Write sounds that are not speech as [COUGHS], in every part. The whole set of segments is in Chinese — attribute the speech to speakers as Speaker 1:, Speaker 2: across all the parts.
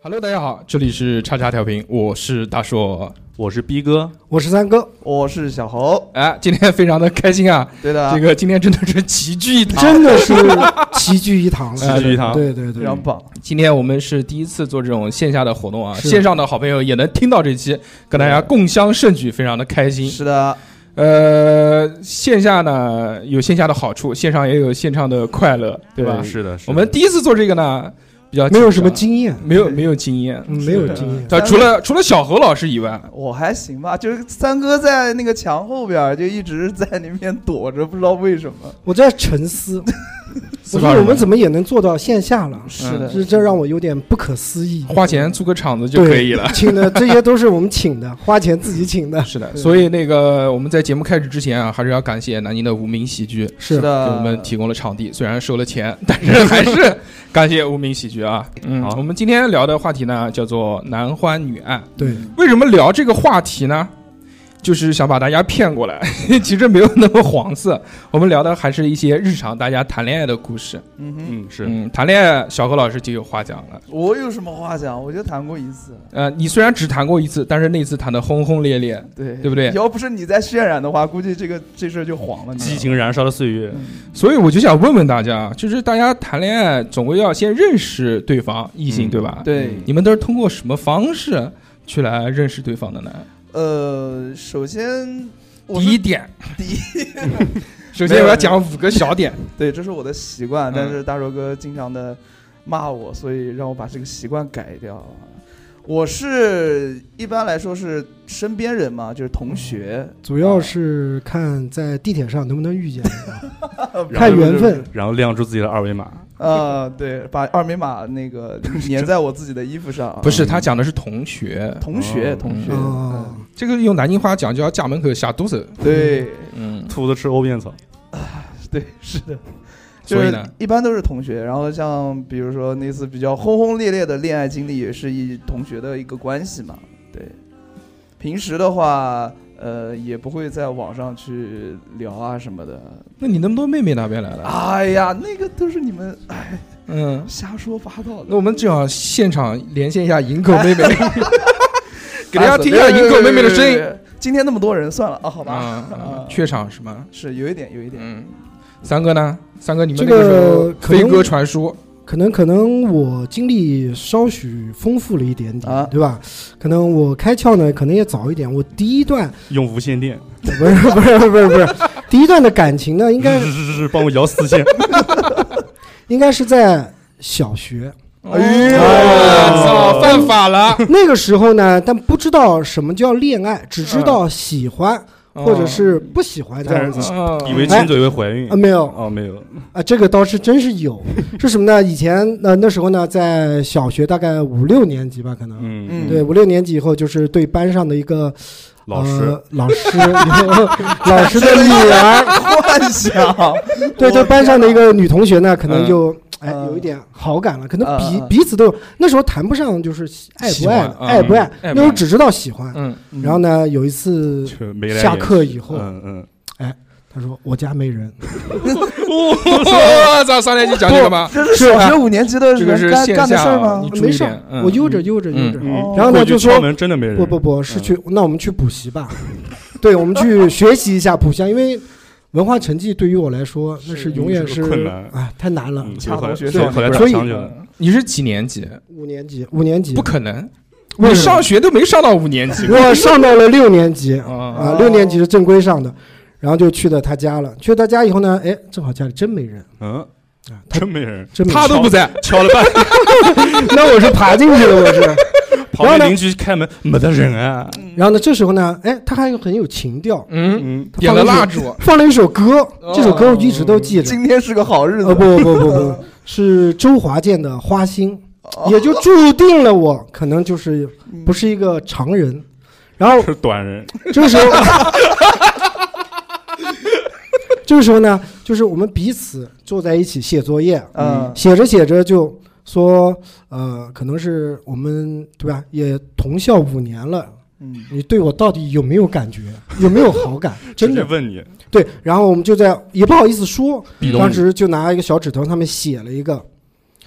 Speaker 1: Hello，大家好，这里是叉叉调频，我是大硕。
Speaker 2: 我是逼哥，
Speaker 3: 我是三哥，
Speaker 4: 我是小猴，
Speaker 1: 哎，今天非常的开心啊！
Speaker 4: 对的啊，
Speaker 1: 这个今天真的是齐聚一堂。
Speaker 3: 真的
Speaker 1: [LAUGHS]
Speaker 3: 是齐聚一堂了，
Speaker 2: 齐聚一堂
Speaker 3: 对对
Speaker 4: 非
Speaker 3: 对，
Speaker 4: 常棒，
Speaker 1: 今天我们是第一次做这种线下的活动啊，
Speaker 3: 是
Speaker 1: 线上的好朋友也能听到这期，跟大家共襄盛举，非常的开心。
Speaker 4: 是的，
Speaker 1: 呃，线下呢有线下的好处，线上也有线上的快乐，对吧？
Speaker 2: 是的，是的
Speaker 1: 我们第一次做这个呢，比较
Speaker 3: 没有什么
Speaker 1: 紧
Speaker 3: 经验，
Speaker 1: 张，没有没有经验，
Speaker 3: 嗯没有经验，
Speaker 1: 对，除了除了小何老师以外，
Speaker 4: 我还行吧，就是三哥在那个墙后边儿就一直在那边躲着，不知道为什么。
Speaker 3: 我在沉
Speaker 1: [LAUGHS]
Speaker 3: 思，
Speaker 1: 思
Speaker 3: 我
Speaker 1: 考
Speaker 3: 说
Speaker 1: 什
Speaker 3: 我
Speaker 1: 么
Speaker 3: 们怎么也能做到线下了，
Speaker 4: 是的，
Speaker 3: 这这让我有点不可思议。
Speaker 1: 花钱租个场子就可以了。
Speaker 3: 对，请
Speaker 1: [LAUGHS]
Speaker 3: 的这些都是我们请的，花钱自己请的，
Speaker 1: 是的，所以那个我们在节目开始之前啊，还是要感谢南宁的无名喜剧
Speaker 3: 是
Speaker 4: 是
Speaker 1: 给
Speaker 4: 的，
Speaker 1: 我们提供了场地，虽然收了钱，但是还是感谢无名喜剧啊。嗯，
Speaker 2: 好
Speaker 1: 我们今天聊的话题呢叫做男欢女爱。
Speaker 3: 对，
Speaker 1: 为什么聊这个话题呢？就是想把大家骗过来， [LAUGHS] 其实没有那么黄色。我们聊的还是一些日常大家谈恋爱的故事。
Speaker 4: 嗯哼，
Speaker 2: 嗯是
Speaker 1: 嗯，谈恋爱，小何老师就有话讲了。
Speaker 4: 我有什么话讲？我就谈过一次，
Speaker 1: 呃，你虽然只谈过一次，但是那次谈的轰轰烈烈。
Speaker 4: 对
Speaker 1: 对不对
Speaker 4: 要不是你在渲染的话，估计这个这事儿就黄了。你知道
Speaker 2: 激
Speaker 4: 吗，
Speaker 2: 情燃烧的岁
Speaker 4: 嗯
Speaker 2: 月，
Speaker 1: 所以我就想问问大家，就是大家谈恋爱总归要先认识对方，异性、
Speaker 2: 嗯
Speaker 1: 对吧？
Speaker 4: 对，
Speaker 1: 你们都是通过什么方式去来认识对方的呢？
Speaker 4: 呃，首先我
Speaker 1: 第
Speaker 4: 是
Speaker 1: 一点，
Speaker 4: 第一，
Speaker 1: 首先我要讲五个小点。
Speaker 4: [LAUGHS] 对，这是我的习惯
Speaker 1: 嗯，
Speaker 4: 但是大肉哥经常的骂我，所以让我把这个习惯改掉。啊我是一般来说是身边人嘛，就是同学，
Speaker 3: 主要是看在地铁上能不能遇见，
Speaker 2: 然
Speaker 3: 看
Speaker 2: 后
Speaker 3: 缘分。
Speaker 2: 然后亮出自己的二维码，
Speaker 1: 嗯
Speaker 4: 啊，对，把二维码那个粘在我自己的衣服上。
Speaker 1: 不是，他讲的是同学，
Speaker 4: 同学，
Speaker 2: 哦
Speaker 4: 同学，
Speaker 3: 哦
Speaker 4: 嗯，
Speaker 1: 这个用南京话讲叫家门口下肚子。
Speaker 4: 对
Speaker 1: 嗯，
Speaker 2: 兔子吃窝边草，
Speaker 4: [LAUGHS] 对，是的。就
Speaker 1: 所以
Speaker 4: 是
Speaker 1: 呢，
Speaker 4: 一般都是同学，然后像比如说那次比较轰轰烈烈的恋爱经历，也是以同学的一个关系嘛。对，平时的话，呃，也不会在网上去聊啊什么的。
Speaker 1: 那你那么多妹妹哪边来的？
Speaker 4: 哎呀，那个都是你们哎
Speaker 1: 嗯，
Speaker 4: 瞎说八道
Speaker 1: 那
Speaker 4: 的。
Speaker 1: 我们正好现场连线一下营口妹
Speaker 4: [LAUGHS]
Speaker 1: 妹，给大家听一下
Speaker 4: 哎
Speaker 1: 营口妹妹的声。
Speaker 4: [LAUGHS] 别别别别
Speaker 1: 音。
Speaker 4: 别今天那么多人，算了啊，好吧。
Speaker 1: 啊啊
Speaker 4: 啊，
Speaker 1: 怯场是吗？
Speaker 4: 是有一点，有一点。
Speaker 1: 嗯，三哥呢？三 [LAUGHS] 哥，你们
Speaker 3: 这
Speaker 1: 那个时
Speaker 3: 个
Speaker 1: 候
Speaker 3: 可
Speaker 1: 飞
Speaker 3: 能
Speaker 1: 鸽传书，
Speaker 3: 可能可能我经历稍许丰富了一点点，
Speaker 4: 啊
Speaker 3: 对吧？可能我开窍呢，可能也早一点。我第一段
Speaker 2: 用无线电，
Speaker 3: 不是不是不是不是，第一段的感情呢，应该
Speaker 2: 日日日日帮我摇
Speaker 3: [LAUGHS]
Speaker 2: 丝线，
Speaker 3: 应该是在小
Speaker 1: [LAUGHS]
Speaker 3: 学
Speaker 1: 哎
Speaker 4: 呦
Speaker 1: 我操，犯法了，
Speaker 3: 那个时候呢，但不知道什么叫恋爱，只知道喜欢或者是不喜欢这样子
Speaker 2: 嗯
Speaker 3: 啊、
Speaker 1: 嗯
Speaker 2: 以为亲嘴会怀孕，
Speaker 3: 没有
Speaker 2: 哦没有，
Speaker 3: 啊，这个倒是真是有，是什么呢？以前呃那时候呢，在小学大概五六年级吧，可能、
Speaker 2: 嗯
Speaker 4: 嗯
Speaker 3: 对五六年级以后，就是对班上的一个
Speaker 2: 老师
Speaker 3: 呃、老师老师的女儿，
Speaker 4: 幻 [LAUGHS] 想，
Speaker 3: 对对班上的一个女同学呢，可能就。哎，
Speaker 4: 嗯
Speaker 3: 有一点好感了，可能彼
Speaker 4: 嗯嗯
Speaker 3: 彼此都有。那时候谈不上就是喜爱
Speaker 1: 喜
Speaker 3: 不
Speaker 1: 欢
Speaker 3: 爱，
Speaker 1: 嗯
Speaker 3: 爱不爱，
Speaker 1: 爱不爱
Speaker 3: 那时候只知道喜欢。
Speaker 1: 嗯，
Speaker 4: 嗯
Speaker 3: 然后呢，有一次
Speaker 2: 就没来演
Speaker 3: 下课以后，哎
Speaker 2: 嗯嗯，
Speaker 3: 他说我家没人，
Speaker 1: 我操，上年级讲这个吗？
Speaker 4: 这是
Speaker 3: 是
Speaker 4: 小
Speaker 3: 啊
Speaker 4: 学五年级的
Speaker 1: 这个是
Speaker 4: 人干
Speaker 1: 线
Speaker 4: 干的
Speaker 1: 下
Speaker 4: 事儿吗
Speaker 1: 你？注
Speaker 3: 没
Speaker 1: 意
Speaker 3: 事
Speaker 1: 点
Speaker 3: 儿，，
Speaker 1: 嗯
Speaker 3: 我悠着悠着悠着
Speaker 1: 嗯，
Speaker 2: 嗯
Speaker 3: 然后呢
Speaker 2: 过去
Speaker 3: 就说
Speaker 2: 敲门真的没人，
Speaker 3: 不不不，是去那我们去补习吧， [LAUGHS] 对，我们去学习一下补习，因为文化成绩对于我来说那是永远
Speaker 2: 是
Speaker 3: 是
Speaker 2: 个困难
Speaker 3: 啊太难了
Speaker 2: 嗯，。
Speaker 4: 恰同学
Speaker 2: 所以
Speaker 4: 生
Speaker 2: 后来
Speaker 3: 所以
Speaker 2: 想起来了，
Speaker 1: 你是几年级？
Speaker 3: 五年级，五年级
Speaker 1: 不，可能，
Speaker 3: 为
Speaker 1: 你
Speaker 3: 什么
Speaker 1: 上学都没上到五年级
Speaker 3: 我上到了六年级
Speaker 2: 嗯
Speaker 1: 啊！
Speaker 3: 啊，
Speaker 4: 哦
Speaker 3: 六年级是正规上的，然后就去了他家了。去了他家以后呢，哎，正好家里真没人
Speaker 2: 嗯，
Speaker 3: 啊，他
Speaker 2: 真没人，
Speaker 3: 真没人
Speaker 1: 他都不在，
Speaker 2: 敲
Speaker 3: [LAUGHS]
Speaker 2: 了半，
Speaker 3: 那我是爬进去的，我是。
Speaker 2: 旁边邻居开门没得人啊，
Speaker 3: 然后呢，这时候呢，哎，他还很有情调，
Speaker 1: 嗯，
Speaker 2: 嗯，
Speaker 3: 他
Speaker 1: 点
Speaker 3: 放了
Speaker 1: 了
Speaker 3: 一首
Speaker 1: 蜡烛，哦
Speaker 3: 放了一首歌，这首歌我一直都记着。
Speaker 4: 今天是个好日
Speaker 3: 呃，
Speaker 4: 子，
Speaker 3: 不不不 [LAUGHS] 不，是周华健的《花心
Speaker 4: 哦》，
Speaker 3: 也就注定了我可能就是
Speaker 4: 嗯
Speaker 3: 不是一个常人。然后
Speaker 2: 是短人，
Speaker 3: 这
Speaker 4: [LAUGHS]
Speaker 3: 个时候，这个时候呢，就是我们彼此坐在一起写作业，
Speaker 4: 嗯
Speaker 3: 写着写着就说，呃，可能是我们对吧，也同校五年了，
Speaker 4: 嗯
Speaker 3: 你对我到底有没有感觉，有没有好感？真
Speaker 2: 直
Speaker 3: 的
Speaker 2: 接问你，
Speaker 3: 对。然后我们就在也不好意思说，
Speaker 2: 比
Speaker 3: 当
Speaker 2: 你
Speaker 3: 时就拿一个小纸头，上面写了一个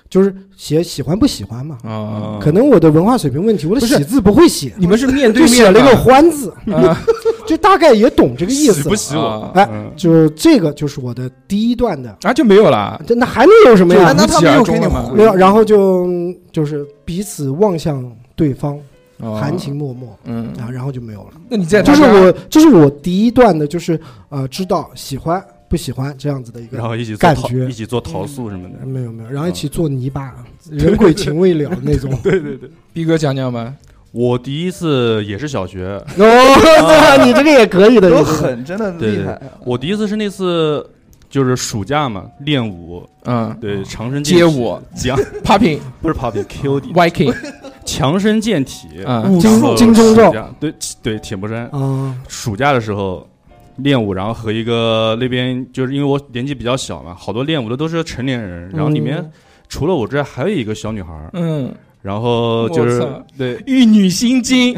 Speaker 3: 就是写喜欢不喜欢嘛。
Speaker 1: 啊，
Speaker 3: 可能我的文化水平问题，我的
Speaker 1: 不是
Speaker 3: 写字不会写，
Speaker 1: 你们是面对
Speaker 3: 就写
Speaker 1: 面
Speaker 3: 了一个“
Speaker 1: 的
Speaker 3: 欢”字，
Speaker 1: [LAUGHS] 啊，
Speaker 3: 就大概也懂这个意
Speaker 2: 洗
Speaker 3: 思
Speaker 2: 不
Speaker 3: 了。
Speaker 2: 洗我
Speaker 1: 啊？
Speaker 3: 哎
Speaker 2: 嗯，
Speaker 3: 就这个就是我的第一段的，
Speaker 1: 啊就没有了。
Speaker 3: 这那还能有什么
Speaker 4: 那
Speaker 3: 呀
Speaker 1: 就？
Speaker 4: 那他没有给你
Speaker 1: 无疾而终了嘛
Speaker 4: 回，
Speaker 3: 没有，然后就就是彼此望向对方，
Speaker 1: 哦
Speaker 3: 含情脉脉
Speaker 1: 嗯，
Speaker 3: 啊，然后就没有了。
Speaker 1: 那你在啊
Speaker 3: 这
Speaker 1: 大
Speaker 3: 是
Speaker 1: 家
Speaker 3: 我这是我第一段的，就是呃，知道喜欢不喜欢这样子的一
Speaker 2: 然
Speaker 3: 个。
Speaker 2: 后一起做
Speaker 3: 感
Speaker 2: 陶
Speaker 3: 觉嗯
Speaker 2: 一起做桃塑什么的。
Speaker 3: 没有没有，然后一起做泥
Speaker 1: [LAUGHS]
Speaker 3: 巴，人鬼情未了那种。
Speaker 1: 逼哥讲讲吧。
Speaker 2: 我第一次也是小学，
Speaker 3: 哦， [LAUGHS] 你这个也可以的，
Speaker 4: 都
Speaker 3: 你这个
Speaker 4: 狠，真的
Speaker 2: 对
Speaker 4: 厉
Speaker 2: 对
Speaker 1: 啊
Speaker 4: 害。
Speaker 2: 我第一次是那次就是暑假嘛，练舞，
Speaker 1: 嗯，
Speaker 2: 对，强身 [LAUGHS]
Speaker 1: 街舞
Speaker 2: 强
Speaker 1: [LAUGHS] ，popping
Speaker 2: 不是 popping QD，
Speaker 1: viking
Speaker 2: [LAUGHS] 强身健体。
Speaker 1: 啊
Speaker 3: 嗯
Speaker 2: 然后
Speaker 3: 金金钟罩
Speaker 2: 暑假，对对，铁木真。
Speaker 1: 哦
Speaker 3: 啊，
Speaker 2: 暑假的时候练舞，然后和一个那边就是因为我年纪比较小嘛，好多练舞的都是成年人，然后里面
Speaker 3: 嗯
Speaker 2: 除了我之外还有一个小女孩儿，
Speaker 1: 嗯，
Speaker 2: 然后就
Speaker 1: 我
Speaker 2: 是
Speaker 1: 操
Speaker 2: 对
Speaker 1: 玉女心 [LAUGHS] 经，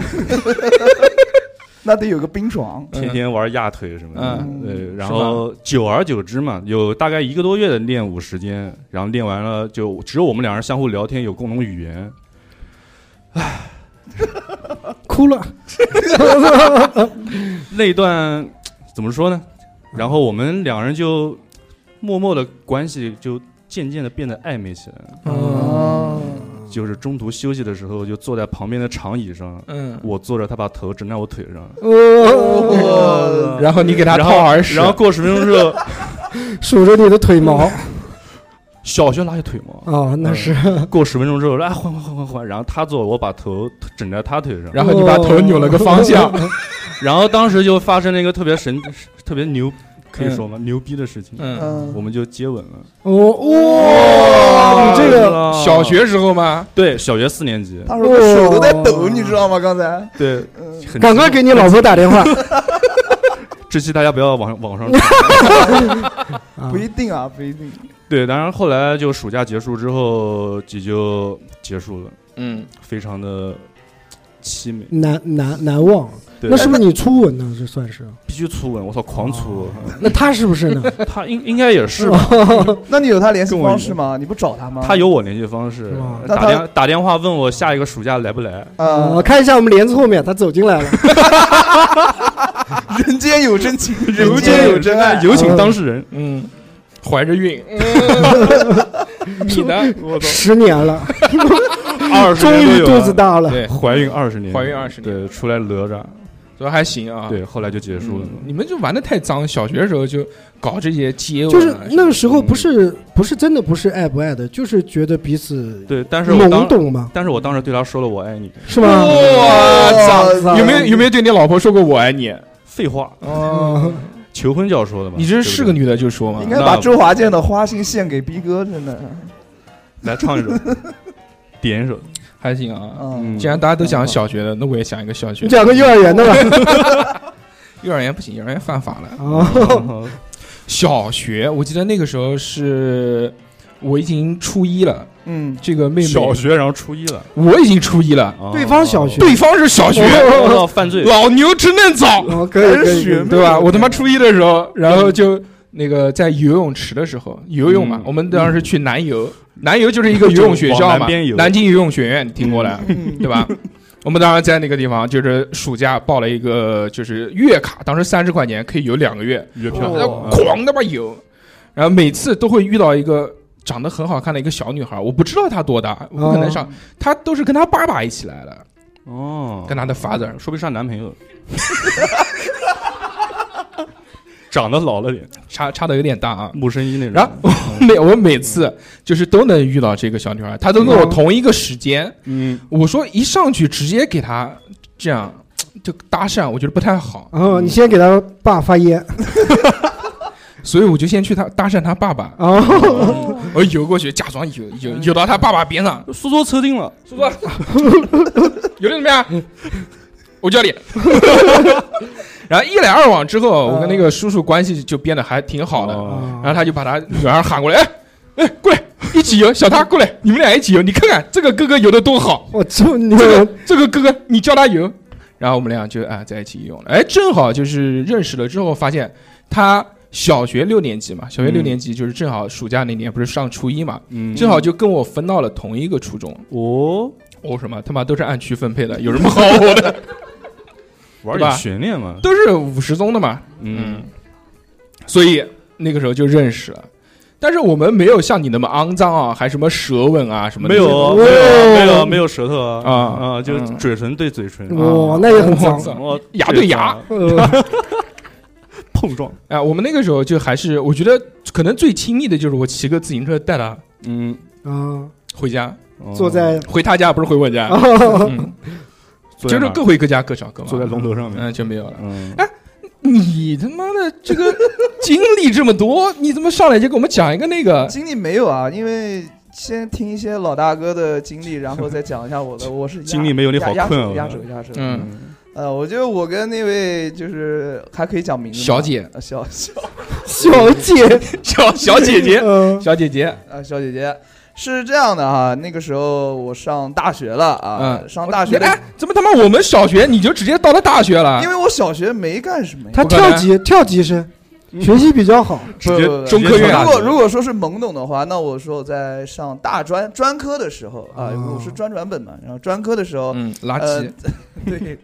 Speaker 4: [LAUGHS] 那得有个冰床，
Speaker 2: 天
Speaker 1: 嗯
Speaker 2: 天玩压腿什么的，
Speaker 4: 嗯
Speaker 2: 对，然
Speaker 1: 是吧
Speaker 2: 后久而久之嘛，有大概一个多月的练舞时间，然后练完了就只有我们两人相互聊天，有共同语言，
Speaker 3: 哭了。
Speaker 2: 那一段怎么说呢？然后我们两人就默默的关系就渐渐的变得暧昧起来了，
Speaker 4: 哦
Speaker 2: 就是中途休息的时候就坐在旁边的长椅上，
Speaker 1: 嗯，
Speaker 2: 我坐着，他把头枕在我腿上，
Speaker 3: 哦，
Speaker 1: 然后你给他
Speaker 2: 然后
Speaker 1: 掏耳屎，
Speaker 2: 然后过十分钟之后，
Speaker 3: [LAUGHS] 数着你的腿毛
Speaker 2: 小学哪有腿毛？
Speaker 3: 啊，那是
Speaker 2: 过十分钟之后，哎，换换换换换，然后他坐，我把头枕在他腿上，
Speaker 1: 然后你把头扭了个方向，
Speaker 2: [LAUGHS] 然后当时就发生了一个特别神、特别牛，可以说吗？牛逼的事情，
Speaker 1: 嗯，
Speaker 4: 嗯
Speaker 2: 我们就接吻了。
Speaker 3: 哦
Speaker 4: 哦
Speaker 3: 哇，你这个
Speaker 2: 啊
Speaker 1: 小学时候吗？
Speaker 2: 对小学四年级，
Speaker 4: 他说我手都在抖，你知道吗？刚才，
Speaker 2: 对，
Speaker 4: 嗯，
Speaker 2: 很
Speaker 3: 赶快给你老婆打电话。
Speaker 2: [LAUGHS] 这期大家不要往上往上传。哦
Speaker 3: 啊
Speaker 4: 不一定啊，不一定。
Speaker 2: 对，当然后来就暑假结束之后，也就结束了，
Speaker 1: 嗯，
Speaker 2: 非常的凄美。
Speaker 3: 难难难忘，
Speaker 2: 对
Speaker 3: 那，是不是你初吻呢？这算是？
Speaker 2: 必须粗吻，我操，狂粗！
Speaker 3: 那他是不是呢？
Speaker 2: [LAUGHS] 他应应该也是吧？
Speaker 4: 那你有他联系方式吗？你不找他吗？
Speaker 2: 他有我联系方式
Speaker 3: 是吗，
Speaker 4: 那
Speaker 2: 打
Speaker 4: 他
Speaker 2: 电打电话问我下一个暑假来不来。
Speaker 3: 啊，
Speaker 4: 啊，
Speaker 3: 看一下我们帘子后面，他走进来
Speaker 2: [LAUGHS]
Speaker 3: 了。
Speaker 4: 人间有真情，
Speaker 2: 有
Speaker 4: 间
Speaker 2: 间
Speaker 4: 有
Speaker 2: 有
Speaker 4: 真
Speaker 2: 真
Speaker 4: 爱
Speaker 2: 爱，。有请当事人。
Speaker 1: 嗯，怀着孕，你呢？
Speaker 2: 我操，
Speaker 3: 十年了，
Speaker 2: 二十
Speaker 3: 哎终
Speaker 2: 年都
Speaker 3: 于
Speaker 2: 有
Speaker 3: 肚子大了。
Speaker 1: 对，
Speaker 2: 怀孕二十年，
Speaker 1: 怀孕20年
Speaker 2: 对，出来哪吒，
Speaker 1: 所以还行啊。
Speaker 2: 对，后来就结
Speaker 1: 嗯，
Speaker 2: 束了嘛。
Speaker 1: 你们就玩的太脏，小学的时候就搞这些接吻啊，
Speaker 3: 就是那个时候不是不是真的不是爱不爱的，就是觉得彼此
Speaker 2: 对，但是我
Speaker 3: 懵
Speaker 2: 当，
Speaker 3: 懂嘛，
Speaker 2: 但是我当时对他说了我爱你，
Speaker 3: 是
Speaker 1: 哇
Speaker 3: 吗？
Speaker 1: 操！有没有有没有对你老婆说过我爱你？
Speaker 2: 废话，
Speaker 1: 哦，
Speaker 2: 求婚就要说的嘛。
Speaker 1: 你这
Speaker 2: 对不
Speaker 1: 是个
Speaker 2: 对，
Speaker 1: 女的就说嘛
Speaker 4: 应？该把周华健的《花心》献给逼哥，真的。
Speaker 2: 来唱
Speaker 3: [LAUGHS]
Speaker 2: 一首，点一首。
Speaker 1: 还行啊。
Speaker 4: 嗯，
Speaker 1: 既然大家都讲小学的，那我也讲一个小学
Speaker 3: 你。讲个幼儿园的
Speaker 1: [LAUGHS]
Speaker 3: 吧？
Speaker 1: 幼儿园不行，幼儿园犯法了。
Speaker 3: 啊，
Speaker 1: 小学，我记得那个时候是我已经初一了，
Speaker 4: 嗯，
Speaker 1: 这个妹妹
Speaker 2: 小学，然后初一了，
Speaker 1: 我已经初一了，
Speaker 2: 啊
Speaker 3: 对方小学
Speaker 1: 对方是小学，
Speaker 2: 我操哦犯罪，
Speaker 1: 老牛吃嫩草，
Speaker 3: 哦，可以可以可以，
Speaker 1: 对吧？我他妈初一的时候，然后就那个在游泳池的时候游泳嘛
Speaker 2: 嗯，
Speaker 1: 我们当时去南游，南游就是一
Speaker 2: [LAUGHS]
Speaker 1: 个游泳学校
Speaker 2: 往
Speaker 1: 嘛
Speaker 2: 南边，游
Speaker 1: 南京游泳学院，你听过来
Speaker 4: 嗯
Speaker 1: 对吧？我们当时在那个地方，就是暑假报了一个就是月卡，当时三十块钱可以游两个月，
Speaker 2: 月
Speaker 4: 哦
Speaker 2: 票
Speaker 1: 然后狂他妈游，然后每次都会遇到一个长得很好看的一个小女孩，我不知道她多大，我不可能上，她都是跟她爸爸一起来的，
Speaker 2: 哦，
Speaker 1: 跟她的 father，
Speaker 2: 说不定是她男朋友， [LAUGHS] 长得老了点，
Speaker 1: [LAUGHS] 差差的有点大啊。
Speaker 2: 木生一那种。
Speaker 1: 然后 [LAUGHS] 每我每次就是都能遇到这个小女孩，她都跟我同一个时间。
Speaker 2: 嗯，
Speaker 1: 我说一上去直接给她这样就搭讪，我觉得不太好，
Speaker 3: 然嗯后你先给他爸发烟，
Speaker 1: 所以我就先去她搭讪她爸爸，
Speaker 3: 啊，
Speaker 1: 我游过去假装游游游到她爸爸边上，
Speaker 2: 苏州车定了，
Speaker 1: 说说 [LAUGHS] 游的怎么样？我教你。然后一来二往之后，我跟那个叔叔关系就变得还挺好的。
Speaker 2: 哦
Speaker 1: 然后他就把他女儿喊过来，哎哎，过来一起游，小他过来，你们俩一起游，你看看这个哥哥游的多好，
Speaker 3: 我操你
Speaker 1: 这个这个哥哥你教他游，然后我们俩就啊在一起游泳了，哎，正好就是认识了之后发现他小学六年级嘛，小学六
Speaker 2: 嗯
Speaker 1: 年级就是正好暑假那年不是上初一嘛，
Speaker 2: 嗯，
Speaker 1: 正好就跟我分到了同一个初中。
Speaker 2: 哦，
Speaker 1: 我、什么他妈都是按区分配的，有什么好我
Speaker 2: [LAUGHS]
Speaker 1: 的？
Speaker 2: 玩
Speaker 1: 对吧
Speaker 2: 点悬念嘛，
Speaker 1: 都是五十中的嘛，
Speaker 2: 嗯，
Speaker 1: 所以那个时候就认识了。但是我们没有像你那么肮脏啊，还什么舌吻啊
Speaker 3: 嗯
Speaker 1: 什么的
Speaker 2: 没有
Speaker 3: 哇
Speaker 2: 哦没有没有没有舌头啊
Speaker 1: 啊
Speaker 2: 啊，就
Speaker 1: 嗯啊
Speaker 2: 嘴唇对嘴唇，
Speaker 3: 哇，那也很
Speaker 1: 我
Speaker 3: 脏。
Speaker 1: 操
Speaker 2: 我
Speaker 1: 牙 [LAUGHS] 对牙
Speaker 3: [LAUGHS] 呃，
Speaker 2: 碰撞，
Speaker 1: 啊，我们那个时候就还是，我觉得可能最亲密的就是我骑个自行车带他
Speaker 2: 嗯，
Speaker 3: 啊，
Speaker 1: 回家，嗯
Speaker 2: 哦
Speaker 3: 坐在
Speaker 1: 回他家不是回
Speaker 3: [LAUGHS]
Speaker 1: 我家，嗯，
Speaker 2: 坐
Speaker 1: 就
Speaker 2: 在
Speaker 1: 是
Speaker 2: 哪儿
Speaker 1: 各回各家各找各忙，
Speaker 2: 坐在龙头上面，
Speaker 1: 嗯就没有了。
Speaker 2: 嗯，
Speaker 1: 你他妈的这个
Speaker 3: [LAUGHS]
Speaker 1: 经历这么多，你怎么上来就给我们讲一个那个？
Speaker 4: 经历没有啊，因为先听一些老大哥的经历，然后再讲一下我的。我是压
Speaker 2: 经历没有你好
Speaker 4: 压压
Speaker 2: 困啊
Speaker 4: 压轴压轴。
Speaker 1: 嗯，
Speaker 4: 呃，我觉得我跟那位就是还可以讲名字吗，
Speaker 1: 小姐
Speaker 4: 呃，小小
Speaker 3: 小
Speaker 4: [LAUGHS]
Speaker 3: 姐，
Speaker 1: [LAUGHS] 小 [LAUGHS] 小姐姐，
Speaker 3: 呃，
Speaker 1: 小姐姐，
Speaker 4: 呃，小姐姐是这样的哈，那个时候我上大学了啊，
Speaker 1: 嗯
Speaker 4: 上大学的，
Speaker 1: 哎，怎么他妈我们小学你就直接到了大学了
Speaker 4: 因？为我小学没干什么呀。
Speaker 3: 她跳级跳级生，
Speaker 2: 嗯
Speaker 3: 学习比较好。
Speaker 2: 直
Speaker 4: 不
Speaker 2: 接
Speaker 4: 不不
Speaker 1: 中科院
Speaker 4: 如
Speaker 1: 啊
Speaker 4: 果如果说是懵懂的话，那我说我在上大专专科的时候啊，
Speaker 3: 哦
Speaker 4: 我是专转本嘛，然后专科的时候，
Speaker 1: 嗯，垃
Speaker 4: 呃
Speaker 1: 圾，，
Speaker 4: 对，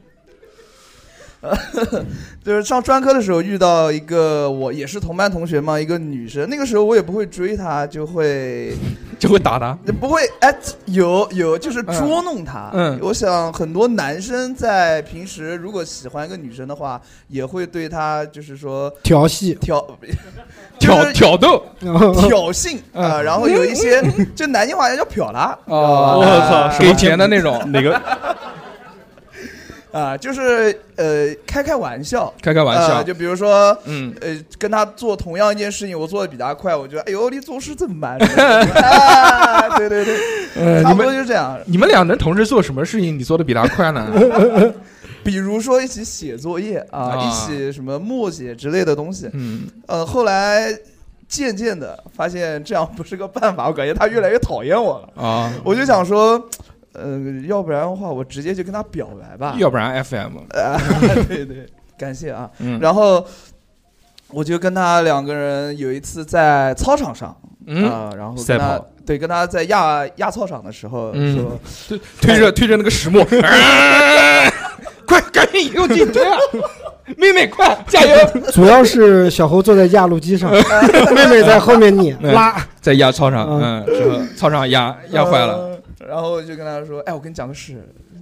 Speaker 4: 呃， [LAUGHS] 就是上专科的时候遇到一个我也是同班同学嘛，一个女生，那个时候我也不会追她，就会
Speaker 1: 就会打他。
Speaker 4: 不会哎，有有就是
Speaker 1: 嗯
Speaker 4: 捉弄她。
Speaker 1: 嗯
Speaker 4: 我想很多男生在平时如果喜欢一个女生的话，也会对她就是
Speaker 1: [LAUGHS]
Speaker 4: 说
Speaker 3: 调戏，啊
Speaker 4: 挑。就
Speaker 1: 挑
Speaker 4: 是
Speaker 1: 挑逗，
Speaker 4: 挑衅
Speaker 1: [LAUGHS] 嗯
Speaker 4: 啊、然后有一些就南京话叫瞟啦，
Speaker 1: [LAUGHS] 哦
Speaker 2: 我操
Speaker 4: 啊
Speaker 2: 什么
Speaker 1: 给钱的那种，
Speaker 2: 哪个
Speaker 4: 啊、就是呃开开玩笑，
Speaker 1: 开开玩
Speaker 4: 呃
Speaker 1: 笑，
Speaker 4: 就比如说
Speaker 1: 嗯，
Speaker 4: 呃跟他做同样一件事情，我做的比他快，我觉得哎呦你做事
Speaker 1: [LAUGHS]
Speaker 4: 真慢，什么的啊对对对，
Speaker 1: 呃，
Speaker 4: 差
Speaker 1: 你
Speaker 4: 不多
Speaker 1: 们
Speaker 4: 就这样。
Speaker 1: 你们俩能同时做什么事情？你做的比他快 [LAUGHS] 呢？
Speaker 4: [LAUGHS] 比如说一起写作业啊，
Speaker 1: 啊
Speaker 4: 一起什么默写之类的东西，
Speaker 1: 嗯，
Speaker 4: 呃后来渐渐的发现这样不是个办法，我感觉他越来越讨厌我了。
Speaker 1: 啊，
Speaker 4: 我就想说，呃，要不然的话，我直接就跟他表白吧。
Speaker 1: 要不然 FM，
Speaker 4: 啊， [LAUGHS] 对对，感谢啊。
Speaker 1: 嗯
Speaker 4: 然后我就跟他两个人有一次在操场上啊、
Speaker 1: 嗯，
Speaker 4: 然后
Speaker 2: 赛
Speaker 4: 跟他
Speaker 2: 跑
Speaker 4: 对跟他在压压操场的时候
Speaker 1: 嗯
Speaker 4: 说，
Speaker 1: 推着推着那个石磨，哎 [LAUGHS] 快赶紧用劲推啊！ [LAUGHS] 妹妹快加油！
Speaker 3: 主要是小猴坐在压路机
Speaker 2: [LAUGHS]
Speaker 3: 上，妹妹在后面撵
Speaker 1: 嗯
Speaker 3: 拉，
Speaker 1: 在压操场，
Speaker 3: 嗯
Speaker 1: 嗯，之后操场压压坏了，
Speaker 4: 呃然后我就跟他说，哎，我跟你讲个事，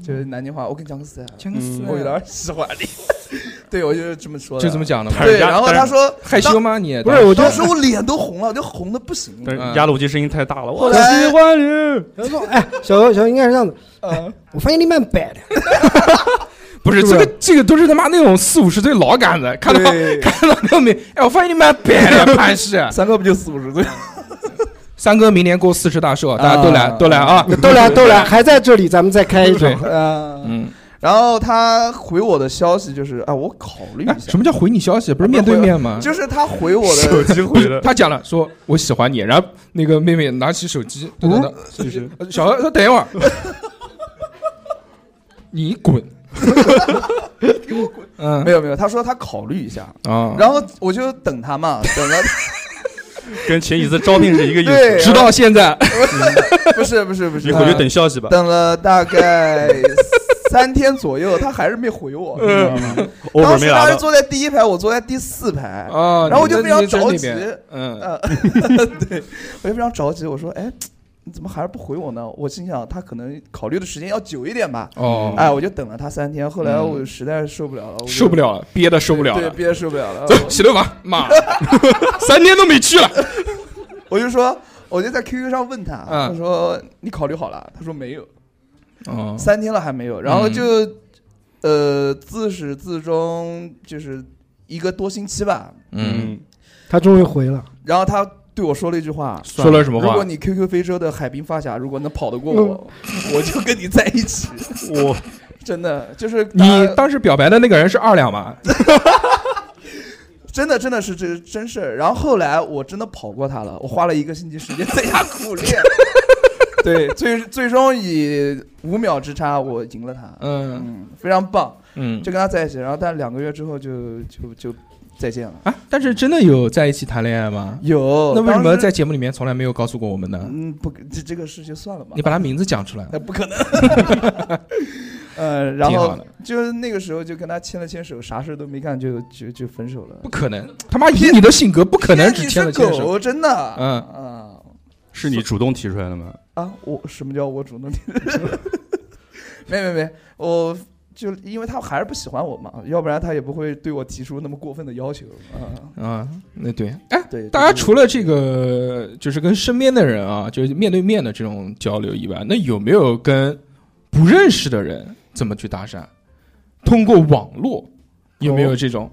Speaker 4: 就是南京话，我跟你讲个事啊，
Speaker 1: 真
Speaker 2: 嗯
Speaker 4: 我有点喜欢你。 [LAUGHS] 对，我就这么说的。
Speaker 1: 就这么讲的吗？
Speaker 4: 对，然后他说
Speaker 1: 害羞吗？你
Speaker 3: 不是，我就
Speaker 4: 当时我脸都红了，我就红的不行。
Speaker 2: 但
Speaker 1: 嗯
Speaker 2: 是压路机声音太大了，
Speaker 4: 后
Speaker 2: 我 [LAUGHS]
Speaker 4: 来
Speaker 2: 喜欢你，
Speaker 3: 然后说哎，小猴小猴应该是这样子，哎
Speaker 4: 嗯，
Speaker 3: 我发现你蛮白的，
Speaker 1: 不是
Speaker 3: 是不
Speaker 1: 这
Speaker 3: 是
Speaker 1: 个这个都是他妈那种四五十岁老杆子，看到 [LAUGHS]
Speaker 4: 对
Speaker 1: 看到那没？哎，我发现你蛮白 [LAUGHS] 的，潘氏。
Speaker 4: 三哥不就四五十岁？
Speaker 1: 三哥明年过四十大寿，大家都来
Speaker 4: 啊
Speaker 1: 都来啊！
Speaker 3: 都来都来，还在这里，咱们再开一场
Speaker 1: 对。
Speaker 4: 嗯，
Speaker 1: 嗯，
Speaker 4: 然后他回我的消息就是，啊，我考虑
Speaker 1: 哎
Speaker 4: 一下
Speaker 1: 什，么叫回你消息？不
Speaker 4: 啊
Speaker 1: 是面对面吗？
Speaker 4: 就是他回我
Speaker 2: 手
Speaker 4: 的， [LAUGHS]
Speaker 2: 机
Speaker 1: 不
Speaker 2: 回
Speaker 1: 是
Speaker 2: 了，
Speaker 1: 他讲了，说我喜欢你，然后那个妹妹拿起手机，等
Speaker 4: 嗯
Speaker 1: 等等，
Speaker 2: 就是
Speaker 1: 呃小何说等一会儿， [LAUGHS] 你
Speaker 4: [LAUGHS]
Speaker 1: 滚，嗯
Speaker 4: 没有没有，他说他考虑一下，
Speaker 1: 啊，
Speaker 4: 然后我就等他嘛，等了，
Speaker 2: 跟前几次招聘是一个意
Speaker 4: 对
Speaker 2: 思。
Speaker 1: 直到
Speaker 3: [LAUGHS]
Speaker 1: 现在，
Speaker 4: 不是不是不
Speaker 2: 嗯
Speaker 4: 是，
Speaker 2: 你回去等消息吧。
Speaker 4: 等了大概三天左右，他还是没回我，你知道吗？
Speaker 1: 嗯
Speaker 4: 当
Speaker 2: offer
Speaker 4: 时
Speaker 2: 没
Speaker 4: 他
Speaker 2: 拿
Speaker 4: 是
Speaker 2: 到，
Speaker 4: 坐在第一排，我坐在第四排，
Speaker 1: 啊，
Speaker 4: 然后我就
Speaker 1: 你
Speaker 4: 非常
Speaker 1: 你在
Speaker 4: 着
Speaker 1: 那
Speaker 4: 急
Speaker 1: 边嗯，
Speaker 4: 呃， [LAUGHS] 对，我就非常着急，我说，哎，你怎么还是不回我呢？我心想他可能考虑的时间要久一点吧，
Speaker 1: 哦，
Speaker 4: 哎，我就等了他三天，后来
Speaker 1: 嗯
Speaker 4: 我实在是受不了了，我就
Speaker 1: 受不了了，憋的受不了
Speaker 4: 对，
Speaker 1: 了，
Speaker 4: 憋受不了了，
Speaker 1: 走洗头房，妈，三天都没去了，
Speaker 4: [LAUGHS] 我就说，我就在 QQ 上问他，啊
Speaker 1: 嗯
Speaker 4: 他说你考虑好了，他说没有，
Speaker 1: 哦嗯
Speaker 4: 三天了还没有，然后就，呃，自始至终就是一个多星期吧，
Speaker 1: 嗯，
Speaker 2: 嗯，
Speaker 3: 他终于回了，
Speaker 4: 然后他对我说了一句话。
Speaker 1: 说了什么
Speaker 4: 如果
Speaker 1: 话？
Speaker 4: 你 QQ 飞车的海滨发夹如果能跑得过我，
Speaker 3: 嗯
Speaker 4: 我就跟你在一起。
Speaker 2: 我
Speaker 4: [LAUGHS] 真的就是
Speaker 1: 你
Speaker 4: 大
Speaker 1: 当时表白的那个人是二两吗？
Speaker 4: 真的真的是这是真
Speaker 1: [LAUGHS]
Speaker 4: 事儿。然后后来我真的跑过他了，我花了一个星期时间在家苦练。对，最最终以五秒之差我赢了他，
Speaker 1: 嗯
Speaker 4: 嗯，非常棒，
Speaker 1: 嗯，
Speaker 4: 就跟他在一起，然后但两个月之后就就就再见了。
Speaker 1: 啊，但是真的有在一起谈恋爱吗？
Speaker 4: 有，
Speaker 1: 那为什
Speaker 4: 当
Speaker 1: 么
Speaker 4: 时
Speaker 1: 在节目里面从来没有告诉过我们呢？
Speaker 4: 嗯，不，这这个事就算了吧
Speaker 1: 你。把他名字讲出来，
Speaker 4: 那 [LAUGHS] 不可能。呃，然
Speaker 1: 挺好
Speaker 4: 后
Speaker 1: 的
Speaker 4: 就是那个时候就跟他牵了牵手，啥事都没干就就就分手了
Speaker 1: 不。可能！他妈以你的性格，不可能只牵了牵
Speaker 4: 骗你是
Speaker 1: 手。
Speaker 4: 狗，真的。
Speaker 1: 嗯
Speaker 4: 啊
Speaker 2: 是你主动提出来的吗？
Speaker 4: 啊！我什么叫我主动？ [LAUGHS] 没没没，我就因为他还是不喜欢我嘛，要不然他也不会对我提出那么过分的要求啊。 [LAUGHS]
Speaker 1: 啊，那对，哎，
Speaker 4: 对，
Speaker 1: 大家
Speaker 4: 就是
Speaker 1: 除了这个，就是跟身边的人啊，就是面对面的这种交流以外，那有没有跟不认识的人怎么去搭讪？通过网络有没有这种？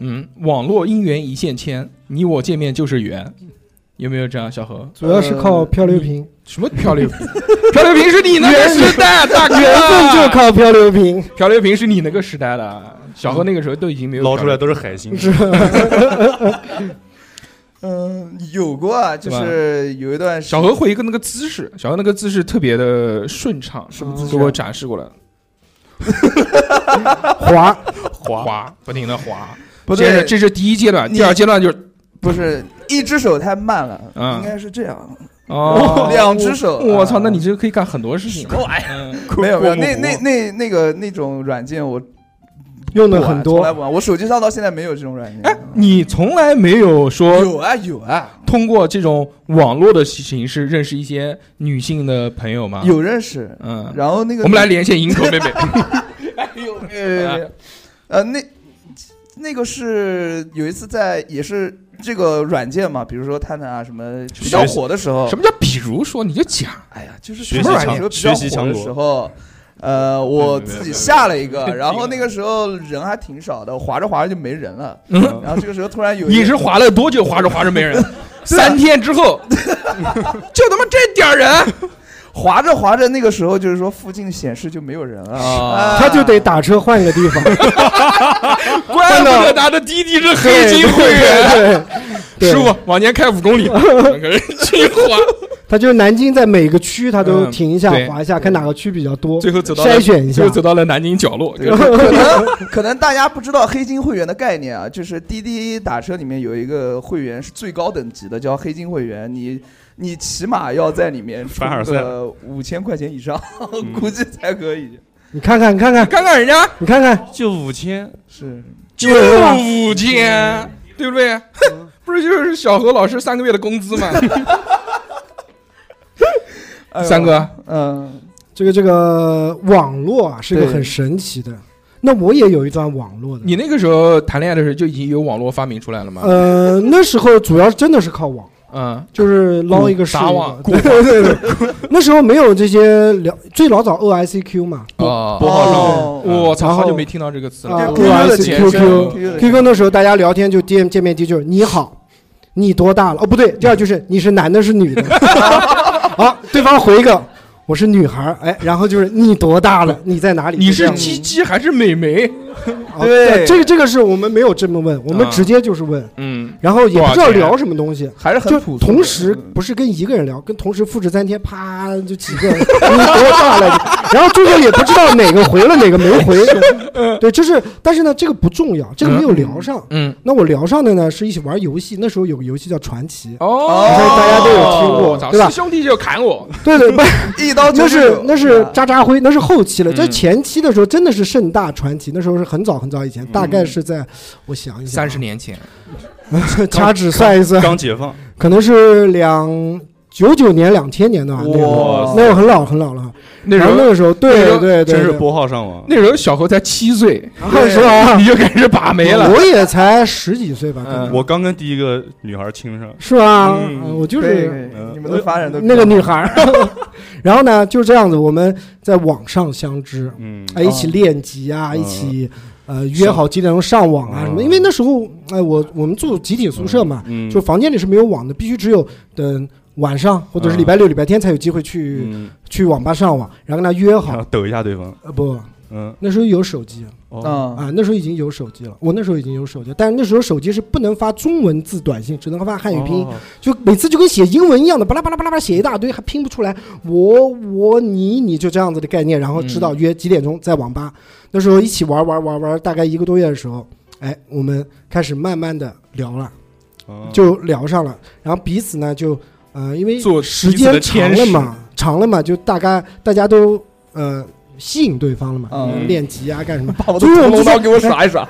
Speaker 1: 嗯，网络姻缘一线牵，你我见面就是缘，有没有这样？小何，
Speaker 3: 主要是靠漂流瓶，
Speaker 1: 呃什么漂流瓶？漂流瓶是你那个时代，啊大哥，
Speaker 3: 缘分就靠漂流瓶，
Speaker 1: 漂流瓶是你那个时代的。啊小何那个时候都已经没有
Speaker 2: 捞出
Speaker 1: 漂流
Speaker 2: 来都是海星，
Speaker 3: [LAUGHS]
Speaker 4: 嗯有过啊，就
Speaker 1: 对吧
Speaker 4: 是有一段时
Speaker 1: 小何会一个那个姿势，小何那个姿势特别的顺畅，
Speaker 4: 什么姿势
Speaker 1: 给
Speaker 4: 啊？
Speaker 1: 我展示过来，
Speaker 3: 滑，
Speaker 1: 滑滑，不停的滑。
Speaker 4: 不
Speaker 1: 接着
Speaker 4: 对，
Speaker 1: 这是第一阶段，
Speaker 4: 你
Speaker 1: 第二阶段就是
Speaker 4: 不是一只手太慢了，
Speaker 1: 嗯 [LAUGHS]
Speaker 4: 应该是这样，
Speaker 1: 哦，
Speaker 4: 两只手。
Speaker 1: 我操，
Speaker 4: 啊
Speaker 1: 那你这个可以干很多事情
Speaker 4: 什。么玩意儿？
Speaker 1: 嗯
Speaker 4: 没有没
Speaker 2: 过
Speaker 4: 有，
Speaker 2: 目
Speaker 4: 那
Speaker 2: 不
Speaker 4: 那那那个那种软件我
Speaker 3: 用
Speaker 4: 不
Speaker 3: 的
Speaker 4: 玩
Speaker 3: 很
Speaker 4: 从来
Speaker 3: 多，
Speaker 4: 不玩。我手机上到现在没有这种软件。
Speaker 1: 哎，你从来没有说
Speaker 4: 有啊有啊，
Speaker 1: 通过这种网络的形式认识一些女性的朋友吗？，
Speaker 4: 有认识。
Speaker 1: 嗯，
Speaker 4: 然后那个
Speaker 1: 我们来连线营口妹妹。
Speaker 4: [LAUGHS] 哎
Speaker 1: [LAUGHS]
Speaker 4: 呦，没有没有没有，呃，那那个是有一次在也是这个软件嘛，比如说探探啊什么比较
Speaker 2: 学习
Speaker 4: 火的时候，
Speaker 1: 什么叫比如说？你就讲，
Speaker 4: 哎呀，就是
Speaker 2: 学习
Speaker 4: 什么玩意
Speaker 2: 强
Speaker 4: 儿
Speaker 2: 国
Speaker 4: 比
Speaker 2: 学
Speaker 4: 较
Speaker 2: 习强
Speaker 4: 火的
Speaker 2: 国
Speaker 4: 时候，
Speaker 1: 嗯
Speaker 4: 呃，我自己下了一
Speaker 1: [LAUGHS] 没有没
Speaker 4: 个，
Speaker 1: 有
Speaker 4: 然后那个时候人还挺少的，滑着滑着就没人了。
Speaker 1: 嗯
Speaker 4: 然后这个时候突然有一
Speaker 1: 你是滑了多久？滑着滑着没人，三天之后，就他妈这点儿
Speaker 4: [LAUGHS]
Speaker 1: 人，
Speaker 4: 滑着滑着，那个时候就是说附近显示就没有人了，啊
Speaker 3: 他就得打车换个
Speaker 1: [LAUGHS]
Speaker 3: 地方。
Speaker 1: 怪不得他的滴滴是黑金会员。
Speaker 3: 对，对
Speaker 1: 师，傅，往前开五公里，两个人去滑，
Speaker 3: 他就南京在每个区他都
Speaker 1: 嗯
Speaker 3: 停一下
Speaker 1: 对
Speaker 3: 划一下，看哪个区比较多，
Speaker 1: 最后走到了
Speaker 3: 筛选一下
Speaker 1: 最后。走到了南京角落。
Speaker 4: 对
Speaker 3: [LAUGHS]
Speaker 4: 可能可能大家不知道黑金会员的概念啊，就是滴滴打车里面有一个会员是最高等级的，叫黑金会员，你你起码要在里面
Speaker 2: 凡尔
Speaker 4: 充
Speaker 2: 赛嗯
Speaker 4: 个五千块钱以上， [LAUGHS] 估计才可以。
Speaker 3: 你看看，你看看，
Speaker 1: 看看人家
Speaker 3: 你看看，
Speaker 2: 就
Speaker 3: [LAUGHS]
Speaker 2: 五千，
Speaker 4: 是，
Speaker 1: 就五千，对不对？
Speaker 3: 嗯
Speaker 1: 哼 [LAUGHS] 不是就是小何老师三个月的工资
Speaker 3: [LAUGHS]
Speaker 1: 吗？
Speaker 4: 哎呦
Speaker 1: 三，哥，
Speaker 4: 嗯，
Speaker 3: 这个这个网络啊，是一个
Speaker 4: 对
Speaker 3: 很神奇的。那我也有一段网络的，
Speaker 1: 你那个时候谈恋爱的时候就已经有网络发明出来了吗？
Speaker 3: 呃，那时候主要真的是靠网，
Speaker 1: 嗯，
Speaker 3: 就是呃捞一个
Speaker 1: 嗯
Speaker 3: 是一
Speaker 1: 撒
Speaker 3: 个
Speaker 1: 网。
Speaker 3: 对对对对，那时候没有这些聊，最老早 OICQ 嘛
Speaker 1: 哦
Speaker 2: 拨号上
Speaker 4: 哦
Speaker 1: 我操，
Speaker 3: 然后
Speaker 1: 好久没听到这个词了。哦
Speaker 3: 啊
Speaker 4: 这
Speaker 3: OICQ
Speaker 1: Q 前身
Speaker 4: QQ 的
Speaker 3: QQ
Speaker 4: 这个
Speaker 3: QQ 那时候大家聊天就见见面第一句就是你好，你多大了？哦，不对，这样就是你是男的，是女
Speaker 1: [LAUGHS]
Speaker 3: 的。好，对方回一个我是女孩儿，哎，然后就是你多大了？你在哪里？
Speaker 1: 你
Speaker 3: 就这
Speaker 1: 是
Speaker 3: 样
Speaker 1: 鸡鸡还是美眉？
Speaker 3: 哦
Speaker 4: 对
Speaker 3: 这个这个是我们没有这么问，我们
Speaker 1: 啊
Speaker 3: 直接就是问，
Speaker 1: 嗯，
Speaker 3: 然后也不知道
Speaker 1: 多少钱
Speaker 3: 聊什么东西。
Speaker 4: 还是很
Speaker 3: 就
Speaker 4: 普通的，
Speaker 3: 同时
Speaker 4: 嗯
Speaker 3: 不是跟一个人聊，跟同时复制粘贴，啪就几个，你多大了？ [LAUGHS] 然后中间也不知道哪个回了哪个没回，对，就是，但是呢，这个不重要，这个没有聊上。
Speaker 1: 嗯，
Speaker 3: 那我聊上的呢是一起玩游戏，那时候有个游戏叫传奇，
Speaker 1: 哦，
Speaker 4: 好像大家都有
Speaker 3: 听过
Speaker 1: 早
Speaker 3: 对吧
Speaker 1: 师兄弟就砍我，
Speaker 3: 对对，不是，
Speaker 4: 一刀
Speaker 3: 那
Speaker 4: 就是
Speaker 3: 那是
Speaker 4: 吧
Speaker 3: 渣渣辉，那是后期了，在
Speaker 1: 嗯
Speaker 3: 前期的时候真的是盛大传奇，那时候是很早很早以前，大概是在我想一想，
Speaker 1: 三十，
Speaker 3: [LAUGHS]
Speaker 1: 年前，
Speaker 3: 掐指算一算，
Speaker 2: 刚解放，
Speaker 3: 可能是两九九年两千年的啊吧，那会儿
Speaker 4: 哇
Speaker 3: 那会儿很老很老了。
Speaker 1: 那时
Speaker 3: 然后那
Speaker 1: 候
Speaker 3: 个时候，
Speaker 1: 那时
Speaker 3: 对
Speaker 1: 候
Speaker 3: 对对，
Speaker 2: 真是
Speaker 3: 对
Speaker 2: 拨号上网
Speaker 1: 那，时候小何才七岁，
Speaker 3: 然后是吧？
Speaker 1: 你就开始把妹了。
Speaker 3: 啊我也才十几岁吧，可能
Speaker 1: 嗯
Speaker 2: 我刚跟第一个女孩亲上，
Speaker 3: 是吧？
Speaker 2: 嗯
Speaker 3: 啊我就
Speaker 4: 可以
Speaker 3: 是
Speaker 4: 可以
Speaker 2: 嗯
Speaker 4: 你们的发展都
Speaker 3: 那个女孩儿。 [LAUGHS] 然后呢，就这样子，我们在网上相知，
Speaker 2: 嗯，
Speaker 3: 哎，一起练级啊，
Speaker 2: 嗯
Speaker 3: 一起呃约好几点钟上网啊
Speaker 2: 嗯
Speaker 3: 什么的。因为那时候，哎，我我们住集体宿舍嘛，
Speaker 2: 嗯，
Speaker 3: 就房间里是没有网的，必须只有等晚上或者是礼拜六、礼拜天才有机会去
Speaker 2: 嗯，
Speaker 3: 去网吧上网，然后跟他约
Speaker 2: 然
Speaker 3: 好
Speaker 2: 后。抖一下对方，
Speaker 3: 呃，不，
Speaker 2: 嗯，
Speaker 3: 那时候有手机
Speaker 2: 哦，
Speaker 4: 啊
Speaker 3: 啊，那时候已经有手机了，我那时候已经有手机，但是那时候手机是不能发中文字短信，只能发汉语拼音，
Speaker 2: 哦，
Speaker 3: 就每次就跟写英文一样的，巴拉巴拉巴拉巴拉写一大堆，还拼不出来。我我你你就这样子的概念，然后知
Speaker 2: 嗯
Speaker 3: 道约几点钟在网吧。那时候一起玩玩玩玩，大概一个多月的时候，哎，我们开始慢慢的聊了，
Speaker 2: 哦
Speaker 3: 就聊上了，然后彼此呢就呃，因为
Speaker 1: 做
Speaker 3: 时间长了嘛，长了嘛，就大概大家都呃吸引对方了嘛，
Speaker 4: 嗯
Speaker 3: 练级啊干什么？
Speaker 4: 把我的
Speaker 3: 所以我
Speaker 4: 屠
Speaker 3: 们就
Speaker 4: 龙刀
Speaker 3: 在
Speaker 4: 给我耍
Speaker 3: [LAUGHS]
Speaker 4: 一耍，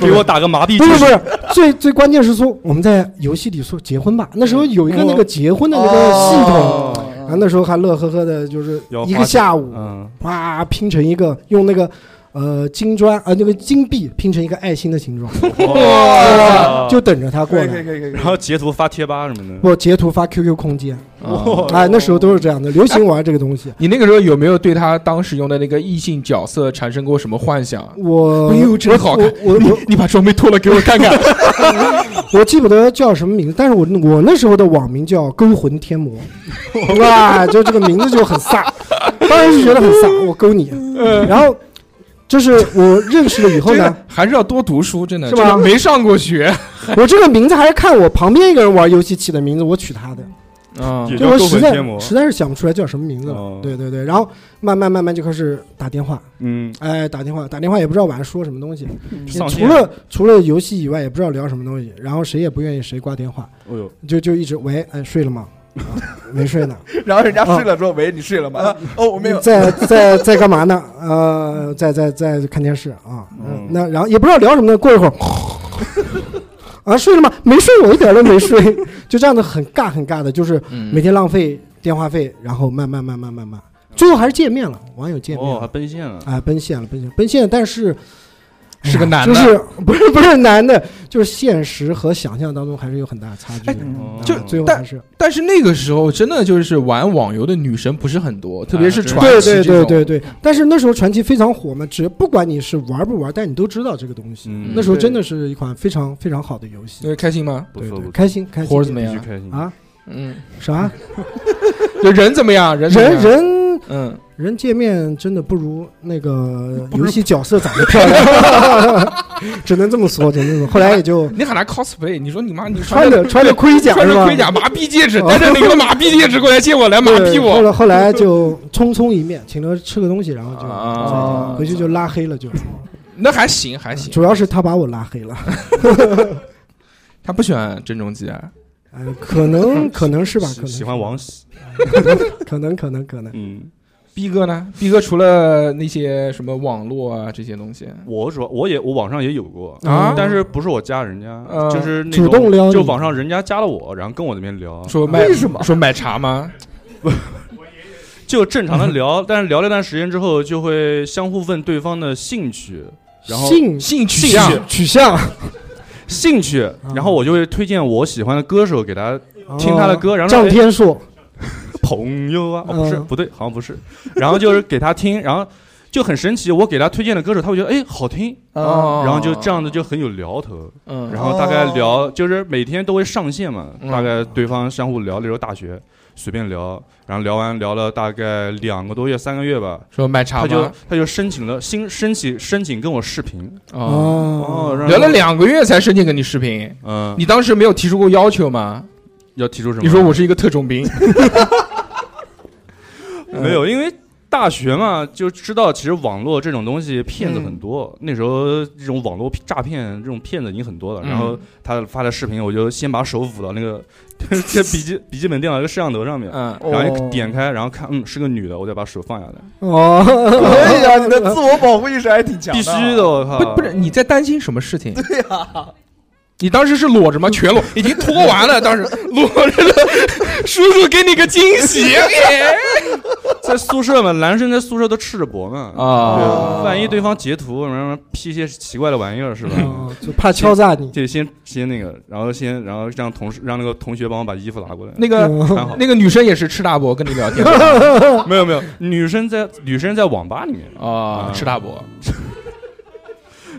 Speaker 2: 给我打个麻痹
Speaker 3: 不
Speaker 2: 就是是
Speaker 3: 不是，最最关键是说我们在游戏里说结婚吧，那时候有一个那个结婚的那个系统，
Speaker 4: 哦
Speaker 3: 然后那时候还乐呵呵的，就是
Speaker 2: 要花
Speaker 3: 一个下午，
Speaker 2: 嗯，
Speaker 3: 哇拼成一个用那个呃金砖啊、呃那个金币拼成一个爱心的形状， [LAUGHS]
Speaker 4: 哦
Speaker 2: 哇
Speaker 3: 就等着他过
Speaker 4: 可以可以
Speaker 3: 来。
Speaker 4: 可以可以，
Speaker 2: 然后截图发贴吧什么的，
Speaker 3: 我截图发 QQ 空间，
Speaker 1: 啊。
Speaker 3: 哎，那时候都是这样的，流行玩这个东西。
Speaker 1: 你那个时候有没有对他当时用的那个异性角色产生过什么幻想？
Speaker 3: 我
Speaker 4: [LAUGHS]
Speaker 1: 哎呦真好看
Speaker 3: 我我我
Speaker 1: 你把装备脱了给我看看。
Speaker 3: 我记不得叫什么名字，但是我我那时候的网名叫“勾魂天魔”， [LAUGHS] 哇，就这个名字就很飒，当然是觉得很飒，我勾你。然后就是我认识了以后
Speaker 1: 真
Speaker 3: 呢，
Speaker 1: 的还是要多读书，真的，
Speaker 3: 是吗
Speaker 1: 这个没上过学
Speaker 3: 我这个名字还是看我旁边一个人玩游戏起的名字，我取他的，
Speaker 1: 啊
Speaker 2: 也
Speaker 3: 就
Speaker 2: 叫
Speaker 3: 我
Speaker 2: 勾
Speaker 3: 实
Speaker 2: 魂
Speaker 3: 在
Speaker 2: 天魔，
Speaker 3: 实在嗯是想不出来叫什么名字了。
Speaker 2: 哦
Speaker 3: 对对对，然后慢慢慢慢就开始打电话，
Speaker 2: 嗯，
Speaker 3: 哎，打电话打电话也不知道晚上说什么东西，
Speaker 4: 嗯
Speaker 2: 上
Speaker 3: 除
Speaker 2: 线，
Speaker 3: 了除了游戏以外也不知道聊什么东西，然后谁也不愿意谁挂电话。
Speaker 2: 哎呦，
Speaker 3: 就就一直喂，哎，睡了吗？啊没睡呢，
Speaker 4: 然后人家睡了之后，喂，你睡了吗？ [LAUGHS] 哦，我没有，
Speaker 3: 嗯在在在干嘛呢？呃，在在在看电视啊。
Speaker 2: 嗯
Speaker 3: 嗯，那然后也不知道聊什么呢，过一会儿，啊，睡了吗？没睡，我一点都没睡，就这样子很尬很尬的，就是
Speaker 1: 嗯
Speaker 3: 每天浪费电话费，然后慢慢慢慢慢慢，最后还是见面了，网友见面
Speaker 2: 哦，
Speaker 3: 了，
Speaker 2: 还奔现了，
Speaker 3: 啊，奔现了，奔现了，奔现了，但是。哎呀
Speaker 1: 是个男的
Speaker 3: 就是 [LAUGHS] 不是不是男的，就是现实和想象当中还是有很大的差距
Speaker 1: 哎
Speaker 3: 的。
Speaker 2: 哦
Speaker 1: 就
Speaker 3: 啊最后
Speaker 1: 但
Speaker 3: 还是
Speaker 1: 但是那个时候真的就是玩网游的女生不是很
Speaker 2: 啊
Speaker 1: 多，特别是
Speaker 2: 真
Speaker 1: 传
Speaker 3: 啊对
Speaker 1: 奇
Speaker 3: 对
Speaker 1: 这
Speaker 3: 对
Speaker 1: 种
Speaker 3: 对对，但是那时候传奇非常火嘛，只不管你是玩不玩，但你都知道这个东西。
Speaker 2: 嗯，
Speaker 3: 那时候
Speaker 4: 对
Speaker 3: 真的是一款非常非常好的游戏，
Speaker 1: 呃开心吗？
Speaker 2: 不
Speaker 3: 对
Speaker 2: 错
Speaker 3: 对，
Speaker 2: 不
Speaker 3: 开心开心
Speaker 1: 活儿怎么
Speaker 2: 错，必须
Speaker 1: 样？
Speaker 2: 开心，
Speaker 1: [LAUGHS]
Speaker 3: 啊！
Speaker 1: 嗯，
Speaker 3: 啥
Speaker 1: 就人怎么样？人怎么
Speaker 3: 人
Speaker 1: 样
Speaker 3: 人
Speaker 1: 嗯，
Speaker 3: 人界面真的不如那个游戏角色长得漂
Speaker 1: [LAUGHS]
Speaker 3: 亮，只能这么说，只能这么说。后来也就
Speaker 1: 你喊他 cosplay，你说你妈你
Speaker 3: 穿着穿着盔甲
Speaker 1: 穿
Speaker 3: 是
Speaker 1: 着
Speaker 3: 吧？
Speaker 1: 盔甲麻痹戒指，
Speaker 3: 哦
Speaker 1: 带着那个麻痹戒指过来接我来麻
Speaker 3: 对
Speaker 1: 痹
Speaker 3: 后
Speaker 1: 我。
Speaker 3: 来后来就匆匆一面，请他吃个东西，然后
Speaker 1: 啊
Speaker 3: 就回去就拉黑了，就
Speaker 1: 那还行还行，
Speaker 3: 主要是他把我拉黑了。
Speaker 1: 他不喜欢郑中基啊。
Speaker 3: 呃，可能可能是吧，可
Speaker 2: 喜
Speaker 3: 能
Speaker 2: 喜欢王喜，
Speaker 3: [LAUGHS] 可能可能可能，
Speaker 2: 嗯，
Speaker 1: 逼哥呢？逼哥除了那些什么网络啊这些东西，
Speaker 2: 我主要我也我网上也有过
Speaker 1: 啊
Speaker 2: 但是不是我加人家，
Speaker 1: 嗯
Speaker 2: 就是那
Speaker 3: 呃主
Speaker 2: 种
Speaker 3: 动撩你
Speaker 2: 就网上人家加了我，然后跟我那边聊，
Speaker 1: 说卖
Speaker 4: 为什么？
Speaker 1: 说买茶吗？
Speaker 2: 就正常的聊，但是聊了一段时间之后，就会相互问对方的兴趣，然后
Speaker 3: 性
Speaker 1: 性取
Speaker 2: 性
Speaker 1: 向
Speaker 2: 取
Speaker 3: 取向，
Speaker 2: 兴趣，然后我就会推荐我喜欢的歌手给他听他的歌，然
Speaker 3: 哦
Speaker 2: 后
Speaker 3: 张
Speaker 2: 说哎
Speaker 3: 天硕，
Speaker 2: 朋友啊，哦不是
Speaker 3: 嗯
Speaker 2: 不对，好像不是，然后就是给他听，然后就很神奇，我给他推荐的歌手，他会觉得哎好听，
Speaker 4: 啊，
Speaker 2: 然后就这样子就很有聊头，
Speaker 1: 嗯，
Speaker 2: 然后大概聊就是每天都会上线嘛，
Speaker 1: 嗯
Speaker 2: 大概对方相互聊，那时候大学随便聊，然后聊完聊了大概两个多月三个月吧。
Speaker 1: 说买茶
Speaker 2: 他就
Speaker 1: 吗？
Speaker 2: 他就申请了新申请申请跟我视频，
Speaker 1: 哦，
Speaker 2: 哦，然后
Speaker 1: 聊了两个月才申请跟你视频，
Speaker 2: 嗯，
Speaker 1: 你当时没有提出过要求吗？
Speaker 2: 要提出什么？
Speaker 1: 你说我是一个特种兵，嗯呃
Speaker 2: 没有，因为大学嘛，就知道其实网络这种东西骗子很多。那时候这种网络诈骗这种骗子已经很多了。
Speaker 1: 嗯
Speaker 2: 然后他发的视频，我就先把手捂到那个这笔记笔记本电脑那个摄像头上面，
Speaker 1: 嗯，
Speaker 2: 然后
Speaker 4: 哦
Speaker 2: 一点开，然后看，嗯，是个女的，我再把手放下来。
Speaker 3: 哦，
Speaker 4: 可以啊，你的自我保护意识还挺强
Speaker 2: 必
Speaker 4: 的，
Speaker 2: 须的，。我靠！
Speaker 1: 不不是，你在担心什么事情？
Speaker 4: 对呀，
Speaker 1: 你当时是裸着吗？全裸，已经脱完了，当时裸着的，叔叔给你个惊喜
Speaker 2: [LAUGHS] 在宿舍嘛，男生在宿舍都赤着脖嘛。
Speaker 1: 啊！
Speaker 2: 对万一对方截图，然后 P 一些奇怪的玩意儿，是吧？
Speaker 3: 哦就怕敲诈你，
Speaker 2: 就先先那个，然后先然后让同事让那个同学帮我把衣服拿过来。
Speaker 1: 那个
Speaker 3: 嗯
Speaker 2: 穿好。
Speaker 1: 那个女生也是吃大伯跟你聊
Speaker 2: [LAUGHS]
Speaker 1: 天
Speaker 2: 没有没有，女生在女生在网吧里面，
Speaker 1: 啊，吃大伯，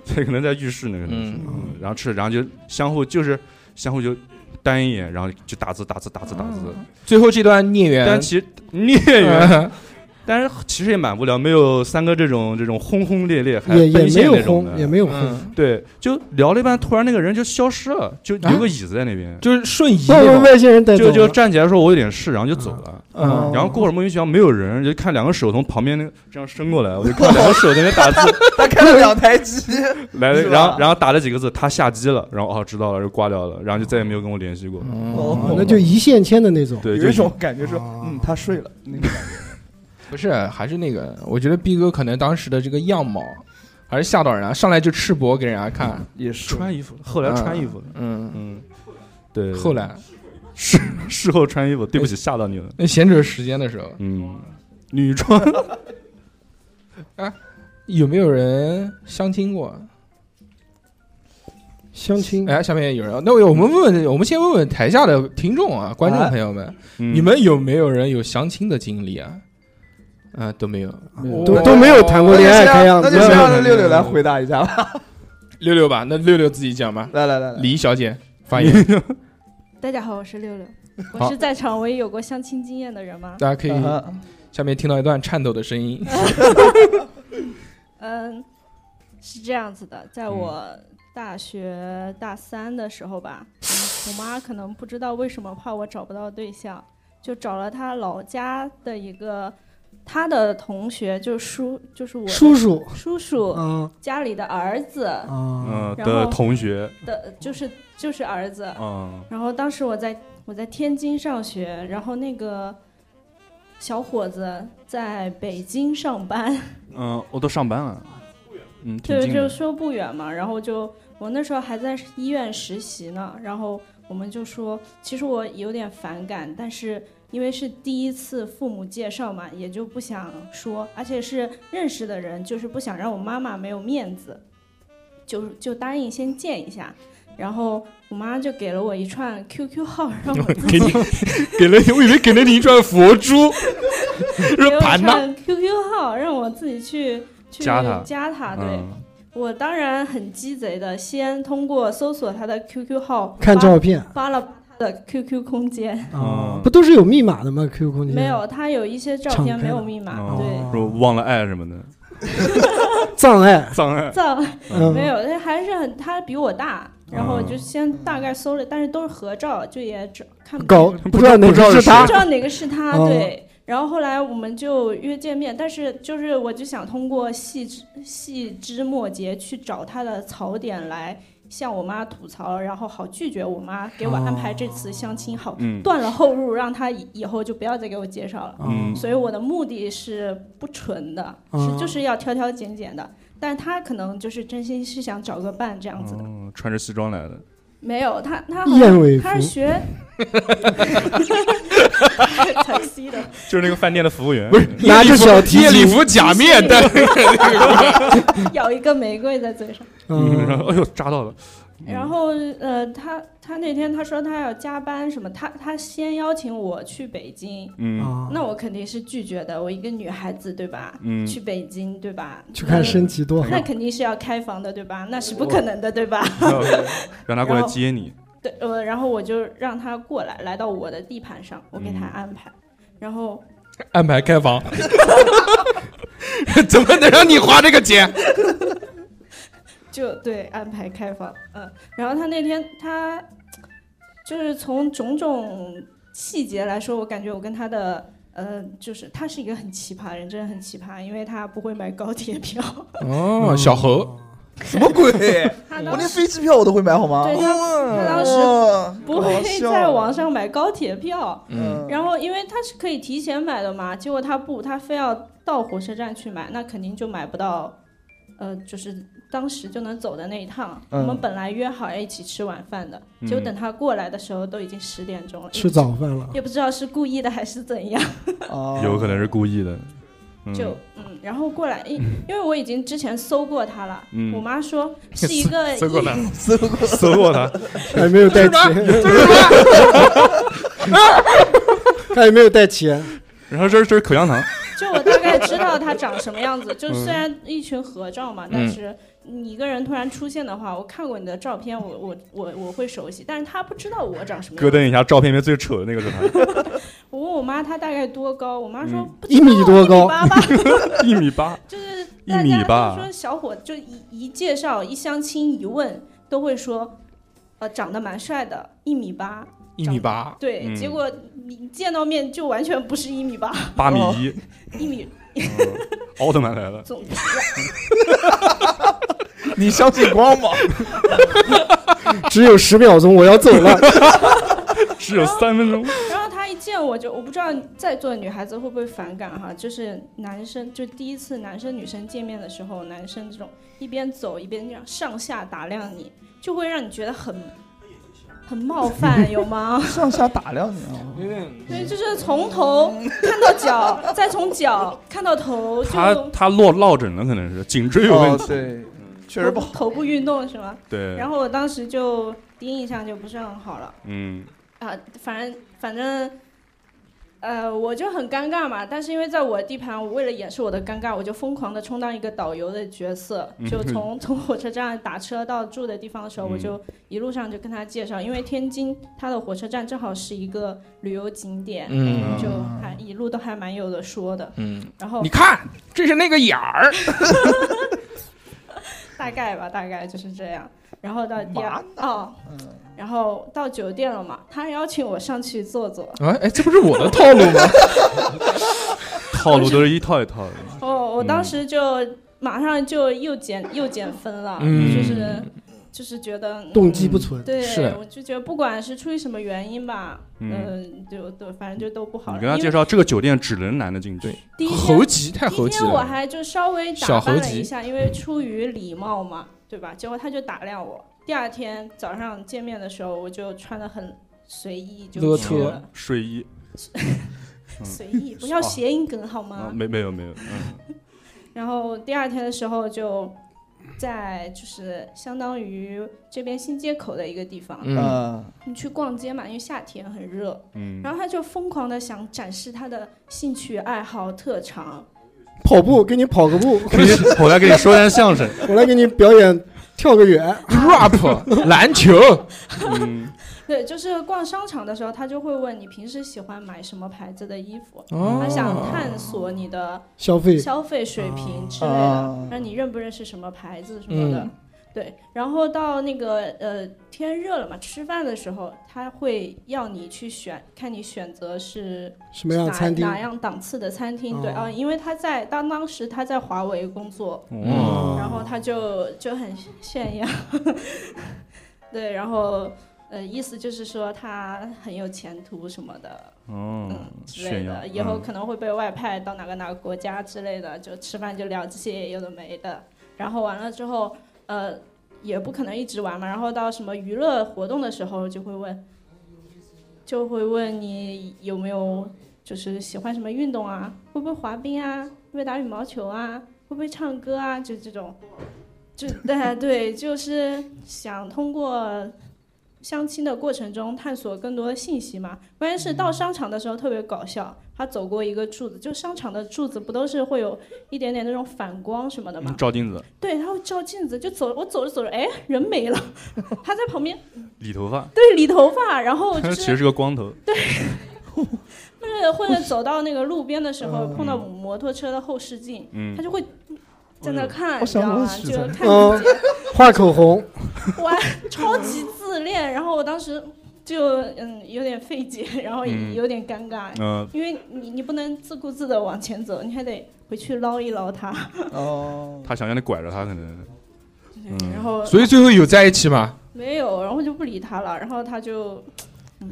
Speaker 2: [LAUGHS] 对，可能在浴室那个东西，嗯然后吃，然后就相互就是相互就单一眼，然后就打字打字打字打字，
Speaker 1: 最后这段孽缘
Speaker 3: 嗯
Speaker 2: 但，其实孽缘， [LAUGHS] 但是其实也蛮无聊，没有三哥这种这种轰轰烈烈还
Speaker 3: 也也
Speaker 2: 奔
Speaker 3: 没
Speaker 2: 现
Speaker 3: 有
Speaker 2: 那种
Speaker 3: 轰，
Speaker 2: 的，
Speaker 3: 也没有轰。
Speaker 1: 嗯，
Speaker 2: 对，就聊了一半，突然那个人就消失了，就留个椅子在那边，
Speaker 1: 就是瞬移
Speaker 3: 那我们
Speaker 1: 嘛，
Speaker 3: 外星人带走
Speaker 2: 就
Speaker 3: 了
Speaker 2: 就站起来说我有点事，然后就走了。
Speaker 1: 嗯，
Speaker 2: 然后过会儿莫名其妙没有人，就看两个手从旁边那个这样伸过来，我就看两个手在那边打字，
Speaker 4: [LAUGHS] 他开了两台机，
Speaker 2: [LAUGHS] 来了，
Speaker 4: 是吧
Speaker 2: 然后然后打了几个字，他下机了，然后哦知道了就挂掉了，然后就再也没有跟我联系过。
Speaker 3: 哦那就一线牵的那种。
Speaker 2: 对，
Speaker 4: 有
Speaker 2: 就
Speaker 4: 一种感觉说，
Speaker 3: 啊
Speaker 4: 嗯，他睡了，那个感觉
Speaker 1: [LAUGHS] 不是，还是那个，我觉得逼哥可能当时的这个样貌还是吓到人家，上来就赤膊给人家看，
Speaker 4: 也是
Speaker 2: 穿衣服，后来穿衣服，
Speaker 1: 嗯，
Speaker 2: 嗯，对，
Speaker 1: 后来
Speaker 2: 事事后穿衣服，对不起吓到你了，
Speaker 1: 那闲着时间的时候，
Speaker 2: 嗯，女装
Speaker 1: [LAUGHS] 哎有没有人相亲过？
Speaker 3: 相亲，
Speaker 1: 哎，下面有人，那我们问问，我们先问问台下的听众啊，观
Speaker 3: 哎
Speaker 1: 众朋友们，
Speaker 2: 嗯
Speaker 1: 你们有没有人有相亲的经历啊？啊，都没有。
Speaker 4: 哦
Speaker 3: 都都没有谈过恋爱开样
Speaker 4: 那
Speaker 3: 子
Speaker 4: 就。先
Speaker 1: 没有
Speaker 4: 让六
Speaker 1: 没有
Speaker 4: 六
Speaker 1: 没
Speaker 4: 来
Speaker 1: 有
Speaker 4: 回答一下吧。
Speaker 1: 六六吧，那六六自己讲吧。
Speaker 4: 来来来，来
Speaker 1: 李小姐发
Speaker 3: [LAUGHS]
Speaker 1: 言，
Speaker 5: 大家好，我是六六，
Speaker 1: 好
Speaker 5: 我是在场唯一有过相亲经验的人吗？
Speaker 1: 大家可以
Speaker 4: 嗯哼
Speaker 1: 下面听到一段颤抖的声音。
Speaker 5: 嗯，是这样子的，在我大学大三的时候吧，我妈可能不知道为什么怕我找不到对象，就找了她老家的一个她的同学，就叔，就是我的
Speaker 3: 叔叔，
Speaker 5: 叔叔
Speaker 3: 啊
Speaker 5: 家里的儿子
Speaker 3: 啊，
Speaker 2: 嗯
Speaker 5: 哦然
Speaker 2: 的
Speaker 5: 后
Speaker 2: 同学，
Speaker 5: 的，就是就是儿子，
Speaker 2: 嗯，
Speaker 5: 然后当时我在我在天津上学，然后那个小伙子在北京上班，
Speaker 2: 嗯，我都上班了，嗯，挺
Speaker 5: 对，
Speaker 2: 近
Speaker 5: 就
Speaker 2: 的，
Speaker 5: 说不远嘛。然后就我那时候还在医院实习呢，然后我们就说，其实我有点反感，但是因为是第一次父母介绍嘛，也就不想说，而且是认识的人，就是不想让我妈妈没有面子，就就答应先见一下。然后我妈就给了我一串 QQ 号，让我自己
Speaker 1: [LAUGHS] 给你给了，我以为给了你一串佛珠，说
Speaker 5: 给我
Speaker 1: 盘呐。
Speaker 5: 上 QQ 号，让我自己去去
Speaker 2: 加他
Speaker 5: 对、
Speaker 2: 嗯，
Speaker 5: 我当然很鸡贼的，先通过搜索他的 QQ 号，
Speaker 3: 看照片
Speaker 5: 发发了他的 QQ 空间，
Speaker 3: 啊
Speaker 2: 嗯，
Speaker 3: 不都是有密码的吗？QQ 空间
Speaker 5: 没，有，他有一些照
Speaker 3: 敞
Speaker 5: 片
Speaker 3: 开
Speaker 5: 没有
Speaker 3: 了
Speaker 5: 密码，
Speaker 2: 哦
Speaker 5: 对。
Speaker 2: 说忘了爱什么
Speaker 5: [LAUGHS]
Speaker 2: 的，
Speaker 3: 障碍，
Speaker 2: 障碍，
Speaker 5: 藏 [LAUGHS]
Speaker 3: 嗯，
Speaker 5: 没有，他还是很他比我大，然后我就先大概搜了，但是都是合照，就也只看不
Speaker 3: 搞
Speaker 5: 见
Speaker 3: 不知道哪
Speaker 2: 不知道
Speaker 3: 个
Speaker 2: 是
Speaker 3: 是他
Speaker 5: 不知，道哪个是他，
Speaker 3: 哦
Speaker 5: 对。然后后来我们就约见面，但是就是我就想通过细枝细枝末节去找他的槽点来向我妈吐槽，然后好拒绝我妈给我安排这次相亲，
Speaker 3: 哦
Speaker 5: 好
Speaker 2: 嗯
Speaker 5: 断了后路，让他以以后就不要再给我介绍了。
Speaker 2: 嗯
Speaker 5: 所以我的目的是不纯的，
Speaker 3: 哦
Speaker 5: 是就是要挑挑拣拣的。但他可能就是真心是想找个伴这样子的，
Speaker 2: 嗯，穿着西装来的，
Speaker 5: 没有他他好
Speaker 3: 燕
Speaker 5: 像
Speaker 3: 尾服
Speaker 5: 他是学 [LAUGHS] ，taxi 的。
Speaker 2: 就是那个饭店的服务员，
Speaker 1: 不是
Speaker 3: 拿着小提琴
Speaker 1: 夜礼服假面戴，
Speaker 5: 咬一个玫瑰在嘴上。
Speaker 2: [LAUGHS] 嗯，然
Speaker 3: 嗯，
Speaker 2: 后哎呦扎到了，嗯
Speaker 5: 然后呃，他他那天他说他要加班什么，他他先邀请我去北京，
Speaker 2: 嗯
Speaker 3: 啊
Speaker 5: 那我肯定是拒绝的。我一个女孩子对吧？
Speaker 2: 嗯，
Speaker 5: 去北京对吧？
Speaker 3: 去看
Speaker 5: 身，
Speaker 3: 身体多
Speaker 5: 那
Speaker 3: 好，
Speaker 5: 肯定是要开房的对吧？那是不可能的对吧？
Speaker 2: [LAUGHS] 让他过来接你，
Speaker 5: 对，呃，然后我就让他过来，来到我的地盘上，我给他
Speaker 2: 嗯
Speaker 5: 安排。然后 [LAUGHS]
Speaker 1: 安排开房， [LAUGHS] 怎么能让你花这个钱？
Speaker 5: [LAUGHS] 就对安排开房，嗯，然后他那天他就是从种种细节来说，我感觉我跟他的呃，就是他是一个很奇葩的人，真的很奇葩，因为他不会买高铁票，
Speaker 1: 哦，小猴，
Speaker 4: 什么鬼？
Speaker 5: 他
Speaker 4: 我
Speaker 5: 当
Speaker 4: 连
Speaker 5: 时
Speaker 4: 飞机票我都会买好吗？
Speaker 5: 对他
Speaker 3: 嗯
Speaker 5: 他当时
Speaker 4: 哇啊
Speaker 5: 不会在网，上买高铁票，
Speaker 4: 搞笑
Speaker 1: 嗯，
Speaker 5: 然后因为他是可以提前买的嘛，结果他不，他非要到火车站去买，那肯定就买不到，呃，就是当时就能走的那一趟。
Speaker 4: 嗯
Speaker 5: 我们本来约好要一起吃晚饭的，结果
Speaker 2: 嗯
Speaker 5: 等他过来的时候都已经十点钟了，
Speaker 3: 吃早饭了，
Speaker 5: 也不知道是故意的还是怎样，
Speaker 4: 哦
Speaker 2: 有
Speaker 3: [LAUGHS]
Speaker 2: 可能是故意的，嗯
Speaker 5: 就嗯，然后过来，因因为我已经之前搜过他了，
Speaker 2: 嗯
Speaker 5: 我妈
Speaker 2: [LAUGHS]
Speaker 5: 说是一个
Speaker 1: 搜过来
Speaker 5: 异
Speaker 4: 搜过
Speaker 2: 搜过他，
Speaker 3: [LAUGHS] 还没有带钱，还没有带钱，
Speaker 2: 然后这是这是口香糖，
Speaker 5: [LAUGHS] [LAUGHS] 就我大概知道他长什么样子，
Speaker 2: 嗯
Speaker 5: 就虽然一群合照嘛，但是你一个人突然出现的话，我看过你的照片，我我我我会熟悉，但是他不知道我长什么
Speaker 2: 咯
Speaker 5: 样子。
Speaker 2: 噔一下，照片里面最丑的那个是他，
Speaker 5: 我我问我妈她大概多高，我妈说
Speaker 2: 嗯
Speaker 5: 不知道啊
Speaker 3: 一米多高
Speaker 5: 一米八吧，
Speaker 2: 一米八，
Speaker 5: 就是
Speaker 2: 一
Speaker 5: 大
Speaker 2: 米
Speaker 5: 家
Speaker 2: 吧
Speaker 5: 就说小伙就一一介绍一相亲一问都会说，呃长得蛮帅的，一米八，
Speaker 1: 一米八，
Speaker 5: 对，
Speaker 2: 嗯
Speaker 5: 结果你见到面就完全不是一米
Speaker 2: [LAUGHS]
Speaker 5: 八，[LAUGHS]
Speaker 2: 八米
Speaker 5: 哦
Speaker 2: 一，
Speaker 5: 一米
Speaker 2: 奥特曼来了，
Speaker 5: 总
Speaker 4: 你相信光吗？
Speaker 3: 只有十秒钟，我要走
Speaker 5: [LAUGHS]
Speaker 3: 了。
Speaker 2: 只有三分钟。
Speaker 5: 然后他一见我就，我不知道在座的女孩子会不会反感哈，就是男生就第一次男生女生见面的时候，男生这种一边走一边这样上下打量你，就会让你觉得很很冒犯，有吗？
Speaker 4: 上下打量你啊！
Speaker 5: 对，就是从头看到脚，再从脚看到头，
Speaker 2: 他
Speaker 5: 就
Speaker 2: 他落落枕了，可能是颈椎有问
Speaker 4: 哦，
Speaker 2: 题。
Speaker 4: 对，确实不好。
Speaker 5: 头部运动是吗？
Speaker 2: 对，
Speaker 5: 然后我当时就第一印象就不是很好了。
Speaker 2: 嗯，
Speaker 5: 啊，反正反正，呃，我就很尴尬嘛。但是因为在我的地盘，我为了掩饰我的尴尬，我就疯狂的充当一个导游的角色，就
Speaker 2: 嗯
Speaker 5: 从从火车站打车到住的地方的时候，我
Speaker 2: 嗯
Speaker 5: 就一路上就跟他介绍，因为天津它的火车站正好是一个旅游景点，
Speaker 1: 嗯
Speaker 5: 就还一路都还蛮有的说的。
Speaker 1: 嗯，
Speaker 5: 然后
Speaker 1: 你看这是那个眼
Speaker 5: [LAUGHS]
Speaker 1: 儿，
Speaker 5: 大概吧，大概就是这样。然后到第
Speaker 4: 嘛
Speaker 5: 二哦，
Speaker 4: 嗯，
Speaker 5: 然后到酒店了嘛，他邀请我上去坐坐，
Speaker 1: 哎哎，这不是我的套路吗？
Speaker 2: [LAUGHS] 套路都是一套一套的。
Speaker 5: [LAUGHS] 哦，我
Speaker 1: 嗯
Speaker 5: 当时就马上就又减又减分了，
Speaker 1: 嗯
Speaker 5: 就是就是觉得嗯
Speaker 3: 动机不纯，
Speaker 5: 对
Speaker 1: 是，
Speaker 5: 我就觉得不管是出于什么原因吧，
Speaker 2: 嗯，
Speaker 5: 嗯，就都反正就都不好
Speaker 2: 你
Speaker 5: 了。
Speaker 2: 跟他介
Speaker 5: 因为
Speaker 2: 绍，这个酒店只能男的进去
Speaker 1: 对。
Speaker 5: 第一
Speaker 1: 猴
Speaker 5: 天，
Speaker 1: 急太
Speaker 5: 第
Speaker 1: 猴
Speaker 5: 一
Speaker 1: 急
Speaker 5: 天我
Speaker 1: 了，
Speaker 5: 还就稍微
Speaker 1: 小
Speaker 5: 打
Speaker 1: 猴
Speaker 5: 扮了
Speaker 1: 急
Speaker 5: 一下，因为出于礼貌嘛，对吧？结果他就打量我。第二天早上见面的时候，我就穿的很随意，就
Speaker 1: 勒
Speaker 5: 去
Speaker 1: 脱
Speaker 5: 了 [LAUGHS]
Speaker 2: 睡衣嗯
Speaker 5: 随意，不要
Speaker 2: 啊
Speaker 5: 谐音梗好
Speaker 2: 啊，
Speaker 5: 吗？
Speaker 2: 没没有没有，嗯，
Speaker 5: 然后第二天的时候就在就是相当于这边新街口的一个地方，
Speaker 1: 嗯，
Speaker 4: 呃，
Speaker 5: 你去逛街嘛，因为夏天很热，
Speaker 2: 嗯
Speaker 5: 然后他就疯狂的想展示他的兴趣爱好特长，
Speaker 3: 跑步给你跑个步，
Speaker 2: 给你我来给你说段相声，
Speaker 3: [LAUGHS] 我来给你表演跳个远。
Speaker 1: rap 篮球，
Speaker 2: 嗯，
Speaker 5: 对，就是逛商场的时候，他就会问你平时喜欢买什么牌子的衣服。他想
Speaker 1: 哦，
Speaker 5: 探索你的
Speaker 3: 消费哦
Speaker 5: 消费水平之类
Speaker 4: 啊
Speaker 5: 的，让你认不认识什么牌子什么的
Speaker 1: 嗯。
Speaker 5: 对，然后到那个呃天热了嘛，吃饭的时候他会要你去选，看你选择是
Speaker 3: 什么样的餐厅
Speaker 5: 哪？哪样档次的餐厅。对
Speaker 3: 哦
Speaker 5: 啊、因为他在当当时他在华为工作，
Speaker 2: 哦，
Speaker 3: 哦
Speaker 5: 然后他就就很炫耀， [LAUGHS] 对，然后呃意思就是说他很有前途什么的，
Speaker 2: 哦，
Speaker 5: 之类
Speaker 2: 炫耀
Speaker 5: 的，，以后
Speaker 2: 嗯
Speaker 5: 可能会被外派到哪个哪个国家之类的，就吃饭就聊这些有的没的，然后完了之后，呃，也不可能一直玩嘛，然后到什么娱乐活动的时候就会问，就会问你有没有就是喜欢什么运动啊，会不会滑冰啊，会不会打羽毛球啊，会不会唱歌啊，就这种，就
Speaker 2: [LAUGHS]
Speaker 5: 对对，就是想通过相亲的过程中探索更多的信息嘛。关键
Speaker 2: 嗯
Speaker 5: 是到商场的时候特别搞笑，他走过一个柱子，就商场的柱子不都是会有一点点那种反光什么的嘛？
Speaker 2: 嗯照镜子，
Speaker 5: 对，他会照镜子，就走我走着走着，哎，人没了， [LAUGHS] 他在旁边
Speaker 2: 理头发，
Speaker 5: 对理头发，然后就
Speaker 2: [LAUGHS] 其实
Speaker 5: 是
Speaker 2: 是个光头，
Speaker 5: 或者或者走到那个路边的时候
Speaker 4: 嗯
Speaker 5: 碰到摩托车的后视镜，
Speaker 2: 嗯
Speaker 5: 他，就会。在那看，
Speaker 4: 我
Speaker 5: 你知
Speaker 4: 想
Speaker 5: 道吗？
Speaker 4: 我
Speaker 5: 啊就
Speaker 4: 想
Speaker 5: 看
Speaker 3: 嗯
Speaker 5: 你姐
Speaker 3: 画口红，
Speaker 5: 哇，超级自恋。然后我当时就嗯有点费解，然后
Speaker 2: 嗯
Speaker 5: 也有点尴尬，
Speaker 2: 嗯，
Speaker 5: 因为你你不能自顾自的往前走，你还得回去捞一捞他。
Speaker 4: 哦，
Speaker 2: 他想让你拐着他，可能，嗯
Speaker 5: 然后
Speaker 1: 所以最后有在一起吗？
Speaker 5: 没有，然后就不理他了。然后他就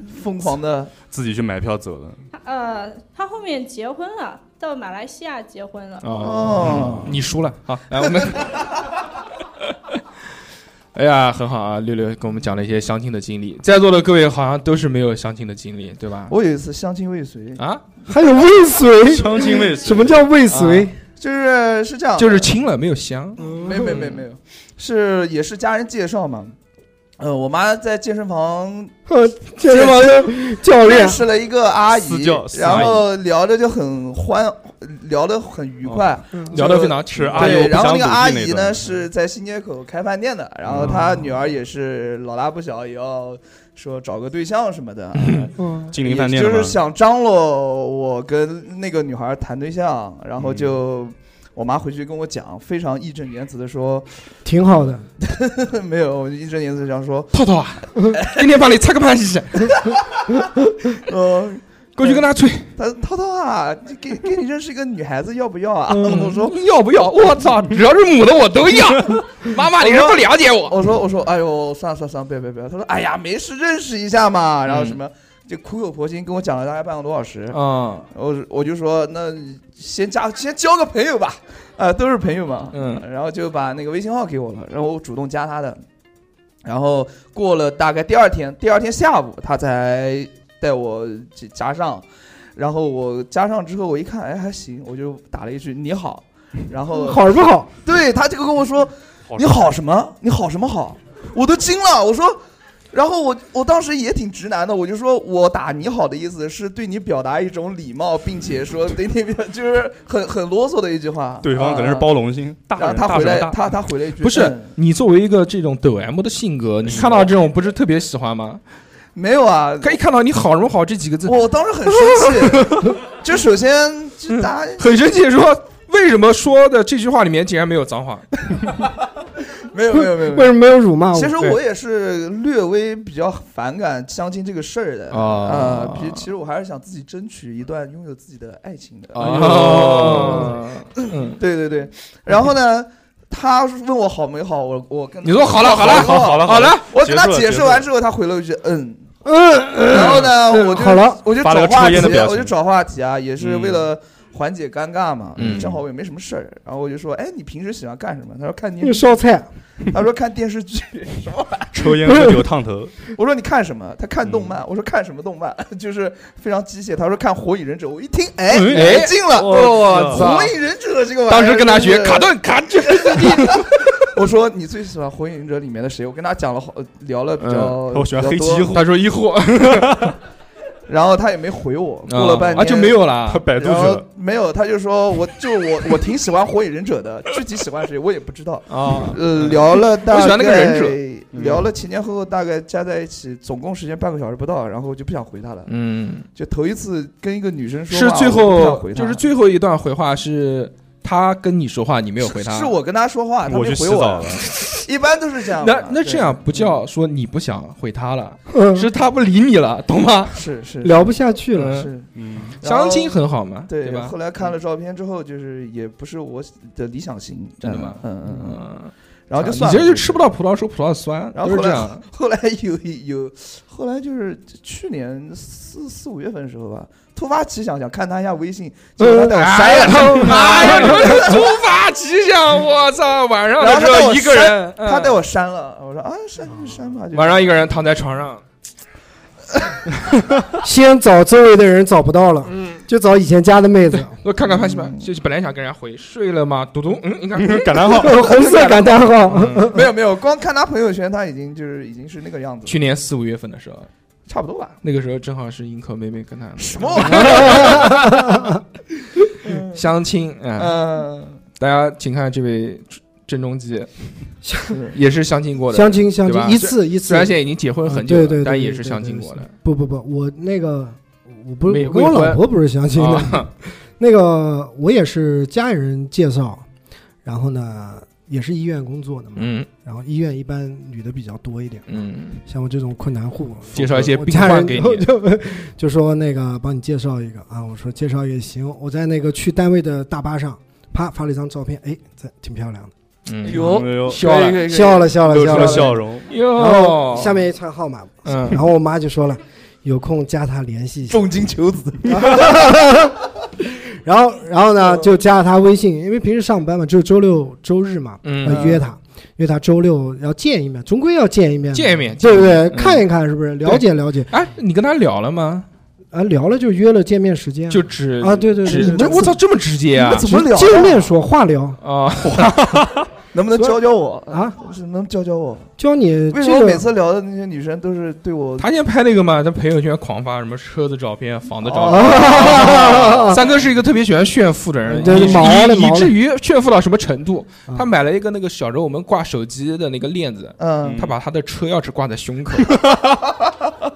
Speaker 4: 疯狂的
Speaker 2: 自己去买票走了，
Speaker 5: 他呃，他后面结婚了，到马来西亚结婚了。
Speaker 2: [LAUGHS]
Speaker 4: 哦，
Speaker 1: 你输了，好，来我们。 [LAUGHS] 哎呀，很好啊！六六给我们讲了一些相亲的经历，在座的各位好像都是没有相亲的经历，对吧？
Speaker 4: 我有一次相亲未遂，
Speaker 1: 啊，
Speaker 3: 还有未遂。
Speaker 2: 相亲未
Speaker 3: 什么叫未遂？
Speaker 4: 就是是这样的，
Speaker 1: 就是亲了没有香，
Speaker 4: 没有没有没有没有，是也是家人介绍嘛。呃，我妈在健身房
Speaker 3: 呃， [LAUGHS] 健身房的教练
Speaker 4: 认识了一个阿
Speaker 2: 私
Speaker 4: 姨
Speaker 2: 教，私
Speaker 4: 然
Speaker 2: 阿姨
Speaker 4: 后聊着就很欢聊得很愉快，
Speaker 3: 嗯
Speaker 1: 聊得非常
Speaker 2: 是
Speaker 1: 啊
Speaker 2: 阿
Speaker 4: 对，
Speaker 2: 尤不
Speaker 4: 然
Speaker 2: 想
Speaker 4: 后那
Speaker 2: 努
Speaker 4: 个
Speaker 2: 力
Speaker 4: 阿
Speaker 2: 那
Speaker 4: 姨呢
Speaker 2: 段
Speaker 4: 是在新街口开饭店的，然后
Speaker 3: 嗯
Speaker 4: 她女儿也是老大不小，也要说找个对象什么的，
Speaker 3: 嗯，
Speaker 2: 金陵饭店
Speaker 4: 也
Speaker 2: 的
Speaker 4: 就是
Speaker 2: 吗？
Speaker 4: 想张罗我跟那个女孩谈对象，然后就。
Speaker 2: 嗯
Speaker 4: 我妈回去跟我讲，非常义正言辞的说，
Speaker 3: 挺好的。
Speaker 4: [LAUGHS] 没有义正言辞地讲说，
Speaker 1: 套
Speaker 4: [LAUGHS]
Speaker 1: 套啊，今天帮你擦个盘洗，
Speaker 4: 呃，
Speaker 1: 过去跟他吹，
Speaker 4: 她涛涛啊，给给你认识一个女孩子要不要啊？我说
Speaker 1: 嗯要不要？我操，只要是母的我都
Speaker 4: [LAUGHS]
Speaker 1: 要。妈妈，你是不了解我。
Speaker 4: 我说我说，哎呦，算了算了算了，别别别！他说，哎呀，没事，认识一下嘛。然后什么，就苦口婆心跟我讲了大概半个多小时。
Speaker 3: 嗯
Speaker 1: 啊，
Speaker 4: 我我就说，那先加先交个朋友吧，啊、都是朋友嘛。
Speaker 1: 嗯，
Speaker 4: 然后就把那个微信号给我了，然后我主动加他的。然后过了大概第二天，第二天下午他才带我加加上，然后我加上之后我一看，哎还行，我就打了一句你好，然后
Speaker 3: 好不好？
Speaker 4: 对他这个跟我说，你好什么？你好什么好？我都惊了，我说。然后我我当时也挺直男的，我就说我打你好的意思是对你表达一种礼貌，并且说对你表 [LAUGHS] 就是很很啰嗦的一句话。
Speaker 2: 对方可能是
Speaker 4: 啊。
Speaker 2: 包容心，大
Speaker 4: 然后
Speaker 2: 人
Speaker 4: 他
Speaker 2: 大
Speaker 4: 回
Speaker 2: 手
Speaker 4: 来，
Speaker 2: 大
Speaker 4: 他他回了一句
Speaker 1: 不是
Speaker 4: 嗯
Speaker 1: 你作为一个这种抖 M 的性格，你看到这种不是特别喜欢吗？
Speaker 4: 没有啊，
Speaker 1: 可一看到你好什么好这几个字，
Speaker 4: 我当时很生气。
Speaker 1: [LAUGHS]
Speaker 4: 就首先就大家
Speaker 1: 很生气，说为什么说的这句话里面竟然没有脏话？
Speaker 4: 没有没有没
Speaker 1: [LAUGHS]
Speaker 3: 为
Speaker 4: 有没有。
Speaker 3: 什么没有辱骂我
Speaker 4: 其？实
Speaker 1: 对
Speaker 4: 我也是略微比较反感相亲这个事儿的
Speaker 1: 啊
Speaker 4: 啊，比、其实我还是想自己争取一段拥有自己的爱情的。
Speaker 1: 哦，嗯，
Speaker 4: [LAUGHS] 对对对，然后呢，他问我好没好，我我跟他
Speaker 1: 你说好了好了
Speaker 2: 好好了
Speaker 1: 好
Speaker 2: 好了，
Speaker 1: 了，
Speaker 4: 我跟他
Speaker 2: 结
Speaker 4: 解
Speaker 2: 束
Speaker 4: 释
Speaker 2: 了
Speaker 4: 完之后，他回了一句嗯，
Speaker 3: 嗯，
Speaker 4: 然后呢，我就
Speaker 3: 好了，
Speaker 4: 我就
Speaker 2: 发了
Speaker 4: 找
Speaker 2: 个
Speaker 4: 话
Speaker 2: 抽
Speaker 4: 题
Speaker 2: 烟的表，情
Speaker 4: 我就找话题啊，也是为
Speaker 1: 嗯
Speaker 4: 了缓解尴尬嘛，
Speaker 1: 嗯
Speaker 4: 正好我也没什么事儿，然后我就说，哎，你平时喜欢干什么？他说看
Speaker 3: 又
Speaker 4: 电视，
Speaker 3: 烧菜，
Speaker 4: [LAUGHS] 他说看电视剧，
Speaker 2: 抽烟
Speaker 1: [LAUGHS]
Speaker 2: 喝酒烫头，
Speaker 4: [LAUGHS] 我说你看什么？他看动
Speaker 1: 嗯
Speaker 4: 漫，我说看什么动漫？ [LAUGHS] 就是非常机械。他说看《火影忍者》，我
Speaker 1: [LAUGHS]
Speaker 4: 一听，哎，
Speaker 1: 哎
Speaker 4: 来劲了，
Speaker 1: 我操
Speaker 4: 火影忍者》这个玩意儿，
Speaker 1: 当时跟他学
Speaker 4: 真是
Speaker 1: 卡顿卡
Speaker 4: [LAUGHS]
Speaker 1: 顿，
Speaker 4: 我说你最喜欢《火影忍者》里面的谁？我跟他讲了好聊了比较，
Speaker 2: 我喜欢黑
Speaker 4: 比较
Speaker 2: 崎一
Speaker 4: 多
Speaker 2: 护，
Speaker 1: 嗯他说一货，
Speaker 4: [LAUGHS] 然后他也没回我。过了半年、
Speaker 1: 啊就没，有了
Speaker 2: 他。百度去
Speaker 4: 然后
Speaker 2: 了，
Speaker 4: 没有，他就说我就我我挺喜欢《火影忍者》的，具体喜欢谁我也不知道。
Speaker 1: 啊，
Speaker 4: [LAUGHS] 呃，聊
Speaker 2: [LAUGHS]
Speaker 4: 了大概
Speaker 1: 我喜欢那个忍
Speaker 4: 者，
Speaker 1: 嗯
Speaker 2: 嗯
Speaker 4: 聊了前前后后大概加在一起，总共时间半个小时不到，然后我就不想回他了。
Speaker 1: 嗯，
Speaker 4: 就头一次跟一个女生说
Speaker 1: 是
Speaker 4: 话，
Speaker 1: 最
Speaker 4: 我不想
Speaker 1: 后
Speaker 4: 回她
Speaker 1: 就是最后一段回话是他跟你说话，你没有回他，
Speaker 4: 是我跟他说话，他
Speaker 2: 我去
Speaker 4: 没
Speaker 2: 洗
Speaker 4: 回
Speaker 2: 澡
Speaker 4: 我
Speaker 2: 了，。
Speaker 4: 啊一般都是这样嘛。
Speaker 1: 那那
Speaker 4: 对
Speaker 1: 这样不叫说你不想回他了，
Speaker 3: 嗯，
Speaker 1: 是他不理你了，懂吗？
Speaker 4: 是是
Speaker 3: 聊不下去了。
Speaker 1: 嗯
Speaker 4: 是
Speaker 2: 嗯，
Speaker 4: 然后
Speaker 1: 相亲很好嘛，
Speaker 4: 对，
Speaker 1: 吧
Speaker 4: 后？来看了照片之后，就是也不是我的理想型，
Speaker 1: 真的吗
Speaker 4: 嗯嗯嗯。
Speaker 1: 嗯，
Speaker 4: 然后就
Speaker 1: 啊
Speaker 4: 算
Speaker 1: 你
Speaker 4: 了，
Speaker 1: 这就吃不到葡萄说葡萄酸，
Speaker 4: 然
Speaker 1: 都是
Speaker 4: 后后
Speaker 1: 这
Speaker 4: 来
Speaker 1: 样。
Speaker 4: [LAUGHS] 后来有有，后来就是去年四四五月份的时候吧，突发奇想想看他一下微信，结果他带我
Speaker 1: 哎
Speaker 4: 删
Speaker 1: 呀，
Speaker 4: 了。
Speaker 1: 他妈
Speaker 4: [LAUGHS]
Speaker 1: 呀！你们这突发奇
Speaker 4: 哎
Speaker 1: 想，我操！晚上的时候一个人，嗯
Speaker 4: 他带我删了，我说啊删就删
Speaker 1: [LAUGHS]
Speaker 4: 吧，就
Speaker 1: 晚上一个人躺在床上，
Speaker 3: 先找周围的人找不到了，
Speaker 5: 嗯
Speaker 3: 就找以前加的妹子，
Speaker 1: 我看看潘西吧，
Speaker 4: 嗯
Speaker 1: 就是本来想跟人家回，睡了吗？嘟嘟，
Speaker 4: [LAUGHS]
Speaker 1: [LAUGHS] 嗯，你看，
Speaker 2: 感叹号，
Speaker 3: 红色感叹号。
Speaker 1: 嗯
Speaker 4: 嗯没有没有，光看他朋友圈，他已经就是已经是那个样子了，
Speaker 1: 去年四五月份的时候，
Speaker 4: 差不多吧。
Speaker 1: 那个时候正好是樱口妹妹跟他
Speaker 4: 什么玩意儿？
Speaker 3: [LAUGHS]
Speaker 1: 相亲，嗯，
Speaker 4: 嗯，
Speaker 1: 大家请看这位郑中基
Speaker 4: 是，
Speaker 1: [LAUGHS] 也是相亲过的，
Speaker 3: 相亲相
Speaker 1: 对吧
Speaker 3: 亲一次一
Speaker 1: 虽
Speaker 3: 次
Speaker 1: 然，现在已经结婚很久了，
Speaker 3: 嗯对对对
Speaker 1: 但也是相亲过的。
Speaker 3: 不不不，我那个我不
Speaker 1: 没
Speaker 3: 我跟我
Speaker 1: 未婚
Speaker 3: 老婆不是相亲的，
Speaker 1: 啊
Speaker 3: [LAUGHS] 那个我也是家里人介绍，然后呢也是医院工作的嘛，
Speaker 1: 嗯
Speaker 3: 然后医院一般女的比较多一点，
Speaker 1: 嗯，
Speaker 3: 像我这种困难户，
Speaker 1: 介绍一些
Speaker 3: 我
Speaker 1: 病
Speaker 3: 家
Speaker 1: 患
Speaker 3: 人
Speaker 1: 给你
Speaker 3: 就， [LAUGHS] 就就说那个帮你介绍一个啊，我说介绍也行，我在那个去单位的大巴上，啪发了一张照片，哎，这挺漂亮的，
Speaker 1: 嗯
Speaker 4: 哟
Speaker 2: 哎呦
Speaker 1: 笑了
Speaker 4: 可以，可以可以
Speaker 3: 笑了笑了
Speaker 2: 露出
Speaker 3: 笑
Speaker 2: 了
Speaker 3: 了，
Speaker 2: 笑容，
Speaker 3: 然后
Speaker 1: 哟，
Speaker 3: 下面一串号码，
Speaker 1: 嗯
Speaker 3: 然后我妈就说了，有空加她联系一下，
Speaker 4: 重金求子，
Speaker 3: [LAUGHS] 然后然后呢就加了她微信，因为平时上班嘛，就是周六周日嘛，
Speaker 1: 嗯，
Speaker 3: 呃约她，约她周六要见一面，终归要见一面，
Speaker 1: 见面
Speaker 3: 对不对？
Speaker 1: 嗯
Speaker 3: 看一看是不是？了解了解，
Speaker 1: 哎，你跟他聊了吗？
Speaker 3: 啊，聊了就约了见面时间啊，
Speaker 1: 就只
Speaker 3: 啊，对对对，
Speaker 1: 只
Speaker 3: 你们
Speaker 1: 我操，这么直接
Speaker 4: 你
Speaker 1: 啊
Speaker 4: 们怎么聊的？
Speaker 1: 哦
Speaker 4: [LAUGHS]
Speaker 3: 见面说话聊，
Speaker 1: 啊！
Speaker 4: 能不能教教我？
Speaker 3: 啊，
Speaker 4: 是能教教我？
Speaker 3: 教你
Speaker 4: 为什么
Speaker 3: 这
Speaker 4: 每
Speaker 3: 个
Speaker 4: 次聊的那些女生都是对我？
Speaker 1: 他现在拍那个嘛，他朋友圈狂发什么车子照片、房子照
Speaker 3: 哦
Speaker 1: 片。三哥是一个特别喜欢炫富的人，
Speaker 3: 对
Speaker 1: 以
Speaker 3: 毛了
Speaker 1: 以
Speaker 3: 毛
Speaker 1: 以
Speaker 3: 了
Speaker 1: 至于炫富到什么程度
Speaker 3: 啊？
Speaker 1: 他买了一个那个小时候我们挂手机的那个链子，
Speaker 4: 嗯
Speaker 1: 他把他的车钥匙挂在胸口。
Speaker 3: 哦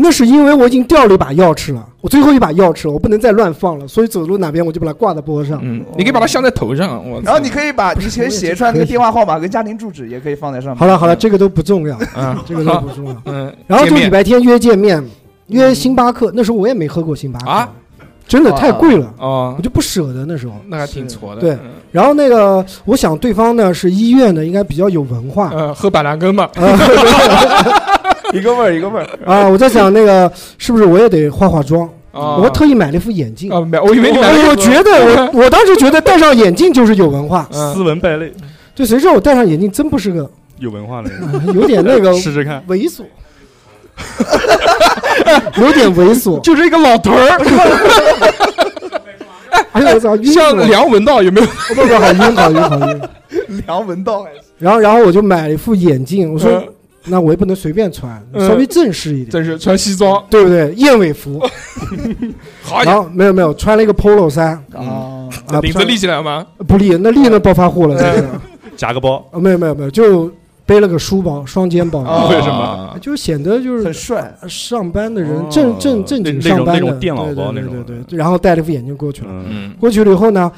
Speaker 3: 那是因为我已经掉了一把钥匙了，我最后一把钥匙了，我不能再乱放了，所以走路哪边我就把它挂在脖子上。
Speaker 1: 嗯，你可以把它镶在头上。我操，
Speaker 4: 然后你可以把
Speaker 3: 不
Speaker 4: 以
Speaker 3: 是
Speaker 4: 前
Speaker 3: 我也
Speaker 4: 写
Speaker 3: 是
Speaker 4: 出来那
Speaker 3: 可
Speaker 4: 个
Speaker 3: 以
Speaker 4: 电话号码跟家庭住址也可以放在上面。
Speaker 3: 好了好了，这个都不重要，
Speaker 1: 嗯
Speaker 3: 这个都不重要。
Speaker 1: 嗯，
Speaker 3: 然后就
Speaker 1: 见
Speaker 3: 礼
Speaker 1: 面嗯
Speaker 3: 拜天约见面，约星巴克，那时候我也没喝过星巴克，
Speaker 1: 啊
Speaker 3: 真的太贵了，
Speaker 1: 哦
Speaker 3: 我，就不舍得那时候。
Speaker 4: 哦
Speaker 1: 那还挺挫的。
Speaker 3: 对
Speaker 1: 嗯，
Speaker 3: 然后那个，我想对方呢是医院的，应该比较有文化。
Speaker 1: 呃，喝板蓝根
Speaker 3: [LAUGHS]
Speaker 1: 嘛，
Speaker 4: 一个味儿一个味
Speaker 1: 嗯
Speaker 4: 儿。
Speaker 3: 啊，我在
Speaker 1: [LAUGHS]
Speaker 3: 想那个是不是我也得化化妆？
Speaker 1: 啊
Speaker 3: 我还特意买了一副眼镜。
Speaker 1: 啊，没，我以为你买了一
Speaker 3: 我
Speaker 1: 个
Speaker 3: 我觉得
Speaker 1: [LAUGHS]
Speaker 3: 我我当时觉得戴上眼镜就是有文化，
Speaker 1: 嗯
Speaker 2: 斯文败类，
Speaker 3: 对，谁知道我戴上眼镜真不是个，
Speaker 2: 有文化的人，
Speaker 3: 啊
Speaker 1: 嗯
Speaker 3: 有点那个
Speaker 2: [LAUGHS] 试试看。
Speaker 3: 猥琐，有点猥琐。
Speaker 1: [LAUGHS] 就是一个老头儿，
Speaker 3: 哎呦我操，晕死
Speaker 1: 像
Speaker 3: 我了！
Speaker 1: 梁文道有没有？
Speaker 3: 哦不不不，好晕好晕好
Speaker 4: [LAUGHS]
Speaker 3: 晕。
Speaker 4: 梁文道还是
Speaker 3: 然后然后我就买了一副眼镜，我说
Speaker 1: 嗯
Speaker 3: 那我也不能随便穿，
Speaker 1: 嗯
Speaker 3: 稍微正式一点，
Speaker 1: 真是穿西装，
Speaker 3: 对不对？燕尾服，
Speaker 1: [LAUGHS] 好
Speaker 3: 然，后没有没有，穿了一个 polo 衫
Speaker 4: 啊，
Speaker 3: 啊，
Speaker 1: 领子
Speaker 3: 穿
Speaker 1: 立起来吗？
Speaker 3: 不立，那立那暴发户了，
Speaker 1: 嗯
Speaker 3: 就是
Speaker 2: 夹个包，
Speaker 3: 啊，没有没有没有，就背了个书包，双肩包，
Speaker 4: 哦
Speaker 2: 为什么？
Speaker 3: 就显得就
Speaker 4: 很
Speaker 3: 是
Speaker 4: 帅。
Speaker 3: 上班的
Speaker 2: 哦
Speaker 3: 人，正正正经
Speaker 2: 那
Speaker 3: 上班
Speaker 2: 那种
Speaker 3: 的，
Speaker 2: 那种电脑
Speaker 3: 对
Speaker 2: 包那
Speaker 3: 对
Speaker 2: 种
Speaker 3: 对对对，然后戴了副眼镜过去了。
Speaker 2: 嗯，
Speaker 1: 嗯
Speaker 3: 过去了以后呢，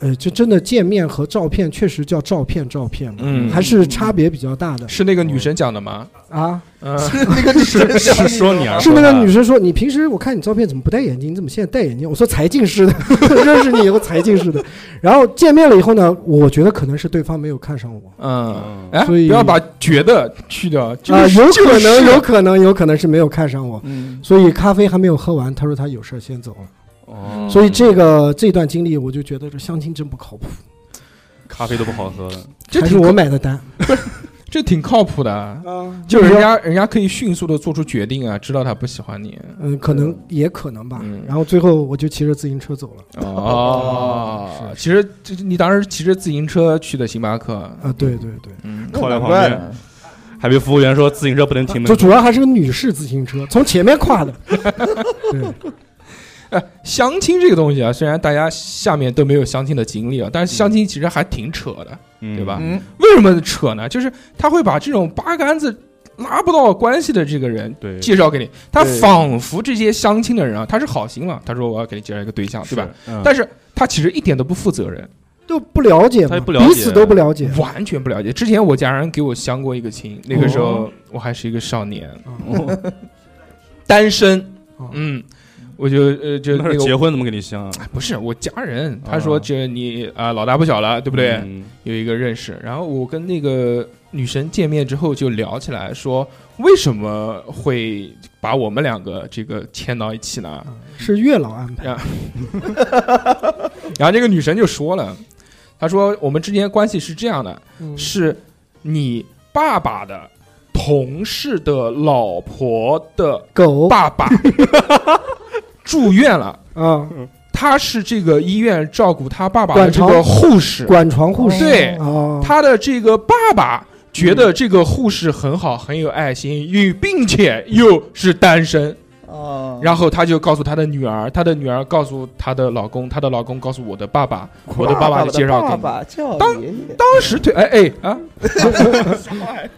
Speaker 3: 呃，就真的见面和照片确实叫照片照片嘛，
Speaker 1: 嗯，
Speaker 3: 还是差别比较大的
Speaker 1: 是那个女神讲的吗？
Speaker 3: 啊。
Speaker 1: 嗯，
Speaker 4: [LAUGHS] 那个女生
Speaker 2: 是是说你啊，
Speaker 3: 是那
Speaker 2: 说
Speaker 3: 个
Speaker 2: 他
Speaker 3: 女生说：“你平时我看你照片怎么不戴眼镜？你怎么现在戴眼镜？”我说：“才近视的， [LAUGHS] 认识你以后才近视的。”然后见面了以后呢，我觉得可能是对方没有看上我
Speaker 1: 嗯，哎，不
Speaker 3: 所以
Speaker 1: 要把觉得去掉，就
Speaker 3: 啊、
Speaker 1: 是
Speaker 3: 有可
Speaker 1: 就是
Speaker 3: 能，有可能，有可能是没有看上我。
Speaker 4: 嗯，
Speaker 3: 所以咖啡还没有喝完，他说他有事儿先走了。
Speaker 2: 哦，
Speaker 3: 所以这个这段经历，我就觉得这相亲真不靠谱，
Speaker 2: 咖啡都不
Speaker 1: [LAUGHS]
Speaker 2: 好喝了，
Speaker 1: 这
Speaker 3: 还
Speaker 1: 挺
Speaker 3: 是我
Speaker 1: 靠
Speaker 3: 买的单。
Speaker 1: 这挺靠谱的，
Speaker 3: 啊，
Speaker 1: 就是人家人家可以迅速的做出决定啊，知道他不喜欢你。
Speaker 3: 嗯，可能也可能吧。
Speaker 1: 嗯
Speaker 3: 然后最后我就骑着自行车走了。
Speaker 1: 哦，其实这你当时骑着自行车去的星巴克，
Speaker 3: 啊，对对对，
Speaker 1: 嗯，
Speaker 2: 靠在
Speaker 4: 难
Speaker 2: 旁
Speaker 4: 怪
Speaker 2: 边，
Speaker 4: 呢。
Speaker 2: 还被服务员说自行车不能停
Speaker 3: 就
Speaker 2: 门。
Speaker 3: 主要还是个女士自行车，从前面跨的。对，
Speaker 1: 哎，相亲这个东西啊，虽然大家下面都没有相亲的经历啊，但是相亲其实还挺扯的。
Speaker 2: 嗯
Speaker 1: 对吧
Speaker 4: 嗯，
Speaker 1: 为什么扯呢？就是他会把这种八竿子拉不到关系的这个人
Speaker 2: 对，
Speaker 1: 介绍给你，他
Speaker 4: 对
Speaker 1: 仿佛这些相亲的人啊，他是好心了，他说我要给你介绍一个对象，对吧？
Speaker 2: 嗯？
Speaker 1: 但是他其实一点都不负责任，
Speaker 3: 都不了解
Speaker 2: 他
Speaker 3: 嘛，
Speaker 2: 也不了解
Speaker 3: 彼此都不了解。
Speaker 1: 完全不了解。之前我家人给我相过一个亲，那个时候我还是一个少年，
Speaker 2: 哦
Speaker 1: 单身
Speaker 3: 哦，
Speaker 1: 嗯，我就呃就
Speaker 2: 那
Speaker 1: 那
Speaker 2: 是
Speaker 1: 个
Speaker 2: 结婚怎么给你相啊？
Speaker 1: 哎不是我家人，
Speaker 2: 啊
Speaker 1: 他说这你啊、老大不小了，对不对？
Speaker 2: 嗯
Speaker 1: 有一个认识，然后我跟那个女神见面之后就聊起来，说为什么会把我们两个这个牵到一起呢？
Speaker 3: 啊是月老安排
Speaker 1: 然然后这个女神就说了，她说我们之间关系是这样的，
Speaker 3: 嗯
Speaker 1: 是你爸爸的同事的老婆的
Speaker 3: 狗 [LAUGHS]
Speaker 1: 爸爸住院了。
Speaker 3: 啊，
Speaker 1: 他是这个医院照顾他爸爸的
Speaker 3: 管
Speaker 1: 这
Speaker 3: 床
Speaker 1: 个护士，
Speaker 3: 管床护士
Speaker 1: 对
Speaker 3: 啊，
Speaker 1: 他的这个爸爸觉得这个护士很好，很有爱心，又并且又是单身，
Speaker 4: 哦，
Speaker 1: 然后他就告诉他的女儿，他的女儿告诉她的老公，她的老公告诉我的爸爸，我的爸爸
Speaker 4: 爸
Speaker 1: 就介绍给
Speaker 4: 爸
Speaker 1: 你。
Speaker 4: 爸叫
Speaker 1: 当
Speaker 4: 爷爷
Speaker 1: 当时推哎哎啊，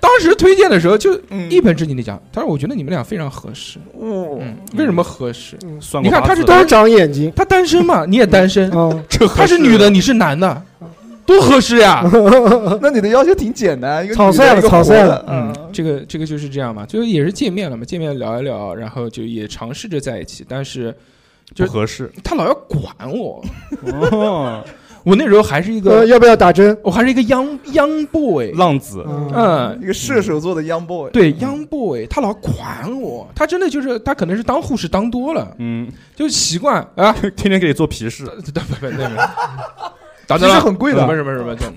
Speaker 1: 当时推荐的时候就
Speaker 4: 嗯
Speaker 1: 一本正经的讲，他说我觉得你们俩非常合适，
Speaker 4: 哦
Speaker 1: 嗯，为什么合适？
Speaker 2: 算
Speaker 1: 你
Speaker 2: 过
Speaker 1: 看
Speaker 2: 八
Speaker 1: 他
Speaker 2: 字
Speaker 1: 是
Speaker 2: 的
Speaker 1: 单
Speaker 3: 都长眼睛
Speaker 1: 他单身嘛，你也单身，
Speaker 3: 啊，
Speaker 1: [LAUGHS]
Speaker 2: 这合
Speaker 1: 她嗯是
Speaker 2: 适
Speaker 1: 女的，你是男的，嗯多合适 [LAUGHS] 呀！
Speaker 4: [LAUGHS] 那你
Speaker 3: [LAUGHS]
Speaker 4: 的要求挺简单，一个
Speaker 3: 草率了
Speaker 4: 女的一个
Speaker 3: 草率
Speaker 4: 活
Speaker 3: 了
Speaker 4: 的
Speaker 1: 嗯，这个这个就是这样嘛，就是也是见面了嘛，见面聊一聊，然后就也尝试着在一起，但是就
Speaker 2: 不合适。
Speaker 1: 他老要管我，
Speaker 2: 哦，
Speaker 1: [LAUGHS] 我那时候还是一
Speaker 3: 呃，
Speaker 1: 个，
Speaker 3: 要不要打针？
Speaker 1: 我还是一个 young young boy，
Speaker 2: 浪子，
Speaker 3: 嗯
Speaker 1: 嗯
Speaker 4: 一，个射手座的 young boy，嗯
Speaker 1: 对 young boy，他老管我，他真的就是他可能是当护士当多了，
Speaker 2: 嗯，
Speaker 1: 就习惯啊，
Speaker 2: 天天给你做皮
Speaker 1: [LAUGHS]
Speaker 2: 试，
Speaker 1: 不不不，
Speaker 2: [LAUGHS]
Speaker 1: 那个，打
Speaker 4: 其
Speaker 1: 针
Speaker 4: 实
Speaker 1: 了，
Speaker 4: 很贵
Speaker 1: 什么
Speaker 4: 的，
Speaker 1: 什么什么的，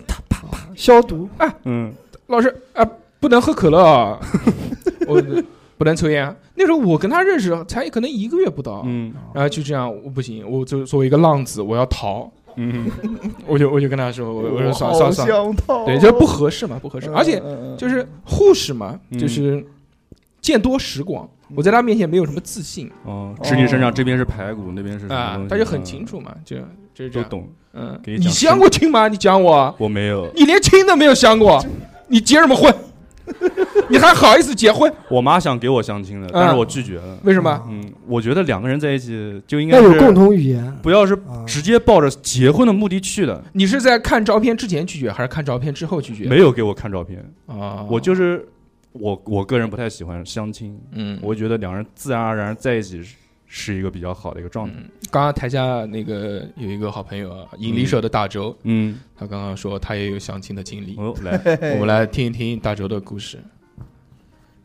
Speaker 3: 消毒
Speaker 2: 嗯，
Speaker 1: 啊老师啊、不能喝可乐啊， [LAUGHS] 我不能抽烟啊。那时候我跟他认识才可能一个月不到，啊
Speaker 2: 嗯，
Speaker 1: 然后就这样，我不行，我就作为一个浪子，我要逃，
Speaker 2: 嗯，
Speaker 1: [LAUGHS] 我就我就跟他说，我我说算
Speaker 4: 好
Speaker 1: 算算，
Speaker 4: 想到，
Speaker 1: 对，就不合适嘛，不合适。
Speaker 4: 嗯，
Speaker 1: 而且
Speaker 4: 嗯
Speaker 1: 就是护士嘛，
Speaker 2: 嗯
Speaker 1: 就是见多识广，我在他面前没有什么自信
Speaker 2: 哦，指你身上这边是排骨，那边是什么
Speaker 1: 啊
Speaker 2: 东，西？
Speaker 1: 他就很清
Speaker 2: 楚，
Speaker 1: 楚嘛，就就是这
Speaker 2: 都
Speaker 1: 样。
Speaker 2: 懂。
Speaker 1: 嗯，
Speaker 2: 给你
Speaker 1: 你
Speaker 2: 讲
Speaker 1: 相过亲吗？你讲我，
Speaker 2: 我没有，
Speaker 1: 你连亲都没有相过，你结什么婚？你还好意思结婚？啊
Speaker 2: 我妈想给我相亲的，但是我拒绝了。
Speaker 1: 为什么？
Speaker 2: 嗯，我觉得两个人在一起就应该
Speaker 3: 要有
Speaker 2: 是
Speaker 3: 共同语言
Speaker 2: 不要是
Speaker 3: 啊。
Speaker 2: 直接抱着结婚的目的去的，
Speaker 1: 你是在看照片之前拒绝，还是看照片之后拒绝？
Speaker 2: 没有给我看照片。
Speaker 1: 啊，
Speaker 2: 我就是我，我个人不太喜欢相亲，
Speaker 1: 嗯，
Speaker 2: 我觉得两人自然而然在一起是是一个比较好的一个状态。
Speaker 1: 刚刚台下那个有一个好朋友啊，引力社的大周，
Speaker 2: 嗯，
Speaker 1: 他刚刚说他也有相亲的经历，
Speaker 2: 哦，来，
Speaker 1: [LAUGHS] 我
Speaker 4: 我
Speaker 1: 们来听一听大周的故事。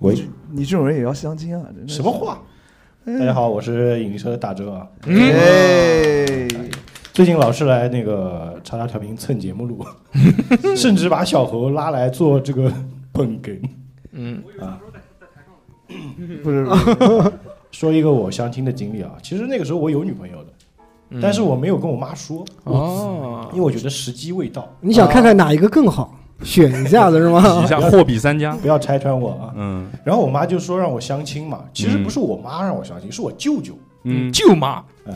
Speaker 6: 喂，
Speaker 4: [LAUGHS] 你这种人也要相亲啊？真的是
Speaker 6: 什么？话？
Speaker 4: 哎
Speaker 6: 大家，好，我是引力车的大周啊。
Speaker 1: 嗯，
Speaker 4: 哎，
Speaker 6: 最近老是来那个叉叉调频蹭节目录，甚至把小猴拉来做这个捧哏。
Speaker 1: 嗯，
Speaker 4: 不是，不是
Speaker 6: 说一个我相亲的经历啊，其实那个时候我有女朋友的，
Speaker 1: 嗯
Speaker 6: 但是我没有跟我妈说，
Speaker 1: 哦
Speaker 6: 因为，我觉得时机未到，
Speaker 3: 你想看看哪一个更好，选一下子是
Speaker 2: 一
Speaker 3: 吗？
Speaker 2: 下货比三家。
Speaker 6: 不要拆穿我啊。
Speaker 2: 嗯
Speaker 6: 然后我妈就说让我相亲嘛，其实
Speaker 2: 嗯
Speaker 6: 不是我妈让我相亲，是我舅舅，
Speaker 2: 嗯，
Speaker 1: 舅妈，
Speaker 6: 哎，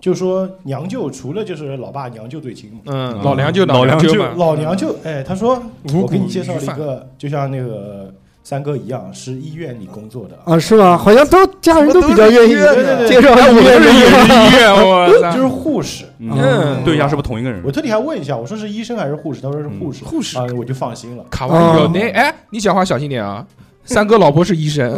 Speaker 6: 就说娘舅除了就是老爸娘舅最亲嘛，
Speaker 1: 嗯，
Speaker 2: 啊
Speaker 1: 老梁舅，
Speaker 2: 老
Speaker 1: 梁
Speaker 2: 梁舅
Speaker 1: 嘛，
Speaker 6: 老娘舅哎，他说
Speaker 1: 五
Speaker 6: 我给
Speaker 1: 谷
Speaker 6: 你介绍了
Speaker 1: 鱼
Speaker 6: 一
Speaker 1: 饭
Speaker 6: 个，就像那个三哥一样，是医院里工作的啊，
Speaker 3: 啊，是吗？好像都家人都比较愿意
Speaker 4: 我都是医院的
Speaker 3: 介绍医
Speaker 1: 我
Speaker 3: 院
Speaker 1: 是
Speaker 3: 啊 [LAUGHS]
Speaker 1: 医院，我
Speaker 6: [LAUGHS] 就
Speaker 1: 操，
Speaker 6: 是护士。
Speaker 2: 嗯，对一下是不是同一个人
Speaker 6: 我？特地还问一下，我说是医生还是护士？他说是护士
Speaker 1: 护士
Speaker 6: 啊，我就放心了。
Speaker 1: 卡哇伊有
Speaker 3: 哦
Speaker 1: 那，哎，你讲话小心点啊，三哥老婆是医生，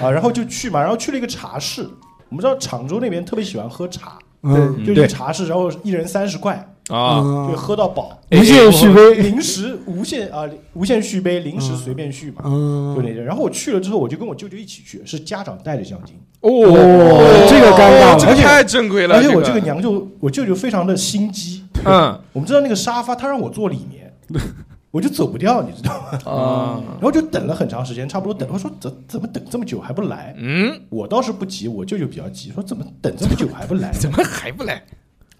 Speaker 6: 啊，然后就去嘛，然后去了一个茶室。我们知道常州那边特别喜欢喝茶，
Speaker 3: 嗯
Speaker 1: 嗯
Speaker 6: 就去茶室，然后一人三十块，
Speaker 1: 啊，
Speaker 6: 就
Speaker 3: 啊，
Speaker 6: 喝到饱，
Speaker 3: 无限续杯，
Speaker 6: 零食无限啊，无限续杯，零食随便续嘛，就
Speaker 3: 嗯
Speaker 6: 那，些。然后我去了之后，我就跟我舅舅一起去，是家长带着相亲，
Speaker 1: 哦，
Speaker 3: 这个尴尬了
Speaker 1: 这个太珍贵了，
Speaker 6: 而且我
Speaker 1: 这
Speaker 6: 这个娘舅，我舅舅非常的心机。
Speaker 1: 嗯
Speaker 6: 我们知道那个沙发，他让我坐里面，我就走不掉，你知道吗？
Speaker 4: 啊，
Speaker 6: 然后就等了很长时间，差不多等，我说怎怎么等这么久还不来？
Speaker 1: 嗯，
Speaker 6: 我倒是不急，我舅舅比较急，说怎么等这么久还不来？
Speaker 1: [LAUGHS] 怎么还不来？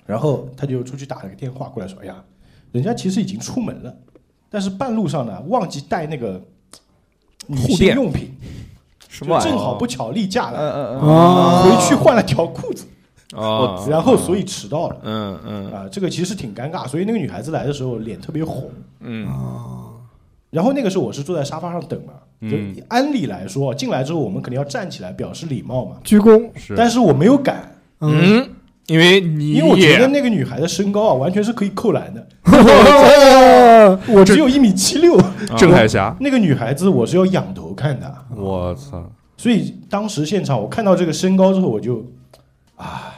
Speaker 6: 然后他就出去打了个电话过来说：“哎呀，人家其实已经出门了，但是半路上呢忘记带那个女
Speaker 1: 护
Speaker 6: 性
Speaker 1: 垫
Speaker 6: 用品，
Speaker 4: 什
Speaker 6: 就
Speaker 4: 么玩意
Speaker 6: 正
Speaker 4: 儿？
Speaker 6: 好不巧例假
Speaker 4: 嗯
Speaker 6: 了，
Speaker 4: 嗯嗯，
Speaker 3: 啊，
Speaker 6: 回去换了条裤子，
Speaker 1: 哦，
Speaker 6: 然后所以迟到了。”
Speaker 1: 嗯嗯
Speaker 6: 啊，这个其实挺尴尬，所以那个女孩子来的时候脸特别红。
Speaker 1: 嗯
Speaker 3: 啊
Speaker 6: 然后那个时候我是坐在沙发上等嘛，就
Speaker 2: 嗯
Speaker 6: 按理来说进来之后我们肯定要站起来表示礼貌嘛，
Speaker 3: 鞠躬，
Speaker 2: 是，
Speaker 6: 但是我没有敢，
Speaker 3: 嗯，
Speaker 1: 嗯，因为你
Speaker 6: 因为我觉得那个女孩的身高啊，完全是可以扣
Speaker 3: [LAUGHS]
Speaker 6: 篮的。我只有一米七六，
Speaker 2: [LAUGHS] 郑海霞，
Speaker 6: 那个女孩子我是要仰头看的，
Speaker 2: 我
Speaker 1: 啊
Speaker 2: 操，
Speaker 6: 所以当时现场我看到这个身高之后，我就啊，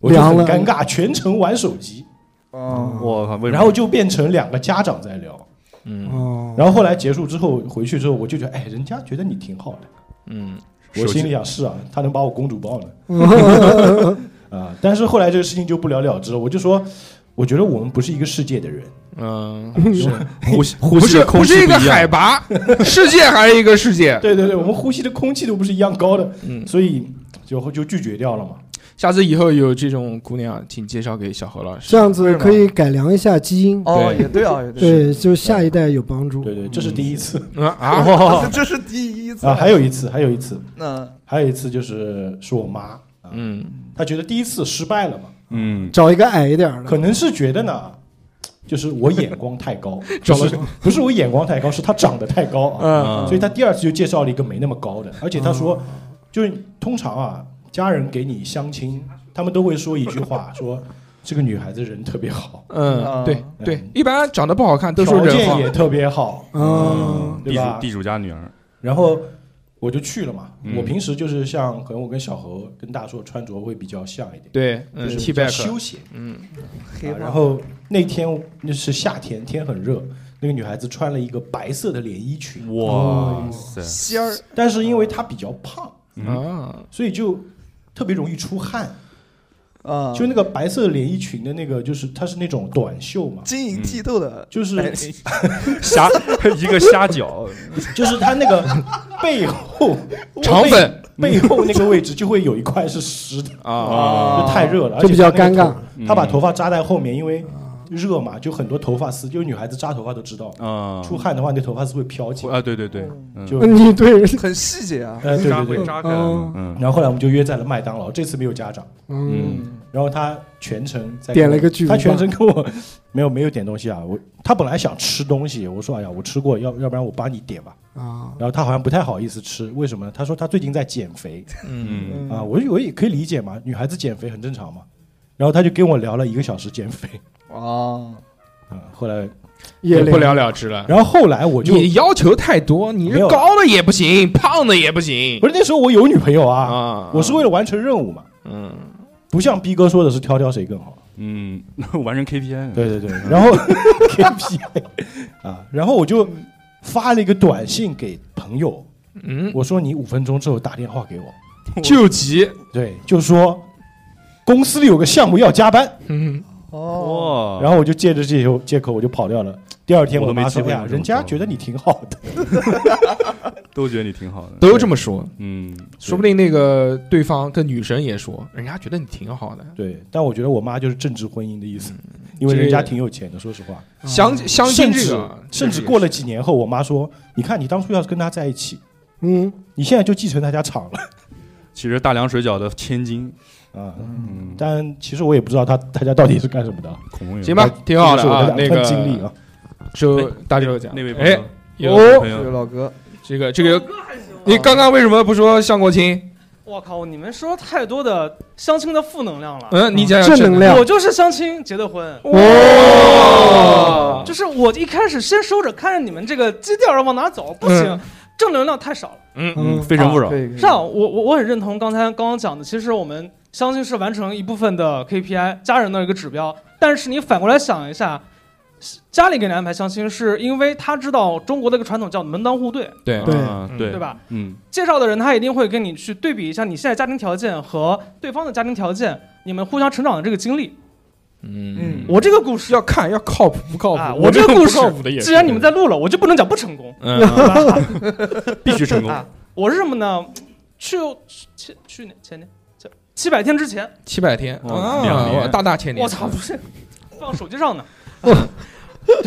Speaker 6: 我就
Speaker 3: 凉
Speaker 6: 很
Speaker 3: 了
Speaker 6: 尴尬，全程玩手机，
Speaker 4: 哦，
Speaker 2: 我靠，为什么
Speaker 6: 然后就变成两个家长在聊。
Speaker 1: 嗯
Speaker 3: 哦，
Speaker 6: 然后后来结束之后回去之后，我就觉得，哎，人家觉得你挺好的，
Speaker 1: 嗯
Speaker 6: 我
Speaker 2: 手机
Speaker 6: 心里想是啊，他能把我公主抱呢。
Speaker 3: 嗯
Speaker 6: [LAUGHS] 啊，但是后来这个事情就不了了之了，我就说。我觉得我们不是一个世界的人，啊
Speaker 1: 嗯，
Speaker 6: 是 [LAUGHS]
Speaker 2: 呼吸呼
Speaker 1: 不
Speaker 2: 吸
Speaker 1: 是
Speaker 2: 的空
Speaker 1: 不
Speaker 2: 气
Speaker 1: 是一个
Speaker 2: 不样
Speaker 1: 海拔，世界还是一个世界。
Speaker 6: [LAUGHS] 对对对，我们呼吸的空气都不是一样高的，
Speaker 1: 嗯，
Speaker 6: 所以就就拒绝掉了嘛。
Speaker 1: 下次以后有这种姑娘，请介绍给小何老师。
Speaker 3: 这样子可以改良一下基因，
Speaker 4: 哦，
Speaker 1: 对
Speaker 4: 也对啊，也对，
Speaker 3: 对，就下一代有帮助。
Speaker 6: 对对，这是第一次
Speaker 1: 嗯
Speaker 3: [LAUGHS]
Speaker 6: [LAUGHS]
Speaker 1: 啊，
Speaker 4: 这这是第一次
Speaker 6: 啊，还有一次，还有一次，
Speaker 4: 那
Speaker 6: 还有一次就是是我妈，啊，
Speaker 1: 嗯
Speaker 6: 她觉得第一次失败了嘛，
Speaker 2: 嗯，
Speaker 3: 找一个矮一点儿
Speaker 6: 可
Speaker 3: 的，
Speaker 6: 能是觉得呢，就是我眼光太高，就
Speaker 1: 找了
Speaker 6: 是不是我眼光太高，是她长得太高啊，
Speaker 1: 嗯
Speaker 6: 所以她第二次就介绍了一个没那么高的，而且她说，就是通常啊，家人给你相亲，他们都会说一句话，说这个女孩子人特别好，
Speaker 1: 嗯，
Speaker 4: 啊
Speaker 1: 对对
Speaker 6: 嗯，
Speaker 1: 一般长得不好看都说
Speaker 6: 条
Speaker 1: 人
Speaker 6: 件
Speaker 1: 话。
Speaker 6: 也特别好，
Speaker 3: 嗯，
Speaker 6: 对
Speaker 2: 地
Speaker 6: 吧
Speaker 2: 主地主家女儿，
Speaker 6: 然后我就去了嘛。
Speaker 2: 嗯
Speaker 6: 我平时就是像可能我跟小何跟大硕穿着会比较像一点，
Speaker 1: 对，嗯
Speaker 6: 就是
Speaker 1: ，T
Speaker 6: 比较
Speaker 1: back，
Speaker 6: 休闲。
Speaker 1: 嗯
Speaker 4: 黑
Speaker 6: 啊
Speaker 4: 化
Speaker 6: 然后那天那是夏天，天很热，那个女孩子穿了一个白色的连衣裙，
Speaker 4: 哦
Speaker 2: 哇塞，
Speaker 4: 仙儿，
Speaker 6: 但是因为她比较胖，
Speaker 2: 嗯
Speaker 1: 啊，
Speaker 6: 所以就特别容易出汗。
Speaker 4: 啊，
Speaker 6: 就那个白色连衣裙的那个，就是它是那种短袖嘛，嗯
Speaker 4: 晶莹剔透的，
Speaker 6: 就是
Speaker 4: 哎
Speaker 2: 虾 [LAUGHS] 一个虾饺，
Speaker 6: 就是它那个背
Speaker 2: [LAUGHS]
Speaker 6: 后
Speaker 1: 肠粉
Speaker 6: 背后那个位置就会有一块是湿的，
Speaker 1: 啊，
Speaker 6: 就太热了，而
Speaker 3: 就
Speaker 6: 且
Speaker 3: 比较
Speaker 6: 它那个
Speaker 3: 尴尬
Speaker 6: 头。
Speaker 2: 嗯
Speaker 6: 她把头发扎在后面，因为热嘛，就很多头发丝，就是女孩子扎头发都知道，
Speaker 2: 啊
Speaker 6: 出汗的话，那头发丝会飘起来。
Speaker 2: 啊，对对对，嗯
Speaker 6: 就
Speaker 3: 你对，
Speaker 4: 很细节啊。
Speaker 6: 呃，对
Speaker 2: 扎
Speaker 6: 对
Speaker 2: 会
Speaker 6: 对。
Speaker 2: 扎开来
Speaker 3: 哦
Speaker 2: 嘛，嗯，
Speaker 6: 然后后来我们就约在了麦当劳，这次没有家长，
Speaker 3: 嗯，
Speaker 6: 然后他全程在
Speaker 3: 点了一个巨无霸
Speaker 6: 他全程跟我没有没有点东西啊，我他本来想吃东西，我说哎呀我吃过，要要不然我帮你点吧，
Speaker 3: 啊，
Speaker 6: 然后他好像不太好意思吃，为什么呢？他说他最近在减肥
Speaker 1: 嗯，
Speaker 2: 嗯
Speaker 6: 啊，我我也可以理解嘛，女孩子减肥很正常嘛，然后他就跟我聊了一个小时减肥
Speaker 4: 啊，
Speaker 6: 啊，后来
Speaker 3: 也
Speaker 1: 不了了之了。
Speaker 6: [LAUGHS] 然后后来我就
Speaker 1: 你要求太多，你
Speaker 6: 没
Speaker 1: 是
Speaker 6: 有
Speaker 1: 高的也不行，胖的也不行
Speaker 6: 不是那时候我有女朋友啊，
Speaker 1: 啊
Speaker 6: 我是为了完成任务嘛，
Speaker 1: 嗯，
Speaker 6: 不像逼哥说的是挑挑谁更好。
Speaker 2: 嗯， [LAUGHS] 完成 KPI，
Speaker 6: 对对
Speaker 2: [LAUGHS]
Speaker 6: 对，
Speaker 1: 嗯
Speaker 6: 然后 [LAUGHS] KPI 啊，然后我就发了一个短信给朋友，
Speaker 1: 嗯，
Speaker 6: 我说你五分钟之后打电话给我，
Speaker 1: [LAUGHS] 救急，
Speaker 6: 对，就说公司里有个项目要加班，
Speaker 1: 嗯，
Speaker 4: 哦，
Speaker 2: 哇，
Speaker 6: 然后我就借着这些借口我就跑掉了。第二天
Speaker 2: 我
Speaker 6: 我
Speaker 2: 都没
Speaker 6: 妈
Speaker 2: 机
Speaker 6: 说：“
Speaker 2: 会
Speaker 6: 哎呀，
Speaker 2: 用这
Speaker 6: 人
Speaker 2: 种
Speaker 6: 家
Speaker 2: 方法
Speaker 6: 觉得你挺好的。
Speaker 2: 都觉得你挺好的，
Speaker 1: 都这么说，
Speaker 2: 嗯，
Speaker 1: 说不定那个对方的女神也说，人家觉得你挺好的”，
Speaker 6: 对，但我觉得我妈就是政治婚姻的意思，因为
Speaker 1: 嗯这
Speaker 6: 人家
Speaker 1: 个
Speaker 6: 挺有钱的。说实话，
Speaker 1: 嗯相相信
Speaker 6: 甚
Speaker 1: 这
Speaker 6: 至
Speaker 1: 个，
Speaker 6: 甚至过了几年后，我妈说：“你看，你当初要是跟他在一起，
Speaker 3: 嗯，
Speaker 6: 你现在就继承他家厂了。
Speaker 2: 其实大梁水饺的千金，”
Speaker 6: 啊，
Speaker 2: 嗯，
Speaker 6: 但其实我也不知道他他家到底是干什么的。
Speaker 2: 恐龙也
Speaker 1: 行吧，挺好的
Speaker 6: 这是我
Speaker 1: 啊
Speaker 6: 的。
Speaker 1: 那
Speaker 6: 两段
Speaker 1: 个
Speaker 6: 经历啊，
Speaker 1: 就大舅讲
Speaker 2: 那位朋
Speaker 1: 哎
Speaker 2: 友，，
Speaker 1: 有
Speaker 2: 那位
Speaker 1: 哦，
Speaker 2: 朋
Speaker 4: 这位
Speaker 2: 友
Speaker 4: 老哥，
Speaker 1: 这个这个，你刚刚为什么不说向国清？
Speaker 7: 我靠，你们说太多的相亲的负能量了。
Speaker 1: 嗯，你讲讲
Speaker 3: 正能量
Speaker 7: 我就是相亲结的婚，
Speaker 1: 哦
Speaker 6: 哦
Speaker 1: 哇，
Speaker 7: 就是我一开始先收着，看着你们这个基调要往哪走，不行，
Speaker 1: 嗯
Speaker 7: 正能量太少了。
Speaker 1: 嗯
Speaker 2: 嗯，非诚勿扰
Speaker 4: 可，以，可以
Speaker 7: 是啊，我我我很认同刚才刚刚讲的，其实我们相亲是完成一部分的 KPI，家人的一个指标，但是你反过来想一下。家里给你安排相亲，是因为他知道中国的一个传统叫门当户对，
Speaker 1: 对
Speaker 3: 对
Speaker 2: 啊对
Speaker 7: 对？吧？
Speaker 2: 嗯，
Speaker 7: 介绍的人他一定会跟你去对比一下你现在家庭条件和对方的家庭条件，你们互相成长的这个经历。
Speaker 1: 嗯
Speaker 7: 我这个故事
Speaker 1: 要看要靠谱不靠
Speaker 7: 啊
Speaker 1: 谱，
Speaker 7: 我这个
Speaker 1: 种
Speaker 7: 故
Speaker 1: 不
Speaker 7: 事
Speaker 1: 靠谱的也是，
Speaker 7: 既然你们在录了，我就不能讲不成功。
Speaker 1: 嗯，
Speaker 6: [LAUGHS]
Speaker 2: 必须成
Speaker 7: [LAUGHS]
Speaker 2: 功，
Speaker 7: 啊，我是什么呢？去去去年前年这七百天之前，
Speaker 1: 七百天
Speaker 2: 哇
Speaker 1: 啊
Speaker 2: 两年
Speaker 1: 哇大大前年，
Speaker 7: 我操，不是放手机
Speaker 1: [LAUGHS]
Speaker 7: 上呢。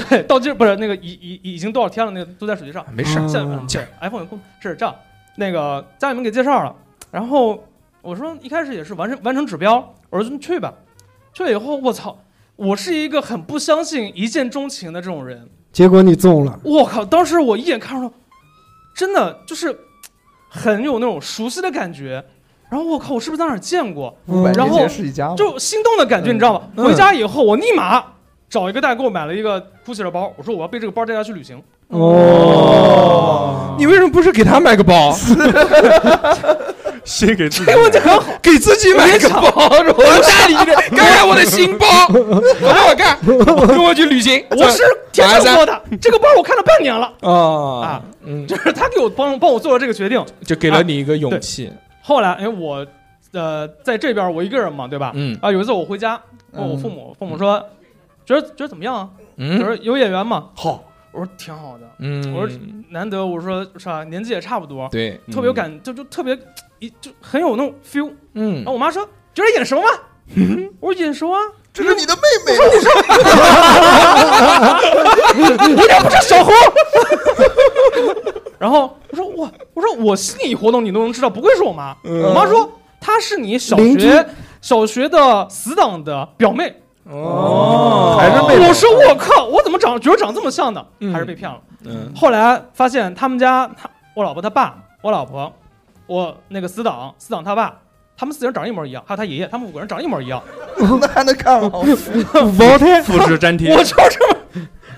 Speaker 7: 对，到今儿不是那个已已已经多少天了，那个都在手机上。
Speaker 1: 没事儿，嗯
Speaker 7: 现在
Speaker 3: 啊
Speaker 7: 对 iPhone 有功是这样，那个家里面给介绍了，然后我说一开始也是完成完成指标，我说去吧，去了以后我操，我是一个很不相信一见钟情的这种人，
Speaker 3: 结果你中了，
Speaker 7: 我靠！当时我一眼看上，真的就是很有那种熟悉的感觉。然后我靠，我是不是在哪儿见过？
Speaker 4: 五百
Speaker 3: 嗯
Speaker 7: 然
Speaker 4: 年
Speaker 7: 后
Speaker 4: 前是一家嘛，
Speaker 7: 就心动的感觉，
Speaker 4: 嗯
Speaker 7: 你知道吗？
Speaker 1: 嗯
Speaker 7: 回家以后，我立马找一个代购买了一个 GUCCI 的包，我说我要背这个包带她去旅
Speaker 4: [LAUGHS]
Speaker 7: 行。
Speaker 1: 你为什么不是给他买个包，
Speaker 2: [LAUGHS] 先给自己
Speaker 7: 哎，我这很好，
Speaker 1: 给自己买个包？我带你的，看看我的新包，好看，跟我去旅行。
Speaker 7: 我是天
Speaker 1: 马鞍
Speaker 7: 生
Speaker 1: 山
Speaker 7: 说的，这个包我看了半年了，
Speaker 1: 啊
Speaker 7: 啊，
Speaker 1: 嗯，
Speaker 7: 就是他给我帮帮我做了这个决定。
Speaker 1: 就给了你一个勇气，
Speaker 7: 后来，哎，我呃在这边我一个人嘛，对吧？
Speaker 1: 嗯
Speaker 7: 啊，有一次我回家问我
Speaker 4: 嗯
Speaker 7: 父母，我父母说觉得觉得怎么样啊？就
Speaker 1: 嗯
Speaker 7: 是有演员嘛，好，我说挺好的，
Speaker 1: 嗯，
Speaker 7: 我说难得，我说是吧，年纪也差不多，
Speaker 1: 对，
Speaker 7: 特别有感，就就特别一就很有那种 feel。
Speaker 1: 嗯
Speaker 7: 然后我妈说，觉得眼熟吗？我说眼熟啊，
Speaker 4: 这是你的妹妹，
Speaker 1: 啊
Speaker 7: [LAUGHS] 然后我说我我说我心理活动你都能知道，不愧是我妈。我妈说她是你小
Speaker 3: 邻居
Speaker 7: 学小学的死党的表妹。
Speaker 1: 哦
Speaker 4: 还是妹妹
Speaker 7: 我说我靠，我怎么长觉得长这么像呢？
Speaker 1: 嗯
Speaker 7: 还是被骗了。
Speaker 1: 嗯
Speaker 7: 后来发现他们家他我老婆他爸，我老婆，我那个死党死党他爸。他们四个人长得一模一样，还有他爷爷，他们五个人长得一模一样。
Speaker 4: 那还能看吗？
Speaker 3: [LAUGHS] 五胞胎，
Speaker 2: 复制粘贴
Speaker 7: 我，就这么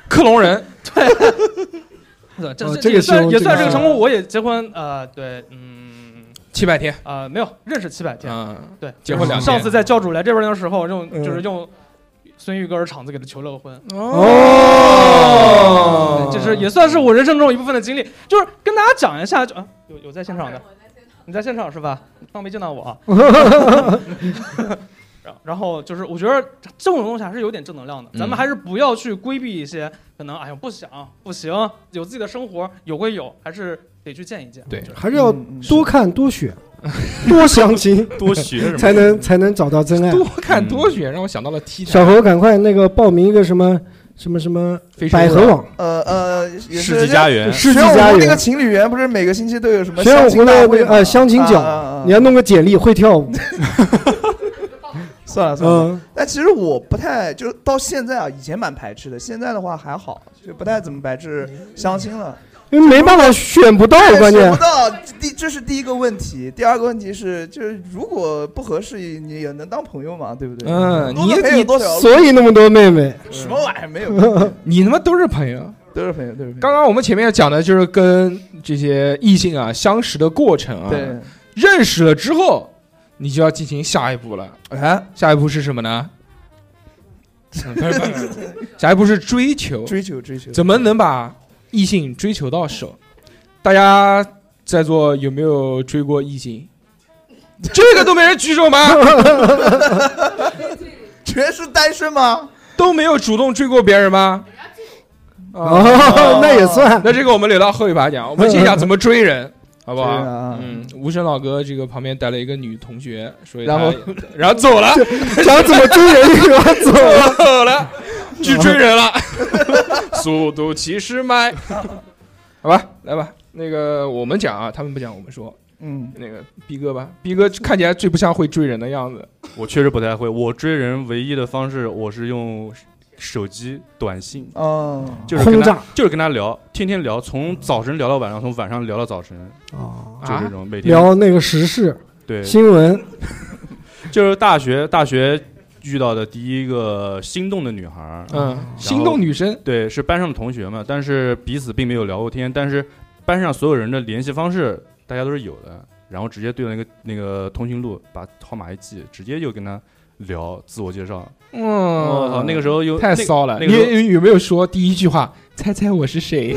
Speaker 1: 克隆 [LAUGHS] 人，
Speaker 7: 对，这
Speaker 3: 哦
Speaker 7: 这
Speaker 3: 这个
Speaker 7: 也算
Speaker 3: 形容
Speaker 7: 也算
Speaker 3: 这
Speaker 7: 这
Speaker 3: 个
Speaker 7: 个成功。我也结婚，呃，对，嗯，
Speaker 1: 七百天，
Speaker 7: 呃，没有认识七百天，
Speaker 1: 嗯，
Speaker 7: 对，
Speaker 1: 结婚两年
Speaker 7: 上次在教主来这边的时候，用
Speaker 3: 嗯
Speaker 7: 就是用孙玉根儿场子给他求了个婚，
Speaker 1: 哦
Speaker 7: 对就是也算是我人生中一部分的经历。就是跟大家讲一下，就啊，有有
Speaker 2: [LAUGHS]
Speaker 7: 在现场的，你在现场是吧？当没见到我啊。然后然后就是，我觉得这种东西还是有点正能量的。
Speaker 2: 嗯
Speaker 7: 咱们还是不要去规避一些可能，哎呀，不想不行，有自己的生活，有归有，还是得去见一见。
Speaker 1: 对
Speaker 3: 还是要
Speaker 4: 嗯嗯
Speaker 3: 多看多学，多相亲，
Speaker 2: 多学什么？
Speaker 3: 才能才能找到真爱。嗯
Speaker 1: 多看多学，让我想到了 T
Speaker 3: 哎小
Speaker 1: 台
Speaker 3: 猴，赶快那个报名一个什么什么什么
Speaker 1: 飞车
Speaker 3: 百合网
Speaker 4: 呃呃，也是
Speaker 2: 世纪家园，
Speaker 3: 世纪
Speaker 4: 玄武
Speaker 3: 佳
Speaker 4: 湖那个
Speaker 3: 缘。
Speaker 4: 情侣园不是每个星期都有什么
Speaker 3: 玄武
Speaker 4: 相
Speaker 3: 湖
Speaker 4: 亲
Speaker 3: 的
Speaker 4: 大
Speaker 3: 那
Speaker 4: 会
Speaker 3: 个
Speaker 4: 吗
Speaker 3: 呃相亲
Speaker 4: 啊啊
Speaker 3: 角
Speaker 4: 啊，
Speaker 3: 你要弄个简历，会跳舞。
Speaker 4: 算了算了。
Speaker 3: 嗯，
Speaker 4: 但其实我不太，就是到现在啊，以前蛮排斥的，现在的话还好，就不太怎么排斥相亲了。
Speaker 3: 因为没办法选不到，关
Speaker 4: 学
Speaker 3: 键
Speaker 4: 不到，第这是第一个问题。第二个问题是，就是如果不合适，你也能当朋友嘛，对不对？
Speaker 1: 嗯，
Speaker 4: 多个朋
Speaker 1: 你
Speaker 4: 友多条路，
Speaker 3: 所以那么多妹妹。
Speaker 4: [LAUGHS] 什么玩意儿没有？
Speaker 1: [LAUGHS] 你你他妈都是朋友。
Speaker 4: 都是朋友，都是朋友。
Speaker 1: 刚刚我们前面讲的就是跟这些异性啊相识的过程
Speaker 2: 嗯
Speaker 1: 啊，
Speaker 4: 对，
Speaker 1: 认识了之后，你就要进行下一步了。
Speaker 4: 啊，
Speaker 1: 下一步是什么
Speaker 4: [LAUGHS]
Speaker 1: 呢？嗯不是不是不是下一步是追求，
Speaker 4: 追求追求，
Speaker 1: 怎么能把异性追求到手？大家在座有没有追过异性？这个都没人举手
Speaker 4: [LAUGHS]
Speaker 1: 吗？
Speaker 4: 全是单身吗？
Speaker 1: 都没有主动追过别人吗？啊，
Speaker 3: 哦， [LAUGHS] 那也算。
Speaker 1: 那这个我们留到后一把讲，我们
Speaker 3: [LAUGHS]
Speaker 1: 先讲怎么追人，好不
Speaker 4: 对
Speaker 1: 好？
Speaker 4: 啊，
Speaker 1: 嗯，吴声老哥这个旁边带了一个女同学，所以
Speaker 4: 然后
Speaker 1: 他然后走 [LAUGHS] 了，
Speaker 3: 想怎么追人，你要走了。
Speaker 1: [LAUGHS] 走
Speaker 3: [LAUGHS]
Speaker 1: 了，去追人了， [LAUGHS] 速度七
Speaker 3: [LAUGHS]
Speaker 1: 十迈，好吧，来吧，那个我们讲啊，他们不讲，我们说
Speaker 4: 嗯，
Speaker 1: 那个逼哥吧，逼哥看起来最不像会追人的样子，
Speaker 2: 我确实不太会。我追人唯一的方式，我是用手机短信，
Speaker 4: 哦，
Speaker 2: 就是跟
Speaker 3: 轰
Speaker 2: 他
Speaker 3: 炸，
Speaker 2: 就是跟他聊，天天聊，从早晨聊到晚上，从晚上聊到早晨，
Speaker 3: 哦
Speaker 2: 就
Speaker 1: 啊
Speaker 2: 这种每天
Speaker 3: 聊那个时事
Speaker 2: 对，
Speaker 3: 新闻，
Speaker 1: [LAUGHS]
Speaker 2: 就是大学大学遇到的第一个心动的女孩儿，
Speaker 1: 嗯，心动女生，
Speaker 2: 对，是班上的同学嘛，但是彼此并没有聊过天，但是班上所有人的联系方式大家都是有的，然后直接对了那个那个通讯录，把号码一记，直接就跟他聊自我介绍。
Speaker 1: 嗯，
Speaker 2: 我操、哦那个时候又
Speaker 1: 太
Speaker 2: 那
Speaker 1: 骚了，
Speaker 2: 那
Speaker 1: 你
Speaker 2: 个时候
Speaker 1: 有有没有说第一句话？猜猜我是谁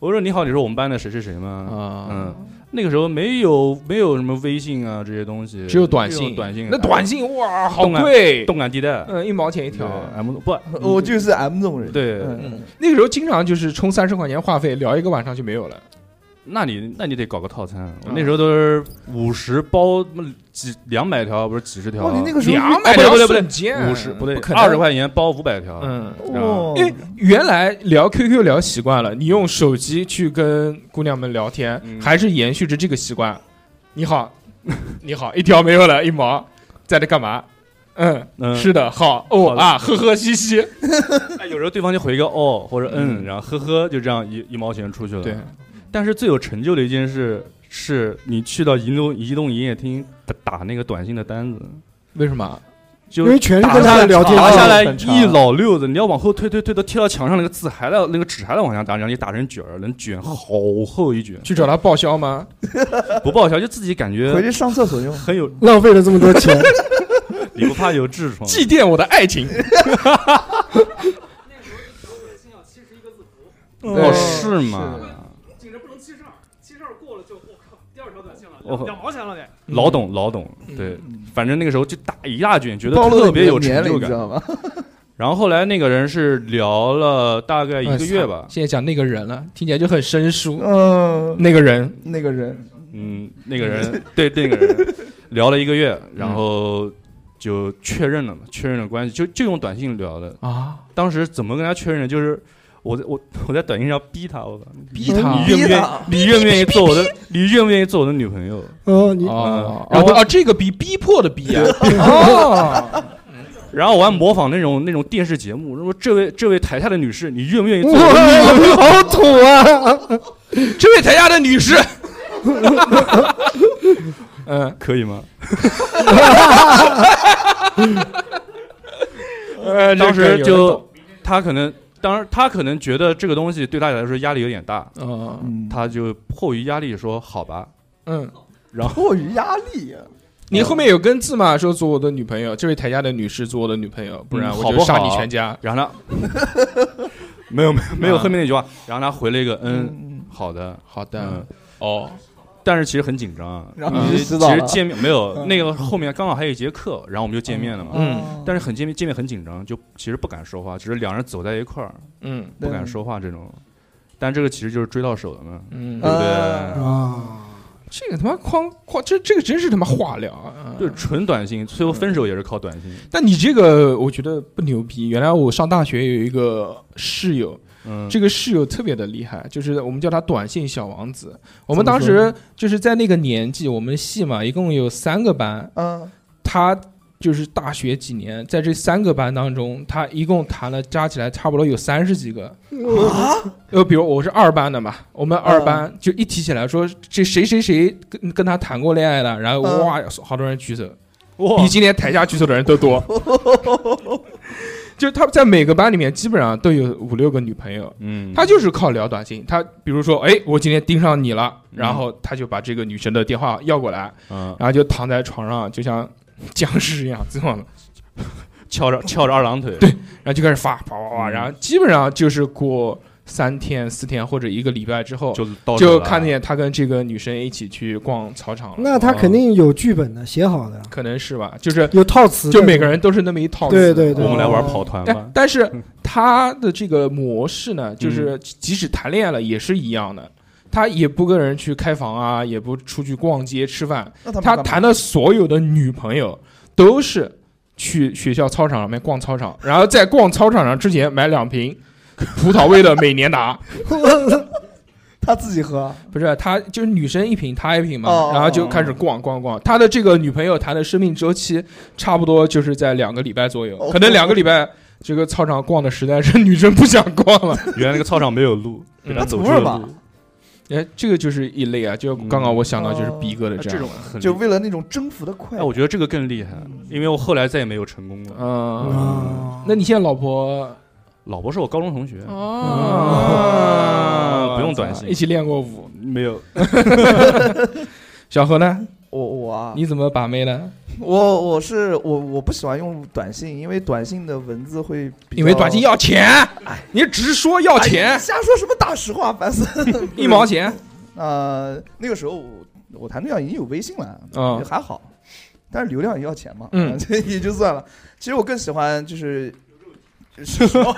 Speaker 2: 我说你好，你是我们班的谁谁谁吗？
Speaker 1: 啊？
Speaker 2: 嗯，那个时候没有没有什么微信啊这些东西，
Speaker 1: 只有短
Speaker 2: 只
Speaker 1: 信，啊
Speaker 2: 短信，啊
Speaker 1: 那短信哇，好
Speaker 2: 动感
Speaker 1: 贵，
Speaker 2: 动感地带，
Speaker 1: 嗯，一毛钱一条。
Speaker 2: M 不，
Speaker 4: [LAUGHS] 我就是 M 这种人。
Speaker 2: 对
Speaker 4: 嗯，
Speaker 1: 那个时候经常就是充三十块钱话费，聊一个晚上就没有了。
Speaker 2: 那你那你得搞个套餐，我
Speaker 1: 嗯
Speaker 2: 那时候都是五十包嗯几两百条，不是几十条
Speaker 4: 哇，，你那个时候
Speaker 1: 两
Speaker 2: 哦
Speaker 1: 百
Speaker 2: 不对不对不对
Speaker 1: 瞬间
Speaker 2: 五十不对
Speaker 1: 可，能
Speaker 2: 二十。块钱包五百条，
Speaker 1: 嗯，
Speaker 4: 哦
Speaker 1: 因为原来聊 QQ 聊习惯了，你用手机去跟姑娘们聊天，
Speaker 2: 嗯
Speaker 1: 还是延续着这个习惯。你好，你好，一条没有了，一毛，在这干嘛？嗯，
Speaker 2: 嗯，
Speaker 1: 是的，好哦
Speaker 2: 好的
Speaker 1: 啊，呵呵嘻 [LAUGHS] 嘻。
Speaker 2: [LAUGHS] 哎有时候对方就回一个哦或者嗯，
Speaker 1: 嗯
Speaker 2: 然后呵呵，就这样一一毛钱出去了。
Speaker 1: 对，，
Speaker 2: 但是最有成就的一件事是你去到移动移动营业厅打打那个短信的单子，
Speaker 1: 为什么？
Speaker 2: 就
Speaker 3: 因为全是
Speaker 2: 打
Speaker 3: 跟他
Speaker 2: 下
Speaker 3: 聊天
Speaker 4: 啊
Speaker 2: 打
Speaker 3: 的。
Speaker 2: 下来
Speaker 4: 很长
Speaker 2: 一老六子，你要往后推推推到贴到墙上，那个字还在那个纸还在往下打，然后你打成卷儿，能卷好厚一卷，
Speaker 1: 去找他报销吗？
Speaker 2: 不报销就自己感觉
Speaker 4: 回去上厕所用。
Speaker 2: 很有，
Speaker 3: 浪费了这么多
Speaker 1: [LAUGHS]
Speaker 3: 钱，
Speaker 2: [LAUGHS] 你不怕有痔疮？
Speaker 1: 祭奠我的爱
Speaker 4: [LAUGHS]
Speaker 1: 情。
Speaker 2: 哦，
Speaker 1: 对
Speaker 2: 是吗？
Speaker 7: 紧着不能七十二，七十二过了就我靠，第二条短信了，
Speaker 2: 我
Speaker 7: 两两毛钱了得。
Speaker 2: 哦老董，老董，对，反正那个时候就打一大卷，觉得
Speaker 4: 嗯暴
Speaker 2: 特
Speaker 4: 露了你的
Speaker 2: 别有
Speaker 4: 年
Speaker 2: 成
Speaker 4: 龄，
Speaker 2: 就
Speaker 4: 你知
Speaker 2: 感。
Speaker 4: 道吗？ [LAUGHS]
Speaker 2: 然后后来那个人是聊了大概一个月
Speaker 1: 哎
Speaker 2: 吧，
Speaker 1: 现在讲那个人了，听起来就很生疏。
Speaker 4: 嗯，
Speaker 1: 那个人，
Speaker 4: 那个人，
Speaker 2: 嗯，那个人 [LAUGHS] 对那个人聊了一个月，
Speaker 1: 嗯
Speaker 2: 然后就确认了嘛，确认了关系，就就用短信聊的。
Speaker 1: 啊，
Speaker 2: 当时怎么跟他确认？就是我在我我在短信上逼他，我操，
Speaker 1: 逼他
Speaker 2: 你愿不愿意
Speaker 4: 他？
Speaker 2: 你愿不愿意做我的？你愿不愿意做我的女朋友？
Speaker 3: 哦，你
Speaker 1: 哦，
Speaker 2: 然
Speaker 1: 然
Speaker 2: 后
Speaker 1: 后啊，这个逼逼迫的
Speaker 2: [LAUGHS]
Speaker 1: 逼啊，哦，
Speaker 2: 然后我还模仿那种那种电视节目，说这位这位台下的女士，你愿不愿意做我
Speaker 1: [LAUGHS]
Speaker 2: 的女
Speaker 3: 哇，你好土啊！
Speaker 1: 这位台下的女士，嗯，
Speaker 2: 可以吗？
Speaker 1: 呃
Speaker 2: 当时就，他可能，当时他可能觉得这个东西对他来说压力有点大，
Speaker 1: 嗯
Speaker 4: 嗯，
Speaker 2: 他就迫于压力说好吧。
Speaker 1: 嗯，
Speaker 4: 迫于压力啊，
Speaker 1: [LAUGHS] 你后面有根哎字吗？说做我的女朋友，这位台下的女士做我的女朋友，不然
Speaker 2: 嗯
Speaker 1: 我
Speaker 2: 好
Speaker 1: 就
Speaker 2: 不
Speaker 1: 杀
Speaker 2: 好
Speaker 1: 你全家。
Speaker 2: 然后他
Speaker 1: [LAUGHS]
Speaker 2: 没有没有没有
Speaker 1: 啊
Speaker 2: 后面那句话，然后他回了一个嗯
Speaker 4: 嗯，
Speaker 2: 好的，
Speaker 1: 好的
Speaker 2: 嗯，，
Speaker 1: 哦，
Speaker 2: 但是其实很紧张啊。
Speaker 4: 然后你去洗
Speaker 2: 其
Speaker 4: 澡
Speaker 2: 实
Speaker 4: 了
Speaker 2: 见面没有
Speaker 4: 嗯
Speaker 2: 那个后面刚好还有一节课，然后我们就见面了嘛。
Speaker 1: 嗯
Speaker 2: 但是很见面见面很紧张，就其实不敢说话，只是两人走在一块儿
Speaker 1: 嗯
Speaker 2: 不敢
Speaker 4: 嗯
Speaker 2: 说话这种。但这个其实就是追到手了嘛。
Speaker 1: 嗯，
Speaker 2: 对不对
Speaker 4: 啊
Speaker 3: 啊，
Speaker 1: 这个他妈框框，这这个真是他妈话聊
Speaker 4: 嗯
Speaker 1: 啊！
Speaker 2: 对，纯短信，最后分手也是靠短
Speaker 4: [LAUGHS]
Speaker 2: 信。
Speaker 1: 但你这个我觉得不牛逼。原来我上大学有一个室友，
Speaker 2: 嗯，
Speaker 1: 这个室友特别的厉害，就是我们叫他短信小王子。我们当时就是在那个年纪，我们系嘛一共有三个班，
Speaker 4: 嗯，
Speaker 1: 他就是大学几年，在这三个班当中，他一共谈了加起来差不多有三十几个。
Speaker 2: 啊
Speaker 1: 呃，比如我是二班的嘛，我们二
Speaker 4: 嗯
Speaker 1: 班就一提起来说这谁谁谁跟跟他谈过恋爱了，然后
Speaker 4: 嗯
Speaker 1: 哇，好多人举手，
Speaker 2: 哇
Speaker 1: 比今天台下举手的人都
Speaker 4: [LAUGHS]
Speaker 1: 多。就是他在每个班里面基本上都有五六个女朋友，
Speaker 2: 嗯，
Speaker 1: 他就是靠聊短信。他比如说，哎，我今天盯上你了，
Speaker 2: 嗯
Speaker 1: 然后他就把这个女生的电话要过来，
Speaker 2: 嗯
Speaker 1: 然后就躺在床上，就像僵尸一样这样的，
Speaker 2: [LAUGHS] 翘着翘着二郎腿，对，
Speaker 1: 然后就开始发啪啪啪，
Speaker 2: 嗯
Speaker 1: 然后基本上就是过三天、四天或者一个礼拜之后，
Speaker 2: 就到手
Speaker 1: 就
Speaker 2: 了
Speaker 1: 看见他跟这个女生一起去逛操场了。
Speaker 3: 那他肯定有剧本的，写好的，
Speaker 1: 可能是吧，就是
Speaker 3: 有套词的，
Speaker 1: 就
Speaker 3: [LAUGHS]
Speaker 1: 每个人都是那么一套词。哎
Speaker 3: 对对对
Speaker 2: 我们来玩跑团嗯吧
Speaker 1: 但。但是他的这个模式呢，就是即使谈恋爱了也是一样的，他也不跟人去开房啊，也不出去逛街吃饭，
Speaker 4: 那他们
Speaker 1: 他
Speaker 4: 干嘛
Speaker 1: 谈的所有的女朋友都是去学校操场上面逛操场，然后在逛操场上之前买两瓶葡萄味的美年达，
Speaker 4: 他自己喝，
Speaker 1: 不是他就是女生一瓶他一瓶
Speaker 4: 哦
Speaker 1: 嘛，然后就开始逛逛逛。他的这个女朋友谈的生命周期差不多就是在两个礼拜左右
Speaker 4: 哦，
Speaker 1: 可能两个礼拜。这个操场逛的实在是 [LAUGHS] 女生不想逛了，
Speaker 2: 原来那个操场没有路，给他
Speaker 1: 嗯
Speaker 2: 走
Speaker 4: 不
Speaker 2: 出
Speaker 4: 是
Speaker 2: 了
Speaker 4: 吧
Speaker 2: 路。
Speaker 1: 哎，这个就是一类啊，就刚刚我想到就是
Speaker 4: 嗯
Speaker 1: 逼哥的
Speaker 2: 哎
Speaker 1: 这
Speaker 2: 这
Speaker 1: 样
Speaker 2: 种，很
Speaker 4: 就
Speaker 2: 厉
Speaker 4: 为了那种征服的快
Speaker 2: 哎，我觉得这个更厉害，因为我后来再也没有成功过。
Speaker 1: 嗯，
Speaker 2: 哦
Speaker 3: 啊，
Speaker 1: 那你现在老婆
Speaker 2: 老婆是我高中同学，
Speaker 1: 哦
Speaker 2: 啊不用短信
Speaker 1: 一起练过舞，
Speaker 2: 没
Speaker 4: [LAUGHS]
Speaker 2: 有，
Speaker 1: [LAUGHS]
Speaker 2: [LAUGHS]
Speaker 1: 小何呢？
Speaker 4: 我我啊，
Speaker 1: 你怎么把妹呢？
Speaker 4: 我我是我我不喜欢用短信，因为短信的文字会比较
Speaker 1: 因为短信要钱，你直说要
Speaker 4: 哎
Speaker 1: 钱
Speaker 4: 你，瞎说什么大实话，烦死了
Speaker 1: [LAUGHS] 一毛钱，
Speaker 4: 呃，那个时候我我谈对象已经有微信了，
Speaker 1: 嗯
Speaker 4: 也还好，但是流量也要钱嘛，
Speaker 1: 嗯
Speaker 4: 这也就算了。其实我更喜欢就是。 [LAUGHS] 是说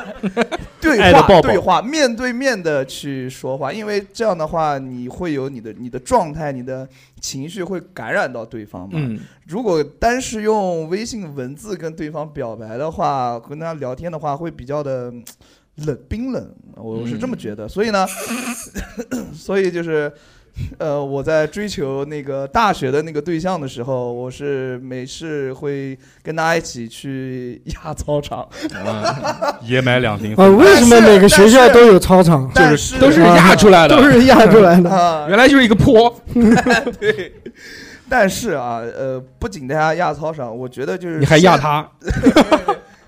Speaker 4: 对
Speaker 2: 爱的
Speaker 4: 话
Speaker 2: 抱抱
Speaker 4: 对话，面对面的去说话，因为这样的话，你会有你的你的状态，你的情绪会感染到对方嘛。
Speaker 1: 嗯，
Speaker 4: 如果单是用微信文字跟对方表白的话，跟他聊天的话，会比较的嗯冷冰冷，我是这么觉得。所以呢， [COUGHS] 所以就是，呃，我在追求那个大学的那个对象的时候，我是每次会跟大家一起去压操场，
Speaker 2: 啊也买两瓶。
Speaker 3: 啊，为什么每个学校都有操场，
Speaker 4: 但是
Speaker 1: 都是压出来的，
Speaker 3: 都是压出来的？
Speaker 4: 啊，
Speaker 1: 原来就是一个坡，
Speaker 4: [LAUGHS] 对。但是啊，呃，不仅大家压操场，我觉得就是
Speaker 1: 你还压他，
Speaker 4: [LAUGHS]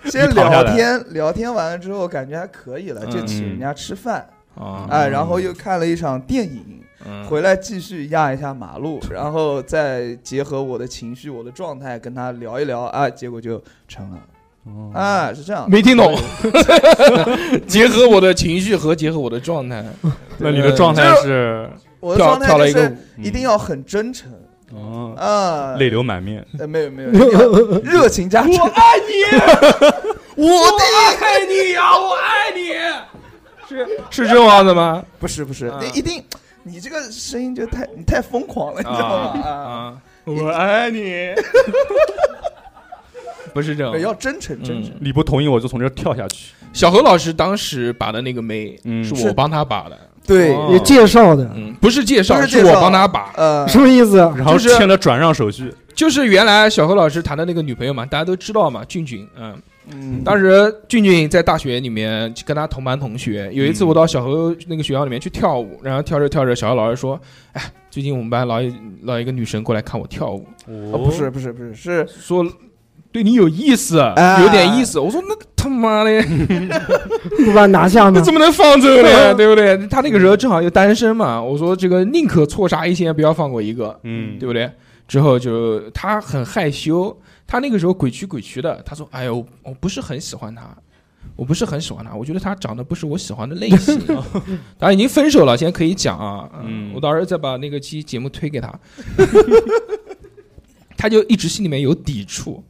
Speaker 4: 先
Speaker 2: 你躺下
Speaker 4: 聊
Speaker 2: 来
Speaker 4: 天，聊天完了之后感觉还可以了，就
Speaker 1: 嗯
Speaker 4: 请人家吃饭，
Speaker 1: 啊
Speaker 4: 哎，然后又看了一场电影，
Speaker 1: 嗯
Speaker 4: 回来继续压一下马路，然后再结合我的情绪、我的状态跟他聊一聊，啊，结果就成了，啊，是这样。
Speaker 1: 哦没听懂，
Speaker 4: [LAUGHS]
Speaker 1: [LAUGHS] 结合我的情绪和结合我的状态，
Speaker 2: 那你的状态是
Speaker 4: 我的
Speaker 1: 跳
Speaker 4: 状态
Speaker 1: 跳了
Speaker 4: 就
Speaker 1: 一个
Speaker 4: 是
Speaker 1: 舞，
Speaker 4: 一定要很真诚
Speaker 1: 嗯
Speaker 2: 哦，
Speaker 4: 啊，
Speaker 2: 泪流满面。
Speaker 4: 呃没有没有，一
Speaker 1: [LAUGHS]
Speaker 4: 定要热情加诚。
Speaker 1: 爱
Speaker 4: [LAUGHS]
Speaker 1: 你呀，我爱你，是啊是这种样子吗？
Speaker 4: 不是不是，
Speaker 1: 啊
Speaker 4: 那一定，你这个声音就太你太疯狂了，你知道吗？啊，
Speaker 1: 啊，我爱你，
Speaker 4: [LAUGHS]
Speaker 1: 不是这
Speaker 4: 对
Speaker 1: 种。
Speaker 4: 要真诚真诚。
Speaker 2: 你不同意我就从这儿跳下去。
Speaker 1: 小何老师当时把的那个妹，
Speaker 2: 嗯
Speaker 1: 是
Speaker 4: 是
Speaker 1: 我帮他把的，
Speaker 4: 对
Speaker 1: 哦
Speaker 3: 也介绍的，
Speaker 1: 嗯，不是介绍，
Speaker 4: 不是
Speaker 1: 是
Speaker 4: 介
Speaker 1: 我
Speaker 4: 绍
Speaker 1: 帮他把。
Speaker 4: 呃，
Speaker 3: 什么意
Speaker 1: 啊
Speaker 3: 思？
Speaker 2: 然后
Speaker 1: 就是
Speaker 2: 签了转让手续，
Speaker 1: 就是原来小何老师谈的那个女朋友嘛，大家都知道嘛，俊俊，嗯，
Speaker 4: 嗯，
Speaker 1: 当时俊俊在大学里面跟他同班同学，有一次
Speaker 2: 嗯
Speaker 1: 我到小何那个学校里面去跳舞，
Speaker 4: 嗯
Speaker 1: 然后跳着跳着，小何老师说：“哎，最近我们班老有老有一个女生过来看我跳舞，
Speaker 4: 哦
Speaker 2: 哦
Speaker 4: 不是不是不是是
Speaker 1: 说对你有意思，
Speaker 4: 啊
Speaker 1: 有点意思。”我说：“那个他妈
Speaker 4: [LAUGHS]
Speaker 1: 的，
Speaker 3: 不把他拿下
Speaker 1: 那
Speaker 3: 吗？啊
Speaker 1: 怎么能放走呢？对不对？他那个时候正好又单身嘛。我说这个宁可错杀一千，不要放过一个。”
Speaker 2: 嗯，
Speaker 1: 对不对？之后就他很害羞，他那个时候鬼屈鬼屈的，他说：“哎呦，我不是很喜欢他。”我不是很喜欢他，我觉得他长得不是我喜欢的类 [LAUGHS] 型。当然已经分手了，现在可以讲啊。嗯
Speaker 2: 嗯，
Speaker 1: 我到时候再把那个期节目推给他。 [LAUGHS] 他就一直心里面有抵触。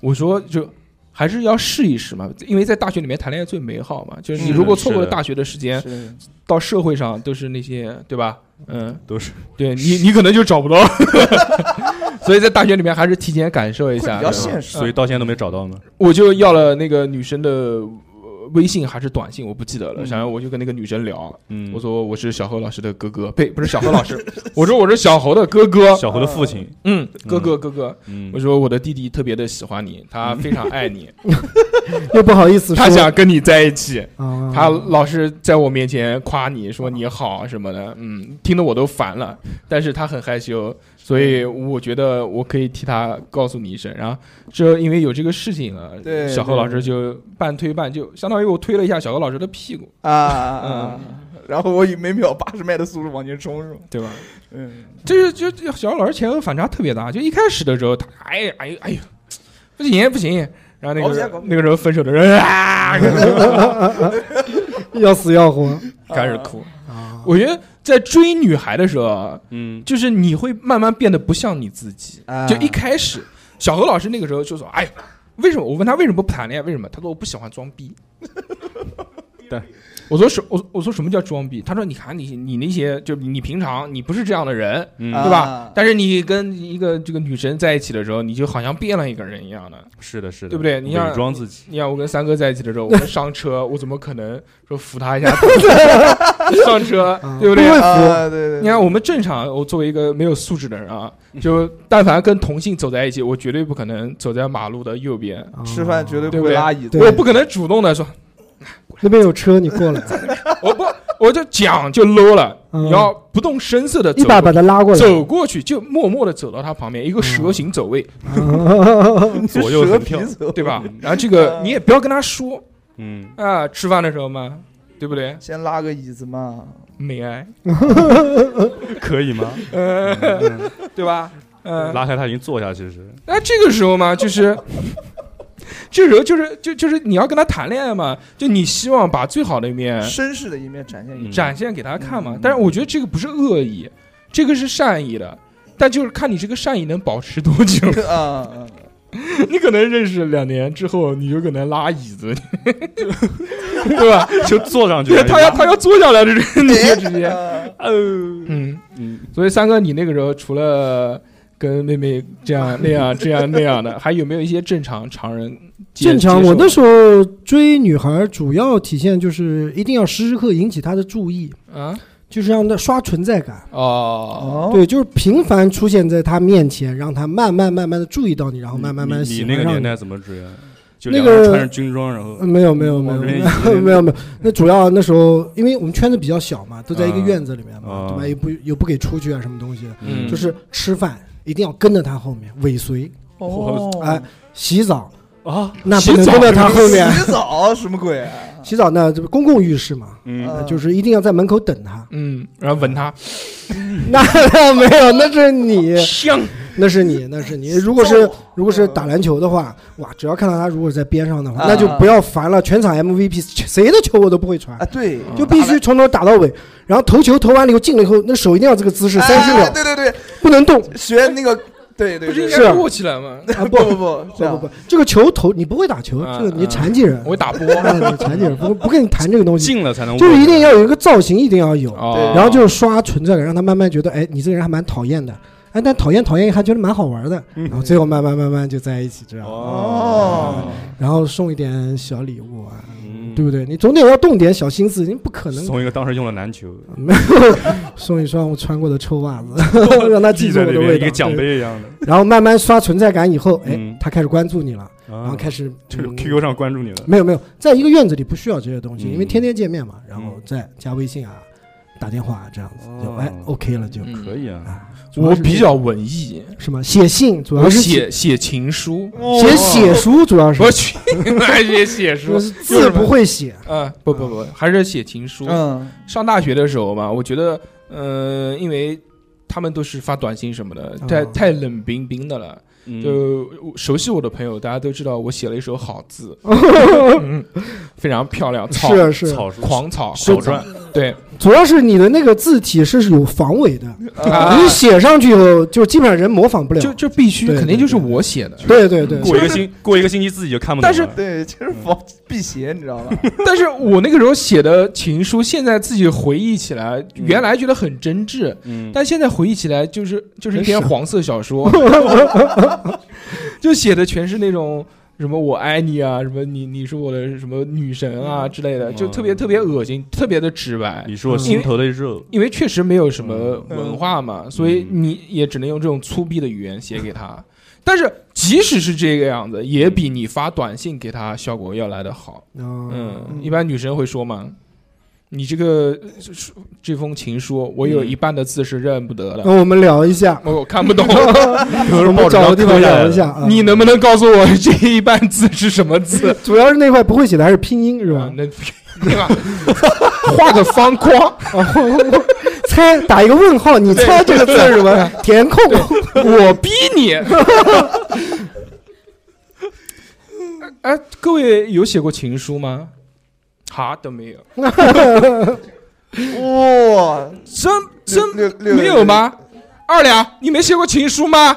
Speaker 1: 我说就还是要试一试嘛， [LAUGHS] 因为在大学里面谈恋爱最美好嘛。就是你
Speaker 2: 是
Speaker 1: 如果
Speaker 2: 的
Speaker 1: 错
Speaker 2: 是
Speaker 1: 过了
Speaker 2: 的
Speaker 1: 大学的时间，
Speaker 4: 是
Speaker 1: 到社会上都是那些对吧？嗯，
Speaker 2: 都是
Speaker 1: 对你，你可能就找不到， [LAUGHS] 所以在大学里面还是提前感受一
Speaker 4: 会
Speaker 1: 下，
Speaker 4: 比较
Speaker 1: 对吧
Speaker 4: 现实
Speaker 2: 所以到现在都没找到吗？
Speaker 1: 我就要了那个女生的呃微信还是短信，我不记得了。
Speaker 4: 嗯
Speaker 1: 然后我就跟那个女生聊，
Speaker 2: 嗯，
Speaker 1: 我说我是小何老师的
Speaker 2: [LAUGHS]
Speaker 1: 哥哥，呸，不是小何老师，我说我是小侯的哥哥，
Speaker 2: 小侯的父亲，
Speaker 1: 嗯，哥哥哥哥，
Speaker 2: 嗯
Speaker 1: 我，说我的弟弟特别的喜欢你，他非常爱
Speaker 2: [LAUGHS]
Speaker 1: 你，
Speaker 3: 又不好意思说
Speaker 1: 他想跟你在一起。
Speaker 3: 啊，
Speaker 1: 他老是在我面前夸你说你好什么的，嗯，听得我都烦了。但是他很害羞，所以我觉得我可以替他告诉你一声。然后这因为有这个事情了，
Speaker 4: 对
Speaker 1: 小何老师就半推半就，相当于我推了一下小何老师的屁股，嗯 [LAUGHS]
Speaker 4: 啊啊啊！然后我以每秒八十迈的速度往前冲，是吧？
Speaker 1: 对吧？
Speaker 4: 嗯，
Speaker 1: 这就就小何老师前后反差特别大，就一开始的时候他哎呀哎呀哎呀，不行不行。然后那
Speaker 4: 搞不下
Speaker 1: 个
Speaker 4: 搞不下
Speaker 1: 那个时候分手的人啊，
Speaker 3: 要死要活
Speaker 1: 开始哭。
Speaker 3: 啊，
Speaker 1: 我觉得在追女孩的时候啊，
Speaker 2: 嗯，”
Speaker 1: 就是你会慢慢变得不像你自己。
Speaker 4: 啊
Speaker 1: 就一开始，小何老师那个时候就说：“哎呀，为什么？”我问他为什么不谈恋爱，为什么？他说：“我不喜欢装逼。
Speaker 2: 对，
Speaker 1: 我说什我我说什么叫装逼？他说：“你看你你那些就你平常你不是这样的人，
Speaker 2: 嗯
Speaker 1: 对吧？
Speaker 4: 啊
Speaker 1: 但是你跟一个这个女神在一起的时候，你就好像变了一个人一样的。
Speaker 2: 是的，是的，
Speaker 1: 对不对你像
Speaker 2: 伪装自己，
Speaker 1: 你看我跟三哥在一
Speaker 2: [LAUGHS]
Speaker 1: 起的时候，我们上车，我怎么可能说扶他一 [LAUGHS] 下？上车
Speaker 3: 啊
Speaker 1: 嗯对不对？
Speaker 3: 不会
Speaker 4: 啊，对对，
Speaker 1: 你看，我们正常，我作为一个没有素质的人啊，就但凡跟同性走在一起，我绝对不可能走在马路的右边，
Speaker 3: 啊
Speaker 4: [LAUGHS] 吃饭绝对
Speaker 1: 对不
Speaker 4: 不会
Speaker 1: 对
Speaker 4: 拉椅子，
Speaker 3: 对
Speaker 1: 我不可能主动的说，
Speaker 3: 那边有车，你过来，
Speaker 1: 我不， [LAUGHS] 我就讲就 low 了，
Speaker 3: 嗯
Speaker 1: 你要不动声色的
Speaker 3: 一
Speaker 1: 走
Speaker 3: 把把
Speaker 1: 过。
Speaker 3: 他拉过来，嗯
Speaker 1: 走过去就默默的走到他旁边，一个蛇形走位， [LAUGHS]
Speaker 3: 啊
Speaker 2: 左右
Speaker 4: 蛇
Speaker 2: 横
Speaker 4: 皮
Speaker 2: 跳，
Speaker 4: 走，
Speaker 1: 对吧？然后这个你也不要跟他说
Speaker 2: 嗯，
Speaker 1: 啊，吃饭的时候嘛，对不对？
Speaker 4: 先拉个椅子嘛，
Speaker 1: 美
Speaker 4: [LAUGHS]
Speaker 1: 哀，
Speaker 2: 可以吗？
Speaker 1: [LAUGHS]
Speaker 2: 嗯
Speaker 1: 呃， [LAUGHS] 对吧？呃，
Speaker 2: 拉开他已经坐下，其实，
Speaker 1: 那这个时候嘛，就是 [LAUGHS] 这时候就是就就是你要跟他谈恋爱嘛，就你希望把最好的一面
Speaker 4: 绅士的一面展现给你
Speaker 2: 嗯
Speaker 1: 展现给他看嘛。
Speaker 4: 嗯
Speaker 1: 但是我觉得这个不是恶意，这个是善意的。但就是看你这个善意能保持多久。
Speaker 4: [LAUGHS] 啊啊，啊
Speaker 1: [LAUGHS] 你可能认识两年之后，你有可能拉椅子， [LAUGHS] 对吧？
Speaker 2: 就坐上去
Speaker 1: 对，，他要他要坐下来的
Speaker 4: [LAUGHS]
Speaker 1: 这你就直接
Speaker 4: 啊
Speaker 1: 嗯。
Speaker 2: 嗯，
Speaker 1: 所以三哥，你那个时候除了跟妹妹这样那样这样那样的，还有没有一些正常常人接
Speaker 3: 正常，
Speaker 1: 接
Speaker 3: 我
Speaker 1: 受
Speaker 3: 那时候追女孩主要体现就是一定要时时刻引起她的注意，
Speaker 1: 啊
Speaker 3: 就是让她刷存在感。
Speaker 1: 哦，
Speaker 4: 哦，
Speaker 3: 对，就是频繁出现在她面前，让她慢慢慢慢的注意到你，然后慢慢慢慢
Speaker 2: 你你
Speaker 3: 喜
Speaker 2: 你那
Speaker 3: 欢
Speaker 2: 个
Speaker 3: 上
Speaker 2: 年
Speaker 3: 你。
Speaker 2: 代怎么追啊？嗯就
Speaker 3: 那
Speaker 2: 两
Speaker 3: 个
Speaker 2: 个人穿着军装，然后
Speaker 3: 呃没有没有没有
Speaker 2: 往这
Speaker 3: 没
Speaker 2: 边
Speaker 3: 有 [LAUGHS] 没有没有，那主要那时候因为我们圈子比较小嘛，都在一个
Speaker 2: 嗯
Speaker 3: 院子里面嘛，
Speaker 2: 嗯
Speaker 3: 对吧？也不也不给出去啊，什么东西的，
Speaker 1: 嗯
Speaker 3: 就是吃饭一定要跟着她后面尾随，
Speaker 4: 哦
Speaker 3: 哎，洗澡
Speaker 2: 啊，
Speaker 3: 哦那
Speaker 1: 洗
Speaker 3: 不能
Speaker 1: 澡
Speaker 3: 跟在她后面，
Speaker 4: [LAUGHS] 洗澡什么鬼啊？
Speaker 3: 洗澡那这不公共浴室嘛，哎
Speaker 2: 嗯，
Speaker 4: 啊
Speaker 3: 就是一定要在门口等她。
Speaker 1: [LAUGHS] 嗯，然后吻他，
Speaker 3: [LAUGHS] 那那没有，那是你，
Speaker 1: 香，
Speaker 3: 那是你，那是你。如果是如果是打篮球的话，哇，只要看到他如果在边上的话，
Speaker 4: 啊
Speaker 3: 那就不要烦了。全场 MVP，谁的球我都不会传
Speaker 4: 啊，，对，
Speaker 3: 就必须从头打到尾。然后投球投完了以后进了以后，那手一定要这个姿势，三十
Speaker 4: 哎
Speaker 3: 秒
Speaker 4: 对对对，
Speaker 3: 不能动
Speaker 4: 学那个，对对
Speaker 1: 不是
Speaker 4: 对
Speaker 1: 应，该握起来吗？
Speaker 3: 啊！不
Speaker 4: 不不不，这
Speaker 3: 不
Speaker 4: 样
Speaker 3: 不不，这个球投你不会打球，
Speaker 1: 啊
Speaker 3: 这个你
Speaker 1: 啊
Speaker 3: 残疾人
Speaker 1: 我，会打波，
Speaker 3: 啊，你残疾人不不跟你谈这个东西，
Speaker 2: 进了才能
Speaker 3: 就是
Speaker 2: 握
Speaker 3: 一定要有一个造型，一定要有，
Speaker 1: 哦
Speaker 3: 然后就是刷存在感，让他慢慢觉得，哎，你这个人还蛮讨厌的，哎，但讨厌讨厌还觉得蛮好玩的，然后最后慢慢慢慢就在一起，这样。
Speaker 4: 哦，
Speaker 3: 然后送一点小礼物啊，
Speaker 2: 嗯
Speaker 3: 对不对？你总得要动点小心思，你不可能
Speaker 2: 送一个当时用的篮球，
Speaker 3: 没
Speaker 2: [LAUGHS]
Speaker 3: 有 [LAUGHS] 送一双我穿过的臭袜子， [LAUGHS] 让他记
Speaker 2: 立
Speaker 3: 住
Speaker 2: 在
Speaker 3: 我
Speaker 2: 那
Speaker 3: 的
Speaker 2: 边
Speaker 3: 味
Speaker 2: 一
Speaker 3: 道。
Speaker 2: 个奖
Speaker 3: 对
Speaker 2: 杯一样的，
Speaker 3: 然后慢慢刷存在感以后，哎
Speaker 2: 嗯，
Speaker 3: 他开始关注你了，
Speaker 2: 然
Speaker 3: 然后开始
Speaker 2: 啊就是
Speaker 3: 嗯
Speaker 2: QQ 上关注你了，
Speaker 3: 没有没有，在一个院子里不需要这些东西，
Speaker 2: 嗯
Speaker 3: 因为天天见面嘛，然后
Speaker 2: 嗯
Speaker 3: 再加微信啊，打电话啊这样子，就
Speaker 2: 哦
Speaker 3: 哎 OK 了就。
Speaker 1: 嗯
Speaker 2: 可以啊，
Speaker 3: 啊，主要
Speaker 1: 我
Speaker 3: 是
Speaker 1: 比较文艺，
Speaker 3: 什么写信，主要
Speaker 1: 我
Speaker 3: 是写
Speaker 1: 写写情书，
Speaker 3: 写写书，主要是
Speaker 1: 哦我去， [LAUGHS] 还写写书
Speaker 3: 就，是字不会写，
Speaker 1: 嗯，不不不，还是写情书。
Speaker 4: 嗯，
Speaker 1: 上大学的时候嘛，我觉得，呃，因为他们都是发短信什么的，太
Speaker 3: 哦
Speaker 1: 太冷冰冰的了。
Speaker 2: 嗯
Speaker 1: 就熟悉我的朋友，大家都知道我写了一手好
Speaker 3: [LAUGHS]
Speaker 1: 字，嗯非常漂亮，草
Speaker 3: 是啊是，
Speaker 2: 草是
Speaker 1: 狂草
Speaker 2: 手篆，
Speaker 1: 对，
Speaker 3: 主要是你的那个字体是有防伪的，
Speaker 1: 啊
Speaker 3: 你写上去以后，就基本上人模仿不了。
Speaker 1: 就就必须
Speaker 3: 对
Speaker 1: 肯定就是我写的，
Speaker 3: 对对对，
Speaker 2: 过一个星过一个星期自己就看不懂
Speaker 1: 但
Speaker 2: 了。
Speaker 1: 是
Speaker 4: 对，其实防辟邪，你知道吧？
Speaker 1: 但是我那个时候写的情书，现在自己回忆起来，原来觉得很真挚，
Speaker 2: 嗯，
Speaker 1: 但现在回忆起来就是就是一篇
Speaker 3: 真是
Speaker 1: 黄色小说， [LAUGHS] 就写的全是那种什么我爱你啊，什么你你是我的什么女神啊之类的，就特别
Speaker 2: 嗯
Speaker 1: 特别 [LAUGHS] 恶心，特别的直白。嗯
Speaker 2: 你是我心头的肉，
Speaker 1: 因为确实没有什
Speaker 3: 嗯
Speaker 1: 么文化嘛，所以
Speaker 2: 嗯
Speaker 1: 你也只能用这种粗鄙的语言写给
Speaker 3: 嗯
Speaker 1: 他。但是即使是这个样子，也比你发短信给他效果要来得好。
Speaker 3: 嗯，
Speaker 1: 嗯，
Speaker 4: 嗯
Speaker 1: 一般女生会说嘛，你这个这封情书，我有一半的字是认不得的，
Speaker 3: [LAUGHS] 那我们聊一下，
Speaker 1: [LAUGHS] 我看不懂，
Speaker 3: [LAUGHS] 我们找个地方聊一下啊。
Speaker 1: [LAUGHS] 你能不能告诉我这一半字是什么字？ [LAUGHS]
Speaker 3: 主要是那块不会写的还是拼音是
Speaker 1: 啊
Speaker 3: 吧？
Speaker 1: 那对吧？ [LAUGHS] 画个方框，
Speaker 3: [LAUGHS] 猜打一个问号，你猜这个字是吧？填空。
Speaker 1: 我
Speaker 4: [LAUGHS]
Speaker 1: 逼你。 [LAUGHS] 哎，各位有写过情书
Speaker 4: [LAUGHS]
Speaker 1: 吗？哈都没有， [LAUGHS]
Speaker 4: 嗯
Speaker 3: 哦
Speaker 4: 哇，
Speaker 1: 真真
Speaker 4: 六六
Speaker 1: 没有？吗？二两，你没写过情书吗？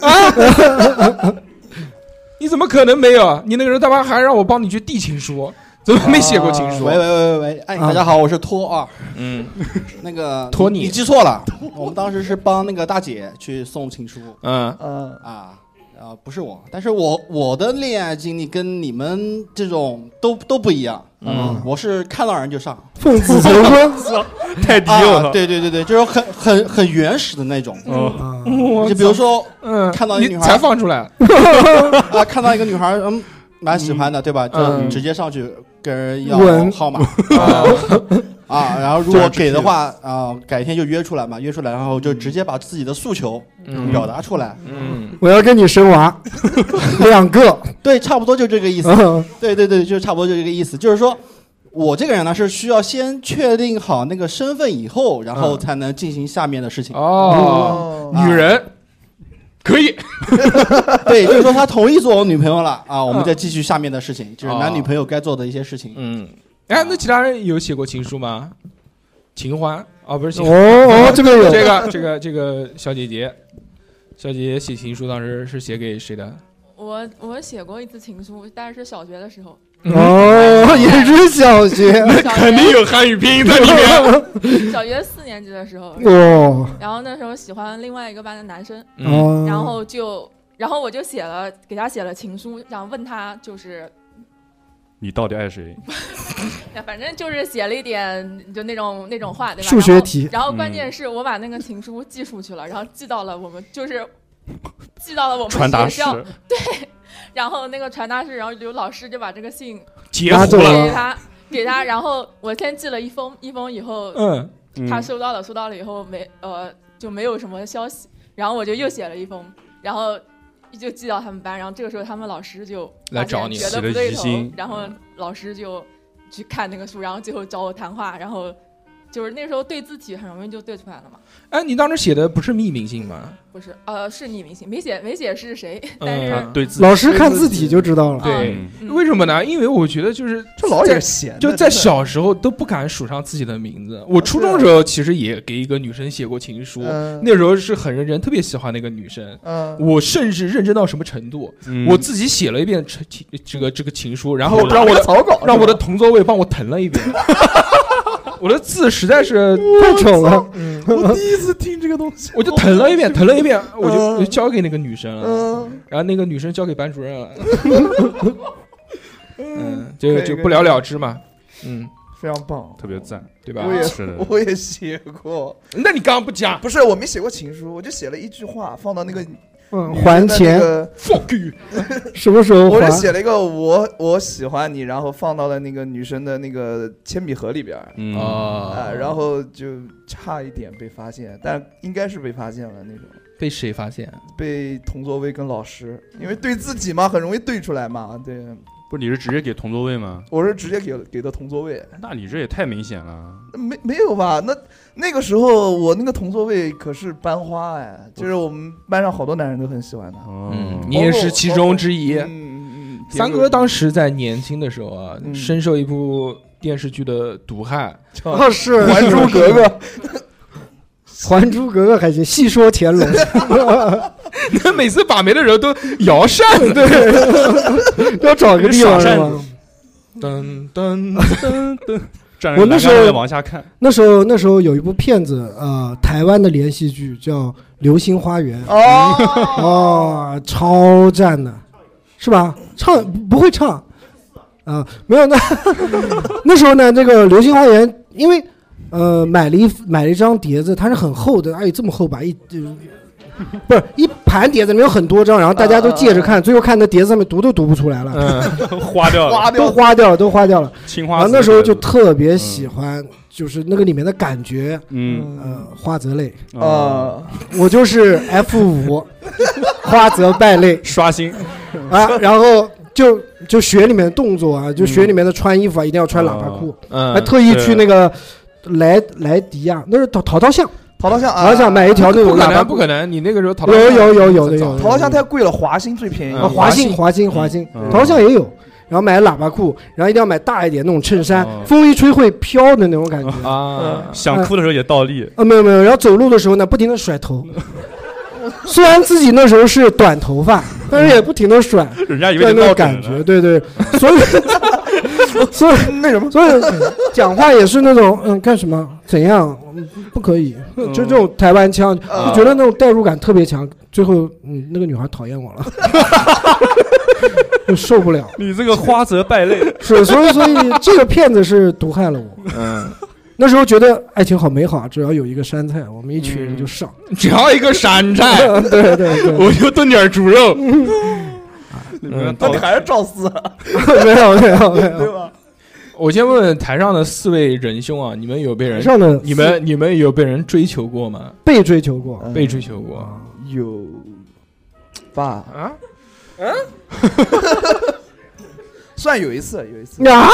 Speaker 1: 啊？ [LAUGHS] 你怎么可能没有？你那个人他妈还让我帮你去递情书，怎么没写过情书？
Speaker 8: 喂喂喂喂喂，哎，
Speaker 3: 啊
Speaker 8: 大家好，我是托啊，
Speaker 1: 嗯，
Speaker 8: [LAUGHS] 那个
Speaker 1: 托尼
Speaker 8: 你记错了，我们当时是帮那个大姐去送情书
Speaker 1: 嗯，
Speaker 4: 嗯，
Speaker 8: 啊。啊，不是我，但是我我的恋爱经历跟你们这种都都不一样。
Speaker 1: 嗯，
Speaker 8: 我是看到人就上，
Speaker 3: 奉子成婚
Speaker 2: [LAUGHS] 太低
Speaker 8: 啊，
Speaker 2: 了。
Speaker 8: 对对对对，就是很很很原始的那种。
Speaker 2: 哦，
Speaker 3: 啊，
Speaker 1: 我
Speaker 8: 就比如说
Speaker 1: 嗯，
Speaker 8: 看到一
Speaker 1: 你
Speaker 8: 女孩
Speaker 1: 才放
Speaker 8: [LAUGHS]
Speaker 1: 出来，
Speaker 8: 啊，看到一个女孩儿，嗯，蛮喜欢的，对吧？就
Speaker 1: 嗯
Speaker 8: 直接上去跟人要
Speaker 3: 吻
Speaker 8: 号
Speaker 1: [LAUGHS]
Speaker 8: 码
Speaker 1: 啊
Speaker 8: 啊，然后如果给的话啊，改天就约出来嘛，约出来，然后就直接把自己的诉求
Speaker 1: 嗯
Speaker 8: 表达出来。
Speaker 1: 嗯，
Speaker 3: 我要跟你生娃，两个。
Speaker 8: 哦对，差不多就这个意思。
Speaker 3: 嗯
Speaker 8: [LAUGHS] 对对对，就差不多就这个意思。就是说我这个人呢，是需要先确定好那个身份以后，然后
Speaker 1: 嗯
Speaker 8: 才能进行下面的事情。啊
Speaker 1: 哦，
Speaker 4: 哦，
Speaker 1: 女人可以，
Speaker 8: [LAUGHS] 对，就是说他同意做我女朋友了啊，我
Speaker 1: 嗯
Speaker 8: 们再继续下面的事情，就是
Speaker 1: 哦
Speaker 8: 男女朋友该做的一些事情。
Speaker 1: 嗯，哎，那其他人有写过情书吗？秦欢哦，不是秦
Speaker 3: 哦哦，这个有
Speaker 1: 这个这个这个小姐姐，小姐姐写情书当时是写给谁的？
Speaker 9: [LAUGHS] 我我写过一次情书，但是是小学的时
Speaker 1: [LAUGHS]
Speaker 9: 候，
Speaker 3: 哦，也是小学
Speaker 9: [LAUGHS] 小学
Speaker 1: 有汉语拼音在里面。
Speaker 9: [LAUGHS] 小学四年级的时候，
Speaker 3: 哦
Speaker 9: 然后那时候喜欢另外一个班的男生，
Speaker 1: 嗯
Speaker 3: 哦，
Speaker 9: 然后就然后我就写了给他写了情书，想问他就是
Speaker 2: 你到底爱谁？
Speaker 9: 反正就是写了一点就那种那种话，对吧？
Speaker 3: 数学题嗯
Speaker 9: 然后。然后关键是我把那个情书寄出去了，然后寄到了我们就是。寄到了我
Speaker 2: 传
Speaker 9: 们
Speaker 2: 达
Speaker 9: 学
Speaker 2: 室
Speaker 9: 校，然后那个传达室，然后刘老师就把这个信
Speaker 1: 截
Speaker 3: 拿
Speaker 1: 胡
Speaker 3: 走
Speaker 1: 了。
Speaker 9: 给
Speaker 3: 了，
Speaker 9: 他，给他，然后我先寄了一封，一封以后，
Speaker 1: 嗯，
Speaker 9: 他收到了，收到了以后没呃就没有什么消息，然后我就又写了一封，然后就寄到他们班，然后这个时候他们老师就
Speaker 1: 来
Speaker 9: 发现
Speaker 1: 找你
Speaker 9: 觉
Speaker 2: 起
Speaker 9: 得
Speaker 2: 了
Speaker 9: 不对
Speaker 2: 疑
Speaker 9: 头
Speaker 2: 心，
Speaker 9: 然后老师就去看那个书，然后最后找我谈话，然后就是那时候对字体很容易就对出来了嘛，
Speaker 1: 哎，你当时写的不是匿名信吗？
Speaker 9: 不是呃是匿名信，没写没写是谁，但是、
Speaker 2: 他
Speaker 1: 嗯，
Speaker 2: 呃对自己
Speaker 3: 老师看字体就知道了。
Speaker 1: 对
Speaker 2: 嗯
Speaker 9: 嗯
Speaker 1: 为什么呢？因为我觉得就是
Speaker 4: 这老也
Speaker 1: 在
Speaker 4: 是闲的，
Speaker 1: 就在
Speaker 4: 真的啊
Speaker 1: 小时候都不敢署上自己的名字。我初中的时候其实也给一个女生写过情书，
Speaker 4: 嗯
Speaker 1: 那时候是很认真，特别喜欢那个女生。
Speaker 4: 嗯，
Speaker 1: 我甚至认真到什么程度，
Speaker 2: 嗯
Speaker 1: 我自己写了一遍情情这个这个情书，然后
Speaker 2: 我
Speaker 1: 让我的
Speaker 4: 草稿是吧，
Speaker 1: 让我的同座位帮我腾了
Speaker 4: [LAUGHS]
Speaker 1: 一遍。我的字实在是，
Speaker 3: 太丑了，
Speaker 4: 我第一次听这个东西，
Speaker 1: 我就腾了一遍，腾了一遍，我就
Speaker 4: 嗯
Speaker 1: 就交给那个女生了，
Speaker 4: 嗯，
Speaker 1: 然后那个女生交给班主任
Speaker 4: [LAUGHS]
Speaker 1: 了，嗯，
Speaker 4: 可
Speaker 1: 就
Speaker 4: 以
Speaker 1: 就
Speaker 4: 可以
Speaker 1: 不了了之嘛，嗯，
Speaker 4: 非常棒，
Speaker 2: 特别赞，
Speaker 1: 对吧
Speaker 4: 我？也
Speaker 2: 是的
Speaker 4: 我也写过，
Speaker 1: 那你刚刚不讲
Speaker 4: 不是我没写过情书，我就写了一句话放到那个女
Speaker 3: 嗯，
Speaker 4: 生的
Speaker 3: 还
Speaker 4: 那
Speaker 3: 钱
Speaker 4: 个
Speaker 1: ，fuck you，
Speaker 3: 什么时候
Speaker 4: 我
Speaker 3: 还
Speaker 4: 是？写了一个我我喜欢你，然后放到了那个女生的那个铅笔盒里边儿，
Speaker 2: 嗯
Speaker 1: 啊
Speaker 4: 啊，然后就差一点被发现，但应该是被发现了那种，
Speaker 1: 被谁发现？啊
Speaker 4: 被同座位跟老师，因为对自己嘛，很容易对出来嘛，对，
Speaker 2: 不是你是直接给同座位吗？
Speaker 4: 我是直接给给的同座位，
Speaker 2: 那你这也太明显了。
Speaker 4: 没没有吧？那那个时候我那个同座位可是班花哎，就是我们班上好多男人都很喜欢他。
Speaker 2: 嗯
Speaker 1: 嗯，，你也是其中之一。
Speaker 4: 嗯嗯嗯，
Speaker 1: 三哥当时在年轻的时候啊，
Speaker 4: 嗯啊
Speaker 1: 深受一部电视剧的毒害，啊
Speaker 3: 哦，是
Speaker 4: 《还珠格格》 [LAUGHS]
Speaker 3: 《 [LAUGHS] 还珠格格》还行，《戏说乾隆》
Speaker 1: [LAUGHS] 那每次把妹的时候都摇扇，对，
Speaker 4: [LAUGHS]
Speaker 3: 要找个地方是
Speaker 2: 傻扇
Speaker 3: 吗？
Speaker 1: 噔噔，
Speaker 2: 站
Speaker 3: 我
Speaker 2: 着
Speaker 3: 那
Speaker 2: 栏
Speaker 3: 时候
Speaker 2: 杆往下看，
Speaker 3: 那时候那时候有一部片子，呃，台湾的连续剧叫《流星花园》，
Speaker 4: 哦，
Speaker 3: [LAUGHS] 哦，超赞的，是吧？唱不会唱，啊、没有那 [LAUGHS] 那时候呢，这个《流星花园》，因为呃买了一买了一张碟子，它是很厚的，哎，这么厚吧，一、呃 [LAUGHS] 不是一盘碟子里面有很多张，然后大
Speaker 4: 嗯
Speaker 3: 家都借着看，最后看那碟子上面读都读不出来了，[LAUGHS]
Speaker 1: 嗯，
Speaker 2: 花掉了，
Speaker 4: 花
Speaker 3: 都
Speaker 4: 掉了
Speaker 3: 花掉了，都花掉了。
Speaker 2: 青
Speaker 3: 然
Speaker 2: 花
Speaker 3: 后
Speaker 2: 瓷
Speaker 3: 那时候就
Speaker 2: 之类的
Speaker 3: 特别喜欢，就是那个里面的感觉，
Speaker 2: 嗯
Speaker 3: 呃，花泽类，哦
Speaker 2: 啊
Speaker 4: 啊！
Speaker 3: 我就是 F 五， [LAUGHS] 花泽败类。
Speaker 2: 刷新
Speaker 3: 啊，然后就就学里面的动作啊，就学里面的穿衣服啊，一定要穿喇叭裤，还
Speaker 1: 嗯，
Speaker 3: 特意
Speaker 2: 嗯哦对
Speaker 3: 去那个莱莱迪亚，那是淘淘淘巷，
Speaker 4: 淘淘巷
Speaker 3: 淘淘
Speaker 4: 啊，
Speaker 3: 巷买一条那
Speaker 1: 不
Speaker 3: 种
Speaker 1: 可
Speaker 3: 喇叭
Speaker 1: 能，不
Speaker 3: 裤，
Speaker 1: 可能，你那个时候淘
Speaker 3: 有
Speaker 1: 汰
Speaker 3: 有有有的有的
Speaker 4: 淘淘巷太贵了，华兴最便宜。
Speaker 1: 嗯
Speaker 3: 啊，华信华信华信，
Speaker 2: 嗯
Speaker 3: 淘淘巷也有，然后买喇叭裤，然后一定要买大一点那种衬衫
Speaker 2: 哦，
Speaker 3: 风一吹会飘的那种感觉。
Speaker 1: 啊，
Speaker 4: 嗯
Speaker 2: 想哭的时候也倒
Speaker 4: [LAUGHS]
Speaker 2: 立，
Speaker 3: 啊，没有没有，然后走路的时候呢，不停的甩头，虽然自己那时候是短头发，但是也不停的甩，
Speaker 2: [LAUGHS] 人家以
Speaker 3: 就那
Speaker 2: 为你
Speaker 3: 种
Speaker 2: 落
Speaker 3: 感
Speaker 2: 枕
Speaker 3: 觉，
Speaker 2: 了。
Speaker 3: 对
Speaker 2: [LAUGHS]
Speaker 3: 对，所
Speaker 4: [LAUGHS]
Speaker 3: 以所以
Speaker 4: 那什么？
Speaker 3: 所以讲话也是那种嗯，干什么怎样，嗯不可以，就这种台湾腔，
Speaker 2: 嗯
Speaker 4: 啊
Speaker 3: 就觉得那种代入感特别强。最后，嗯，那个女孩讨厌我
Speaker 2: [LAUGHS]
Speaker 3: 了，就受不了。
Speaker 2: 你这个花泽败类，
Speaker 3: 是，所以所以这
Speaker 2: [LAUGHS]
Speaker 3: 个骗子是毒害了我。
Speaker 1: 嗯，
Speaker 3: 那时候觉得爱情好美好，只要有一个山菜，我们一群
Speaker 4: 嗯
Speaker 3: 人就上。
Speaker 1: 只要一个山寨，
Speaker 3: 对 [LAUGHS] 对对，
Speaker 1: 我就炖点猪肉，
Speaker 2: 你们
Speaker 4: 那
Speaker 2: 倒
Speaker 4: 你还是赵四，
Speaker 3: 嗯 [LAUGHS] 没有没有没
Speaker 4: 对
Speaker 3: 有。
Speaker 4: 吧？
Speaker 1: 我先问问台上的四位仁兄啊，你们有被人，
Speaker 3: 上的
Speaker 1: 你们你们有被人追求过吗？
Speaker 3: 被追求过，
Speaker 1: 被追求过
Speaker 4: 有吧？
Speaker 1: 啊？
Speaker 4: [LAUGHS] 算有一次，有一次。
Speaker 3: 啊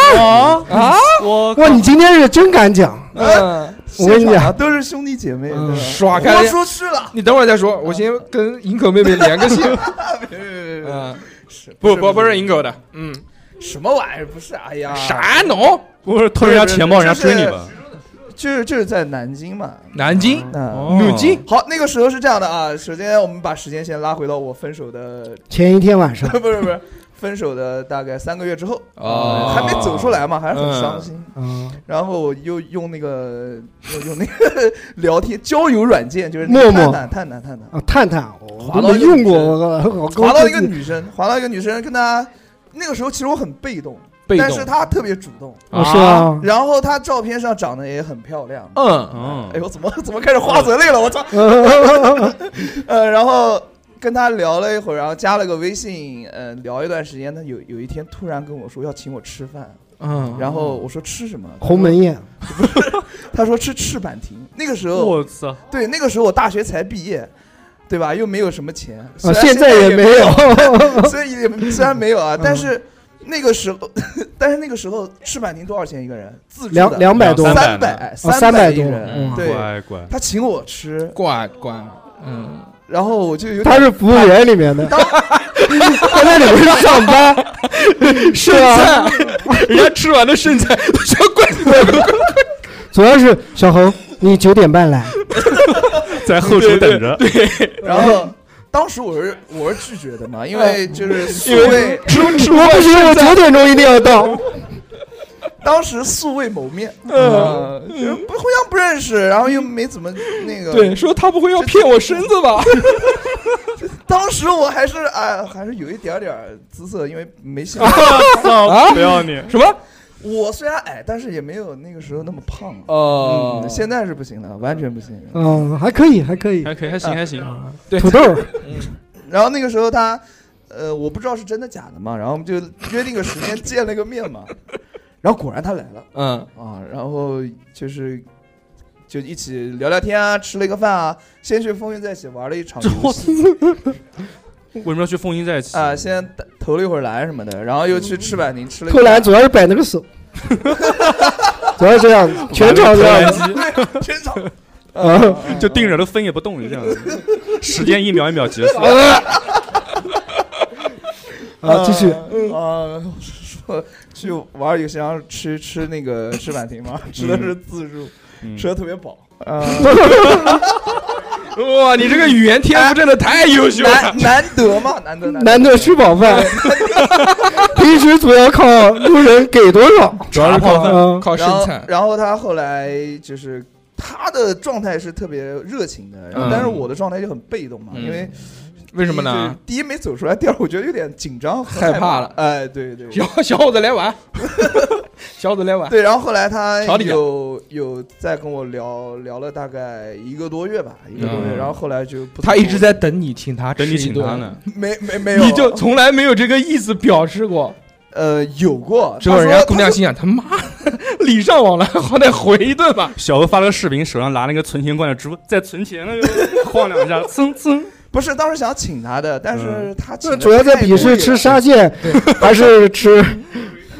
Speaker 1: 啊？
Speaker 2: 我
Speaker 3: 哇！你今天是真敢讲，
Speaker 1: 嗯，
Speaker 3: 我跟你
Speaker 4: 啊现场啊
Speaker 3: 讲，
Speaker 4: 都是兄弟姐妹。
Speaker 3: 嗯
Speaker 4: 对吧
Speaker 1: 耍
Speaker 4: 我
Speaker 1: 开。
Speaker 4: 说是了，
Speaker 1: 你等会儿再说，我先跟银口妹妹连个
Speaker 4: [LAUGHS]
Speaker 1: 线。
Speaker 4: 别别别别别
Speaker 1: 嗯，
Speaker 4: 是
Speaker 1: 不不不是银口的，嗯，
Speaker 4: 什么玩意儿，不是，哎呀，
Speaker 1: 啥侬？
Speaker 2: 我是偷人家钱包，人家追你们。
Speaker 4: 就是就是在南京嘛，
Speaker 1: 南京，
Speaker 4: 嗯。
Speaker 1: 南京，
Speaker 4: 好，那个时候是这样的啊。首先，我们把时间先拉回到我分手的，
Speaker 3: 前一天晚上，
Speaker 4: [LAUGHS] 不是不是，分手的大概三个月之后，
Speaker 1: 哦
Speaker 4: 还没走出来嘛，还是很伤心。
Speaker 3: 嗯，
Speaker 4: 然后我又用那个，又用那个 [LAUGHS] 聊天交友软件，就是
Speaker 3: 陌陌
Speaker 4: 探探探探探探，
Speaker 3: 啊，探探，我
Speaker 4: 滑
Speaker 3: 都
Speaker 4: 到
Speaker 3: 没
Speaker 4: 一个
Speaker 3: 用
Speaker 4: 女
Speaker 3: 过，
Speaker 4: 生
Speaker 3: 我靠，我
Speaker 4: 滑
Speaker 3: 高
Speaker 4: 到
Speaker 3: 科
Speaker 4: 一个
Speaker 3: 技，
Speaker 4: 女生，滑到一个女生，跟她那个时候其实我很被动，
Speaker 1: 被
Speaker 4: 但
Speaker 1: 动
Speaker 4: 是她特别主动，
Speaker 3: 啊是啊，
Speaker 4: 然后她照片上长得也很漂亮。
Speaker 1: 嗯，
Speaker 2: 嗯
Speaker 3: 哦
Speaker 4: 哎，呦，怎么怎么开始花泽类了？
Speaker 3: [LAUGHS]
Speaker 4: 我操！呃，然后跟他聊了一会儿，然后加了个微信，呃，聊一段时间。他有有一天突然跟我说要请我吃饭，
Speaker 1: 嗯，
Speaker 4: 然后我说吃什么？
Speaker 3: 鸿门宴，
Speaker 4: [LAUGHS] 他说吃翅膀亭。那个时候，
Speaker 2: 我操，
Speaker 4: 对，那个时候我大学才毕业，对吧？又没有什么钱，虽
Speaker 3: 啊，
Speaker 4: 然
Speaker 3: 现在也
Speaker 4: 也
Speaker 3: 没有，
Speaker 4: [LAUGHS]
Speaker 3: 嗯
Speaker 4: 所
Speaker 3: [LAUGHS]
Speaker 4: 以也虽然没有啊，但是那个时候，但是那个时候翅膀亭多少钱一个人？自助
Speaker 3: 两
Speaker 4: 的
Speaker 3: 两百多，
Speaker 2: 两
Speaker 4: 三
Speaker 2: 三
Speaker 4: 百
Speaker 2: 百
Speaker 3: 三百
Speaker 4: 一
Speaker 3: 多
Speaker 4: 人
Speaker 3: 嗯，
Speaker 4: 对。
Speaker 2: 乖乖，
Speaker 4: 他请我吃，
Speaker 1: 挂挂，嗯，
Speaker 4: 然后我就有点
Speaker 3: 他是服务员里面的，他在里面上班，
Speaker 1: [LAUGHS]
Speaker 3: 是啊，
Speaker 1: 人家吃完的剩菜， [LAUGHS] 我说怪
Speaker 3: [LAUGHS] 主要是小侯，你九点半来，
Speaker 2: 在后厨等着。
Speaker 4: 然后当时我是我是拒绝的嘛，因为就是素未，
Speaker 1: 吃吃
Speaker 3: 我不行，我九点钟一定要到，
Speaker 4: 当时素未谋面，嗯，就是不互相不认识，然后又没怎么那个，
Speaker 1: 对，，说他不会要骗我身子吧？
Speaker 4: [LAUGHS] 当时我还是哎，还是有一点点姿色，因为
Speaker 2: [LAUGHS]
Speaker 4: 没信仰。
Speaker 2: 我操，啊不要你，
Speaker 1: 啊什么？
Speaker 4: 我虽然矮，但是也没有那个时候那么胖。
Speaker 1: 哦
Speaker 4: 嗯，现在是不行了，完全不行。
Speaker 3: 嗯，还可 [LAUGHS] 以，还可以，啊
Speaker 2: 还可以，还行，还行。
Speaker 1: 对
Speaker 3: 土豆
Speaker 1: [LAUGHS]
Speaker 3: 儿，
Speaker 4: 嗯然后那个时候他，呃，我不知道是真的假的嘛，然后我们就约定个时间见了个面嘛，然后果然他来了。
Speaker 1: 嗯，
Speaker 4: 啊，然后就是就一起聊聊天啊，吃了一个饭啊，先去风云再起玩了一场游戏，
Speaker 2: 为什么要去凤英在一起
Speaker 4: 啊，先头了一会儿来什么的，然后又去赤坂亭吃了一
Speaker 3: 扣
Speaker 4: 个。
Speaker 3: 篮主要是摆那个
Speaker 1: [LAUGHS]
Speaker 3: 手，主要是这样子，全场这样子
Speaker 4: 对， [LAUGHS] 全场
Speaker 3: 啊，
Speaker 2: [LAUGHS] 就定着都分也不动，就
Speaker 3: [LAUGHS]
Speaker 2: 这样子，时间一秒一秒结束。
Speaker 3: 啊，继续，
Speaker 4: 啊，说去玩游戏，然后吃吃
Speaker 1: [LAUGHS]
Speaker 4: 那个赤坂亭嘛，吃的是自助，
Speaker 2: 嗯
Speaker 4: 吃的特别饱。 [LAUGHS] 啊，
Speaker 1: 哇，啊你这个语言天赋真的太优秀了
Speaker 4: 哎难！难得嘛，难得
Speaker 3: 难得吃饱饭， [LAUGHS] 平时主要靠路人给多少，
Speaker 1: 主要是靠
Speaker 3: 嗯
Speaker 1: [LAUGHS] 靠身
Speaker 4: 然后
Speaker 1: 材，
Speaker 4: 然后他后来就是他的状态是特别热情的，然后
Speaker 1: 嗯
Speaker 4: 但是我的状态就很被动嘛，
Speaker 1: 嗯
Speaker 4: 因为
Speaker 1: 为什么呢？？
Speaker 4: 第一没走出来，第二我觉得有点紧张，
Speaker 1: [LAUGHS]
Speaker 4: 和
Speaker 1: 害
Speaker 4: 害
Speaker 1: 怕了
Speaker 4: [LAUGHS] 哎，对对
Speaker 1: 小小伙子来玩， [LAUGHS] 小伙子来玩。
Speaker 4: 对，然后后来他
Speaker 1: 调理啊
Speaker 4: 有有再跟我聊聊了大概一个多月吧，一个多月，
Speaker 1: 嗯
Speaker 4: 然后后来就不
Speaker 1: 他一直在等你请他，
Speaker 2: 等你请他，呢，
Speaker 4: 没没没有，
Speaker 1: 你就从来没有这个意思表示过。
Speaker 4: 呃有过，
Speaker 1: 之后
Speaker 4: 他说
Speaker 1: 人家姑娘
Speaker 4: 他说
Speaker 1: 心想：他妈，礼尚往来，好歹回一顿吧。
Speaker 2: 小欧发了个视频，手上拿那个存钱罐的直播，在存钱了又晃两
Speaker 1: [LAUGHS]
Speaker 2: 下，蹭蹭。
Speaker 4: 不是当时想请他的，但是
Speaker 2: 嗯
Speaker 4: 他请
Speaker 3: 这
Speaker 4: 的
Speaker 3: 主要在
Speaker 4: 太
Speaker 3: 比
Speaker 4: 多
Speaker 3: 是吃
Speaker 4: 了
Speaker 3: 沙县还是吃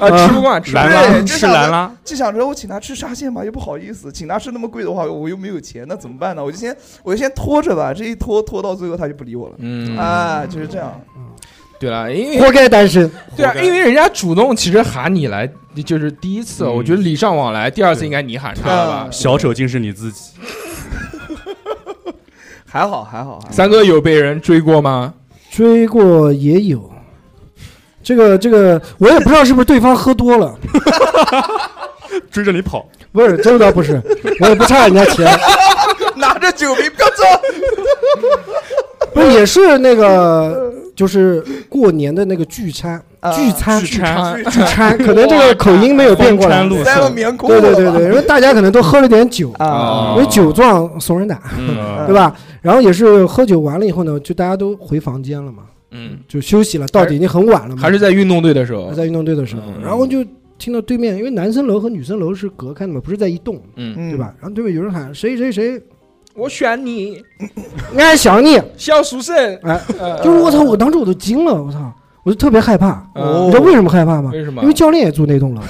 Speaker 1: 啊，吃不惯，吃不
Speaker 2: 兰
Speaker 1: 惯。
Speaker 4: 对
Speaker 2: 拉
Speaker 4: 这
Speaker 2: 吃
Speaker 4: 小子
Speaker 2: 兰拉，
Speaker 4: 就想着我请他吃沙县吧，又不好意思，请他吃那么贵的话，我又没有钱，那怎么办呢？我就先我就先拖着吧，这一拖拖到最后他就不理我了。
Speaker 1: 嗯，
Speaker 4: 啊，就是这样， [LAUGHS]
Speaker 1: 对了，因为
Speaker 3: 活该单身？
Speaker 1: 对啊，
Speaker 2: 活该
Speaker 1: 因为人家主动其实喊你来，就是第一次，
Speaker 2: 嗯
Speaker 1: 我觉得礼尚往来，第二次
Speaker 2: 对
Speaker 1: 应该你喊他了吧
Speaker 3: 嗯
Speaker 4: 啊？
Speaker 2: 小丑竟是你自己。
Speaker 4: 还好还好，还好
Speaker 1: 三哥有被人追过吗？
Speaker 3: 追过也有，这个这个我也不知道是不是对方喝多了，
Speaker 2: 追着你跑，
Speaker 3: 不是这倒不
Speaker 2: [LAUGHS]
Speaker 3: 是，我也不差人家钱，
Speaker 4: 拿着酒瓶不要
Speaker 1: [LAUGHS]
Speaker 4: 走，
Speaker 3: 不是也是那个就是过年的那个聚餐，
Speaker 4: 啊
Speaker 3: 聚餐
Speaker 2: 聚餐
Speaker 3: 聚餐，可能这个口音没有变过来
Speaker 2: 风餐，露
Speaker 4: 塞了
Speaker 2: 宿。
Speaker 4: 棉裤
Speaker 3: 对
Speaker 4: 了吧，
Speaker 3: 对对对，因为大家可能都喝了点酒，因
Speaker 4: 啊
Speaker 1: 哦
Speaker 3: 为酒壮怂人胆，
Speaker 2: 嗯
Speaker 3: 对吧？然后也是喝酒完了以后呢，就大家都回房间了嘛，
Speaker 1: [LAUGHS] 嗯，
Speaker 3: 就休息了，到底已经很晚了嘛，
Speaker 1: 还是在运动队的时候
Speaker 3: 还。在运动队的时候，
Speaker 1: 嗯
Speaker 3: 然后就听到对面，因为男生楼和女生楼是隔开的嘛，不是在一栋，
Speaker 1: 嗯，
Speaker 4: 嗯
Speaker 3: 对？吧？然后对面有人喊谁谁谁，
Speaker 1: 我选你，
Speaker 3: 俺想你，
Speaker 1: 肖淑慎。
Speaker 3: 哎，
Speaker 1: 呃
Speaker 3: 就是我操，我当时我都惊了，我操，我就特别害怕，
Speaker 1: 哦
Speaker 3: 你知道为什么害怕吗？
Speaker 1: 为什么
Speaker 3: 因为？教练也住那
Speaker 1: [LAUGHS]
Speaker 3: 栋楼，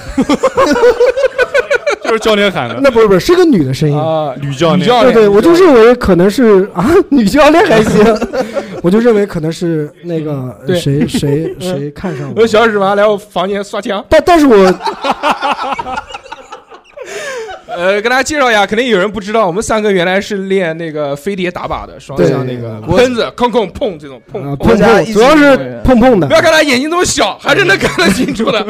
Speaker 3: [LAUGHS]
Speaker 2: 就是教练喊的，
Speaker 3: 那不是不是是个女的声音，
Speaker 1: 啊，
Speaker 2: 女教
Speaker 1: 女
Speaker 2: 练。
Speaker 1: 教
Speaker 3: 对
Speaker 1: 练，
Speaker 3: 对，我就是我可能是啊， [LAUGHS] 女教练还行， [LAUGHS] 我就认为可能是那个
Speaker 1: 对嗯
Speaker 3: 谁
Speaker 1: [LAUGHS]
Speaker 3: 谁谁看上
Speaker 1: 我
Speaker 3: 我，
Speaker 1: 小史嘛来我房间刷墙。
Speaker 3: 但但是我
Speaker 1: 呃，跟大家介绍一下，肯定有人不知道，我们三个原来是练那个飞碟打靶的，双向那个
Speaker 3: 对
Speaker 1: 喷子，空空碰这种碰
Speaker 3: 啊
Speaker 1: 碰。
Speaker 3: 碰
Speaker 4: 家
Speaker 3: 碰，
Speaker 4: 一起
Speaker 3: 主要
Speaker 4: 动
Speaker 3: 是
Speaker 4: 员
Speaker 3: 碰碰的
Speaker 1: 不，要看他眼睛这么小，还是能看得清楚的。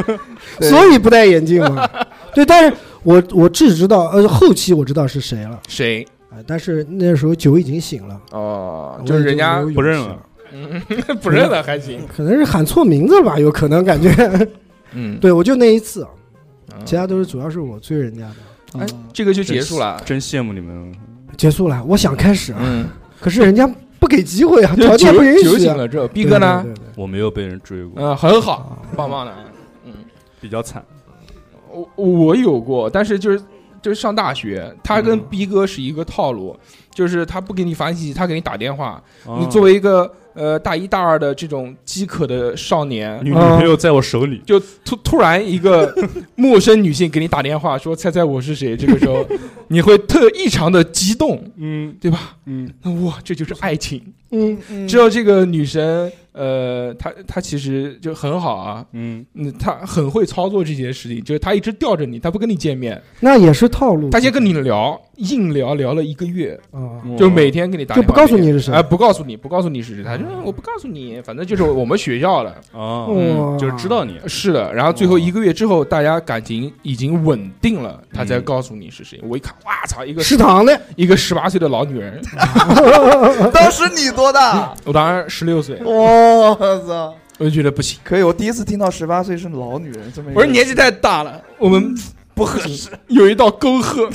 Speaker 4: 对
Speaker 3: 所以不戴眼镜嘛。对，但是我我只知道呃后期我知道是谁了，
Speaker 1: 谁？
Speaker 3: 啊，但是那时候酒已经醒了，
Speaker 1: 哦
Speaker 3: 我，
Speaker 1: 就是
Speaker 3: 也
Speaker 1: 人家嗯
Speaker 3: 没有勇
Speaker 2: 不认
Speaker 3: 气
Speaker 2: 了，
Speaker 1: 不认了还行。
Speaker 3: 可能是喊错名字了吧，有可能感觉。
Speaker 1: 嗯，
Speaker 3: 对，我就那一次，啊
Speaker 1: 嗯
Speaker 3: 其他都是主要是我追人家的。
Speaker 1: 哎，这个就结束了。
Speaker 2: 真羡慕你们。
Speaker 3: 结束了，我想开始啊，
Speaker 1: 嗯，
Speaker 3: 可是人家不给机会啊，条
Speaker 1: 就
Speaker 3: 件
Speaker 1: 酒
Speaker 3: 不允
Speaker 1: 酒
Speaker 3: 许
Speaker 1: 醒
Speaker 3: 啊。
Speaker 1: 了之后，逼哥呢？
Speaker 3: 对？对对对
Speaker 2: 我没有被人追过，
Speaker 1: 嗯，很好，棒棒的。嗯
Speaker 2: 比较惨。
Speaker 1: 我我有过，但是就是就是上大学，他跟
Speaker 2: 嗯
Speaker 1: 逼哥是一个套路，就是他不给你发信息，他给你打电话，你
Speaker 2: 啊
Speaker 1: 作为一个呃大一大二的这种饥渴的少年，嗯
Speaker 2: 女女朋友在我手里，
Speaker 1: 就突突然一
Speaker 2: [LAUGHS]
Speaker 1: 个陌生女性给你打电话说猜猜我是谁，这个
Speaker 2: [LAUGHS]
Speaker 1: 时候你会特异常的激动，
Speaker 2: 嗯
Speaker 1: 对吧？
Speaker 2: 嗯，
Speaker 1: 那哇，这就是爱情。
Speaker 3: 嗯，
Speaker 4: 嗯
Speaker 1: 之后这个女生，呃，她她其实就很好啊，
Speaker 2: 嗯，
Speaker 1: 嗯，她很会操作这件事情，就是她一直吊着你，她不跟你见面，
Speaker 3: 那也是套路。
Speaker 1: 她先跟你聊，硬聊聊了一个月，
Speaker 3: 嗯啊，
Speaker 1: 就每天给你打
Speaker 3: 就
Speaker 1: 电话，
Speaker 3: 不告诉你是谁嗯
Speaker 1: 哎，不告诉你，不告诉你是谁，她就说我不告诉你，反正就是我们学校的。
Speaker 2: 啊，
Speaker 1: 嗯
Speaker 3: 哇
Speaker 2: 就是知道你
Speaker 1: 是的，然后最后一个月之后，大家感情已经稳定了，他才
Speaker 2: 嗯
Speaker 1: 告诉你是谁。我一看，哇操，一个
Speaker 3: 食堂的，
Speaker 1: 一个十八岁的老
Speaker 3: [LAUGHS]
Speaker 1: 女人，
Speaker 4: 当时你多
Speaker 1: [LAUGHS]
Speaker 4: 大？
Speaker 1: 我当时十六岁，
Speaker 4: 我操！
Speaker 1: 我就觉得不行，
Speaker 4: 可以，我第一次听到十八岁是老女人这么一个。
Speaker 1: 我说年纪太大了，我
Speaker 3: 嗯
Speaker 1: 们不合适，有一道沟壑。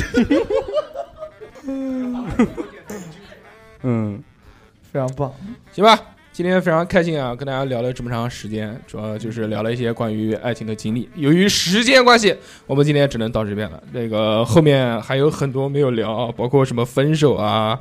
Speaker 2: 嗯，
Speaker 4: 非常棒，
Speaker 1: 行吧，今天非常开心啊，跟大家聊了这么长时间，主要就是聊了一些关于爱情的经历。由于时间关系，我们今天只能到这边了。那个后面还有很多没有聊，包括什么分手啊。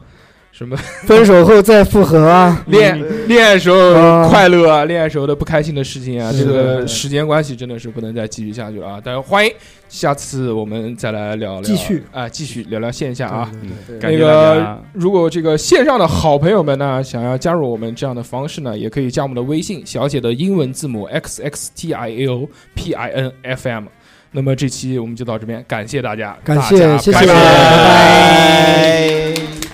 Speaker 1: 什么
Speaker 3: [LAUGHS] 分手后再复合啊，
Speaker 1: [LAUGHS] 恋恋爱时
Speaker 3: 啊
Speaker 1: 候快乐啊，恋爱时候的不开心的事情啊，
Speaker 6: 是
Speaker 1: 这个
Speaker 6: 是
Speaker 1: 时间关系真的是不能再继续下去了啊！但是欢迎下次我们再来聊聊，
Speaker 3: 继续
Speaker 1: 啊，继续聊聊线下啊
Speaker 3: 啊。，
Speaker 2: 嗯，感
Speaker 1: 那
Speaker 2: 谢大家。
Speaker 1: 个，如果这个线上的好朋友们呢，想要加入我们这样的方式呢，也可以加我们的微信，小写的英文字母 x x t i a o p i n f m。那么这期我们就到这边，感谢大家，
Speaker 3: 感谢
Speaker 1: 大家
Speaker 3: 谢谢
Speaker 1: 拜
Speaker 3: 拜
Speaker 1: 拜
Speaker 3: 拜
Speaker 8: 拜。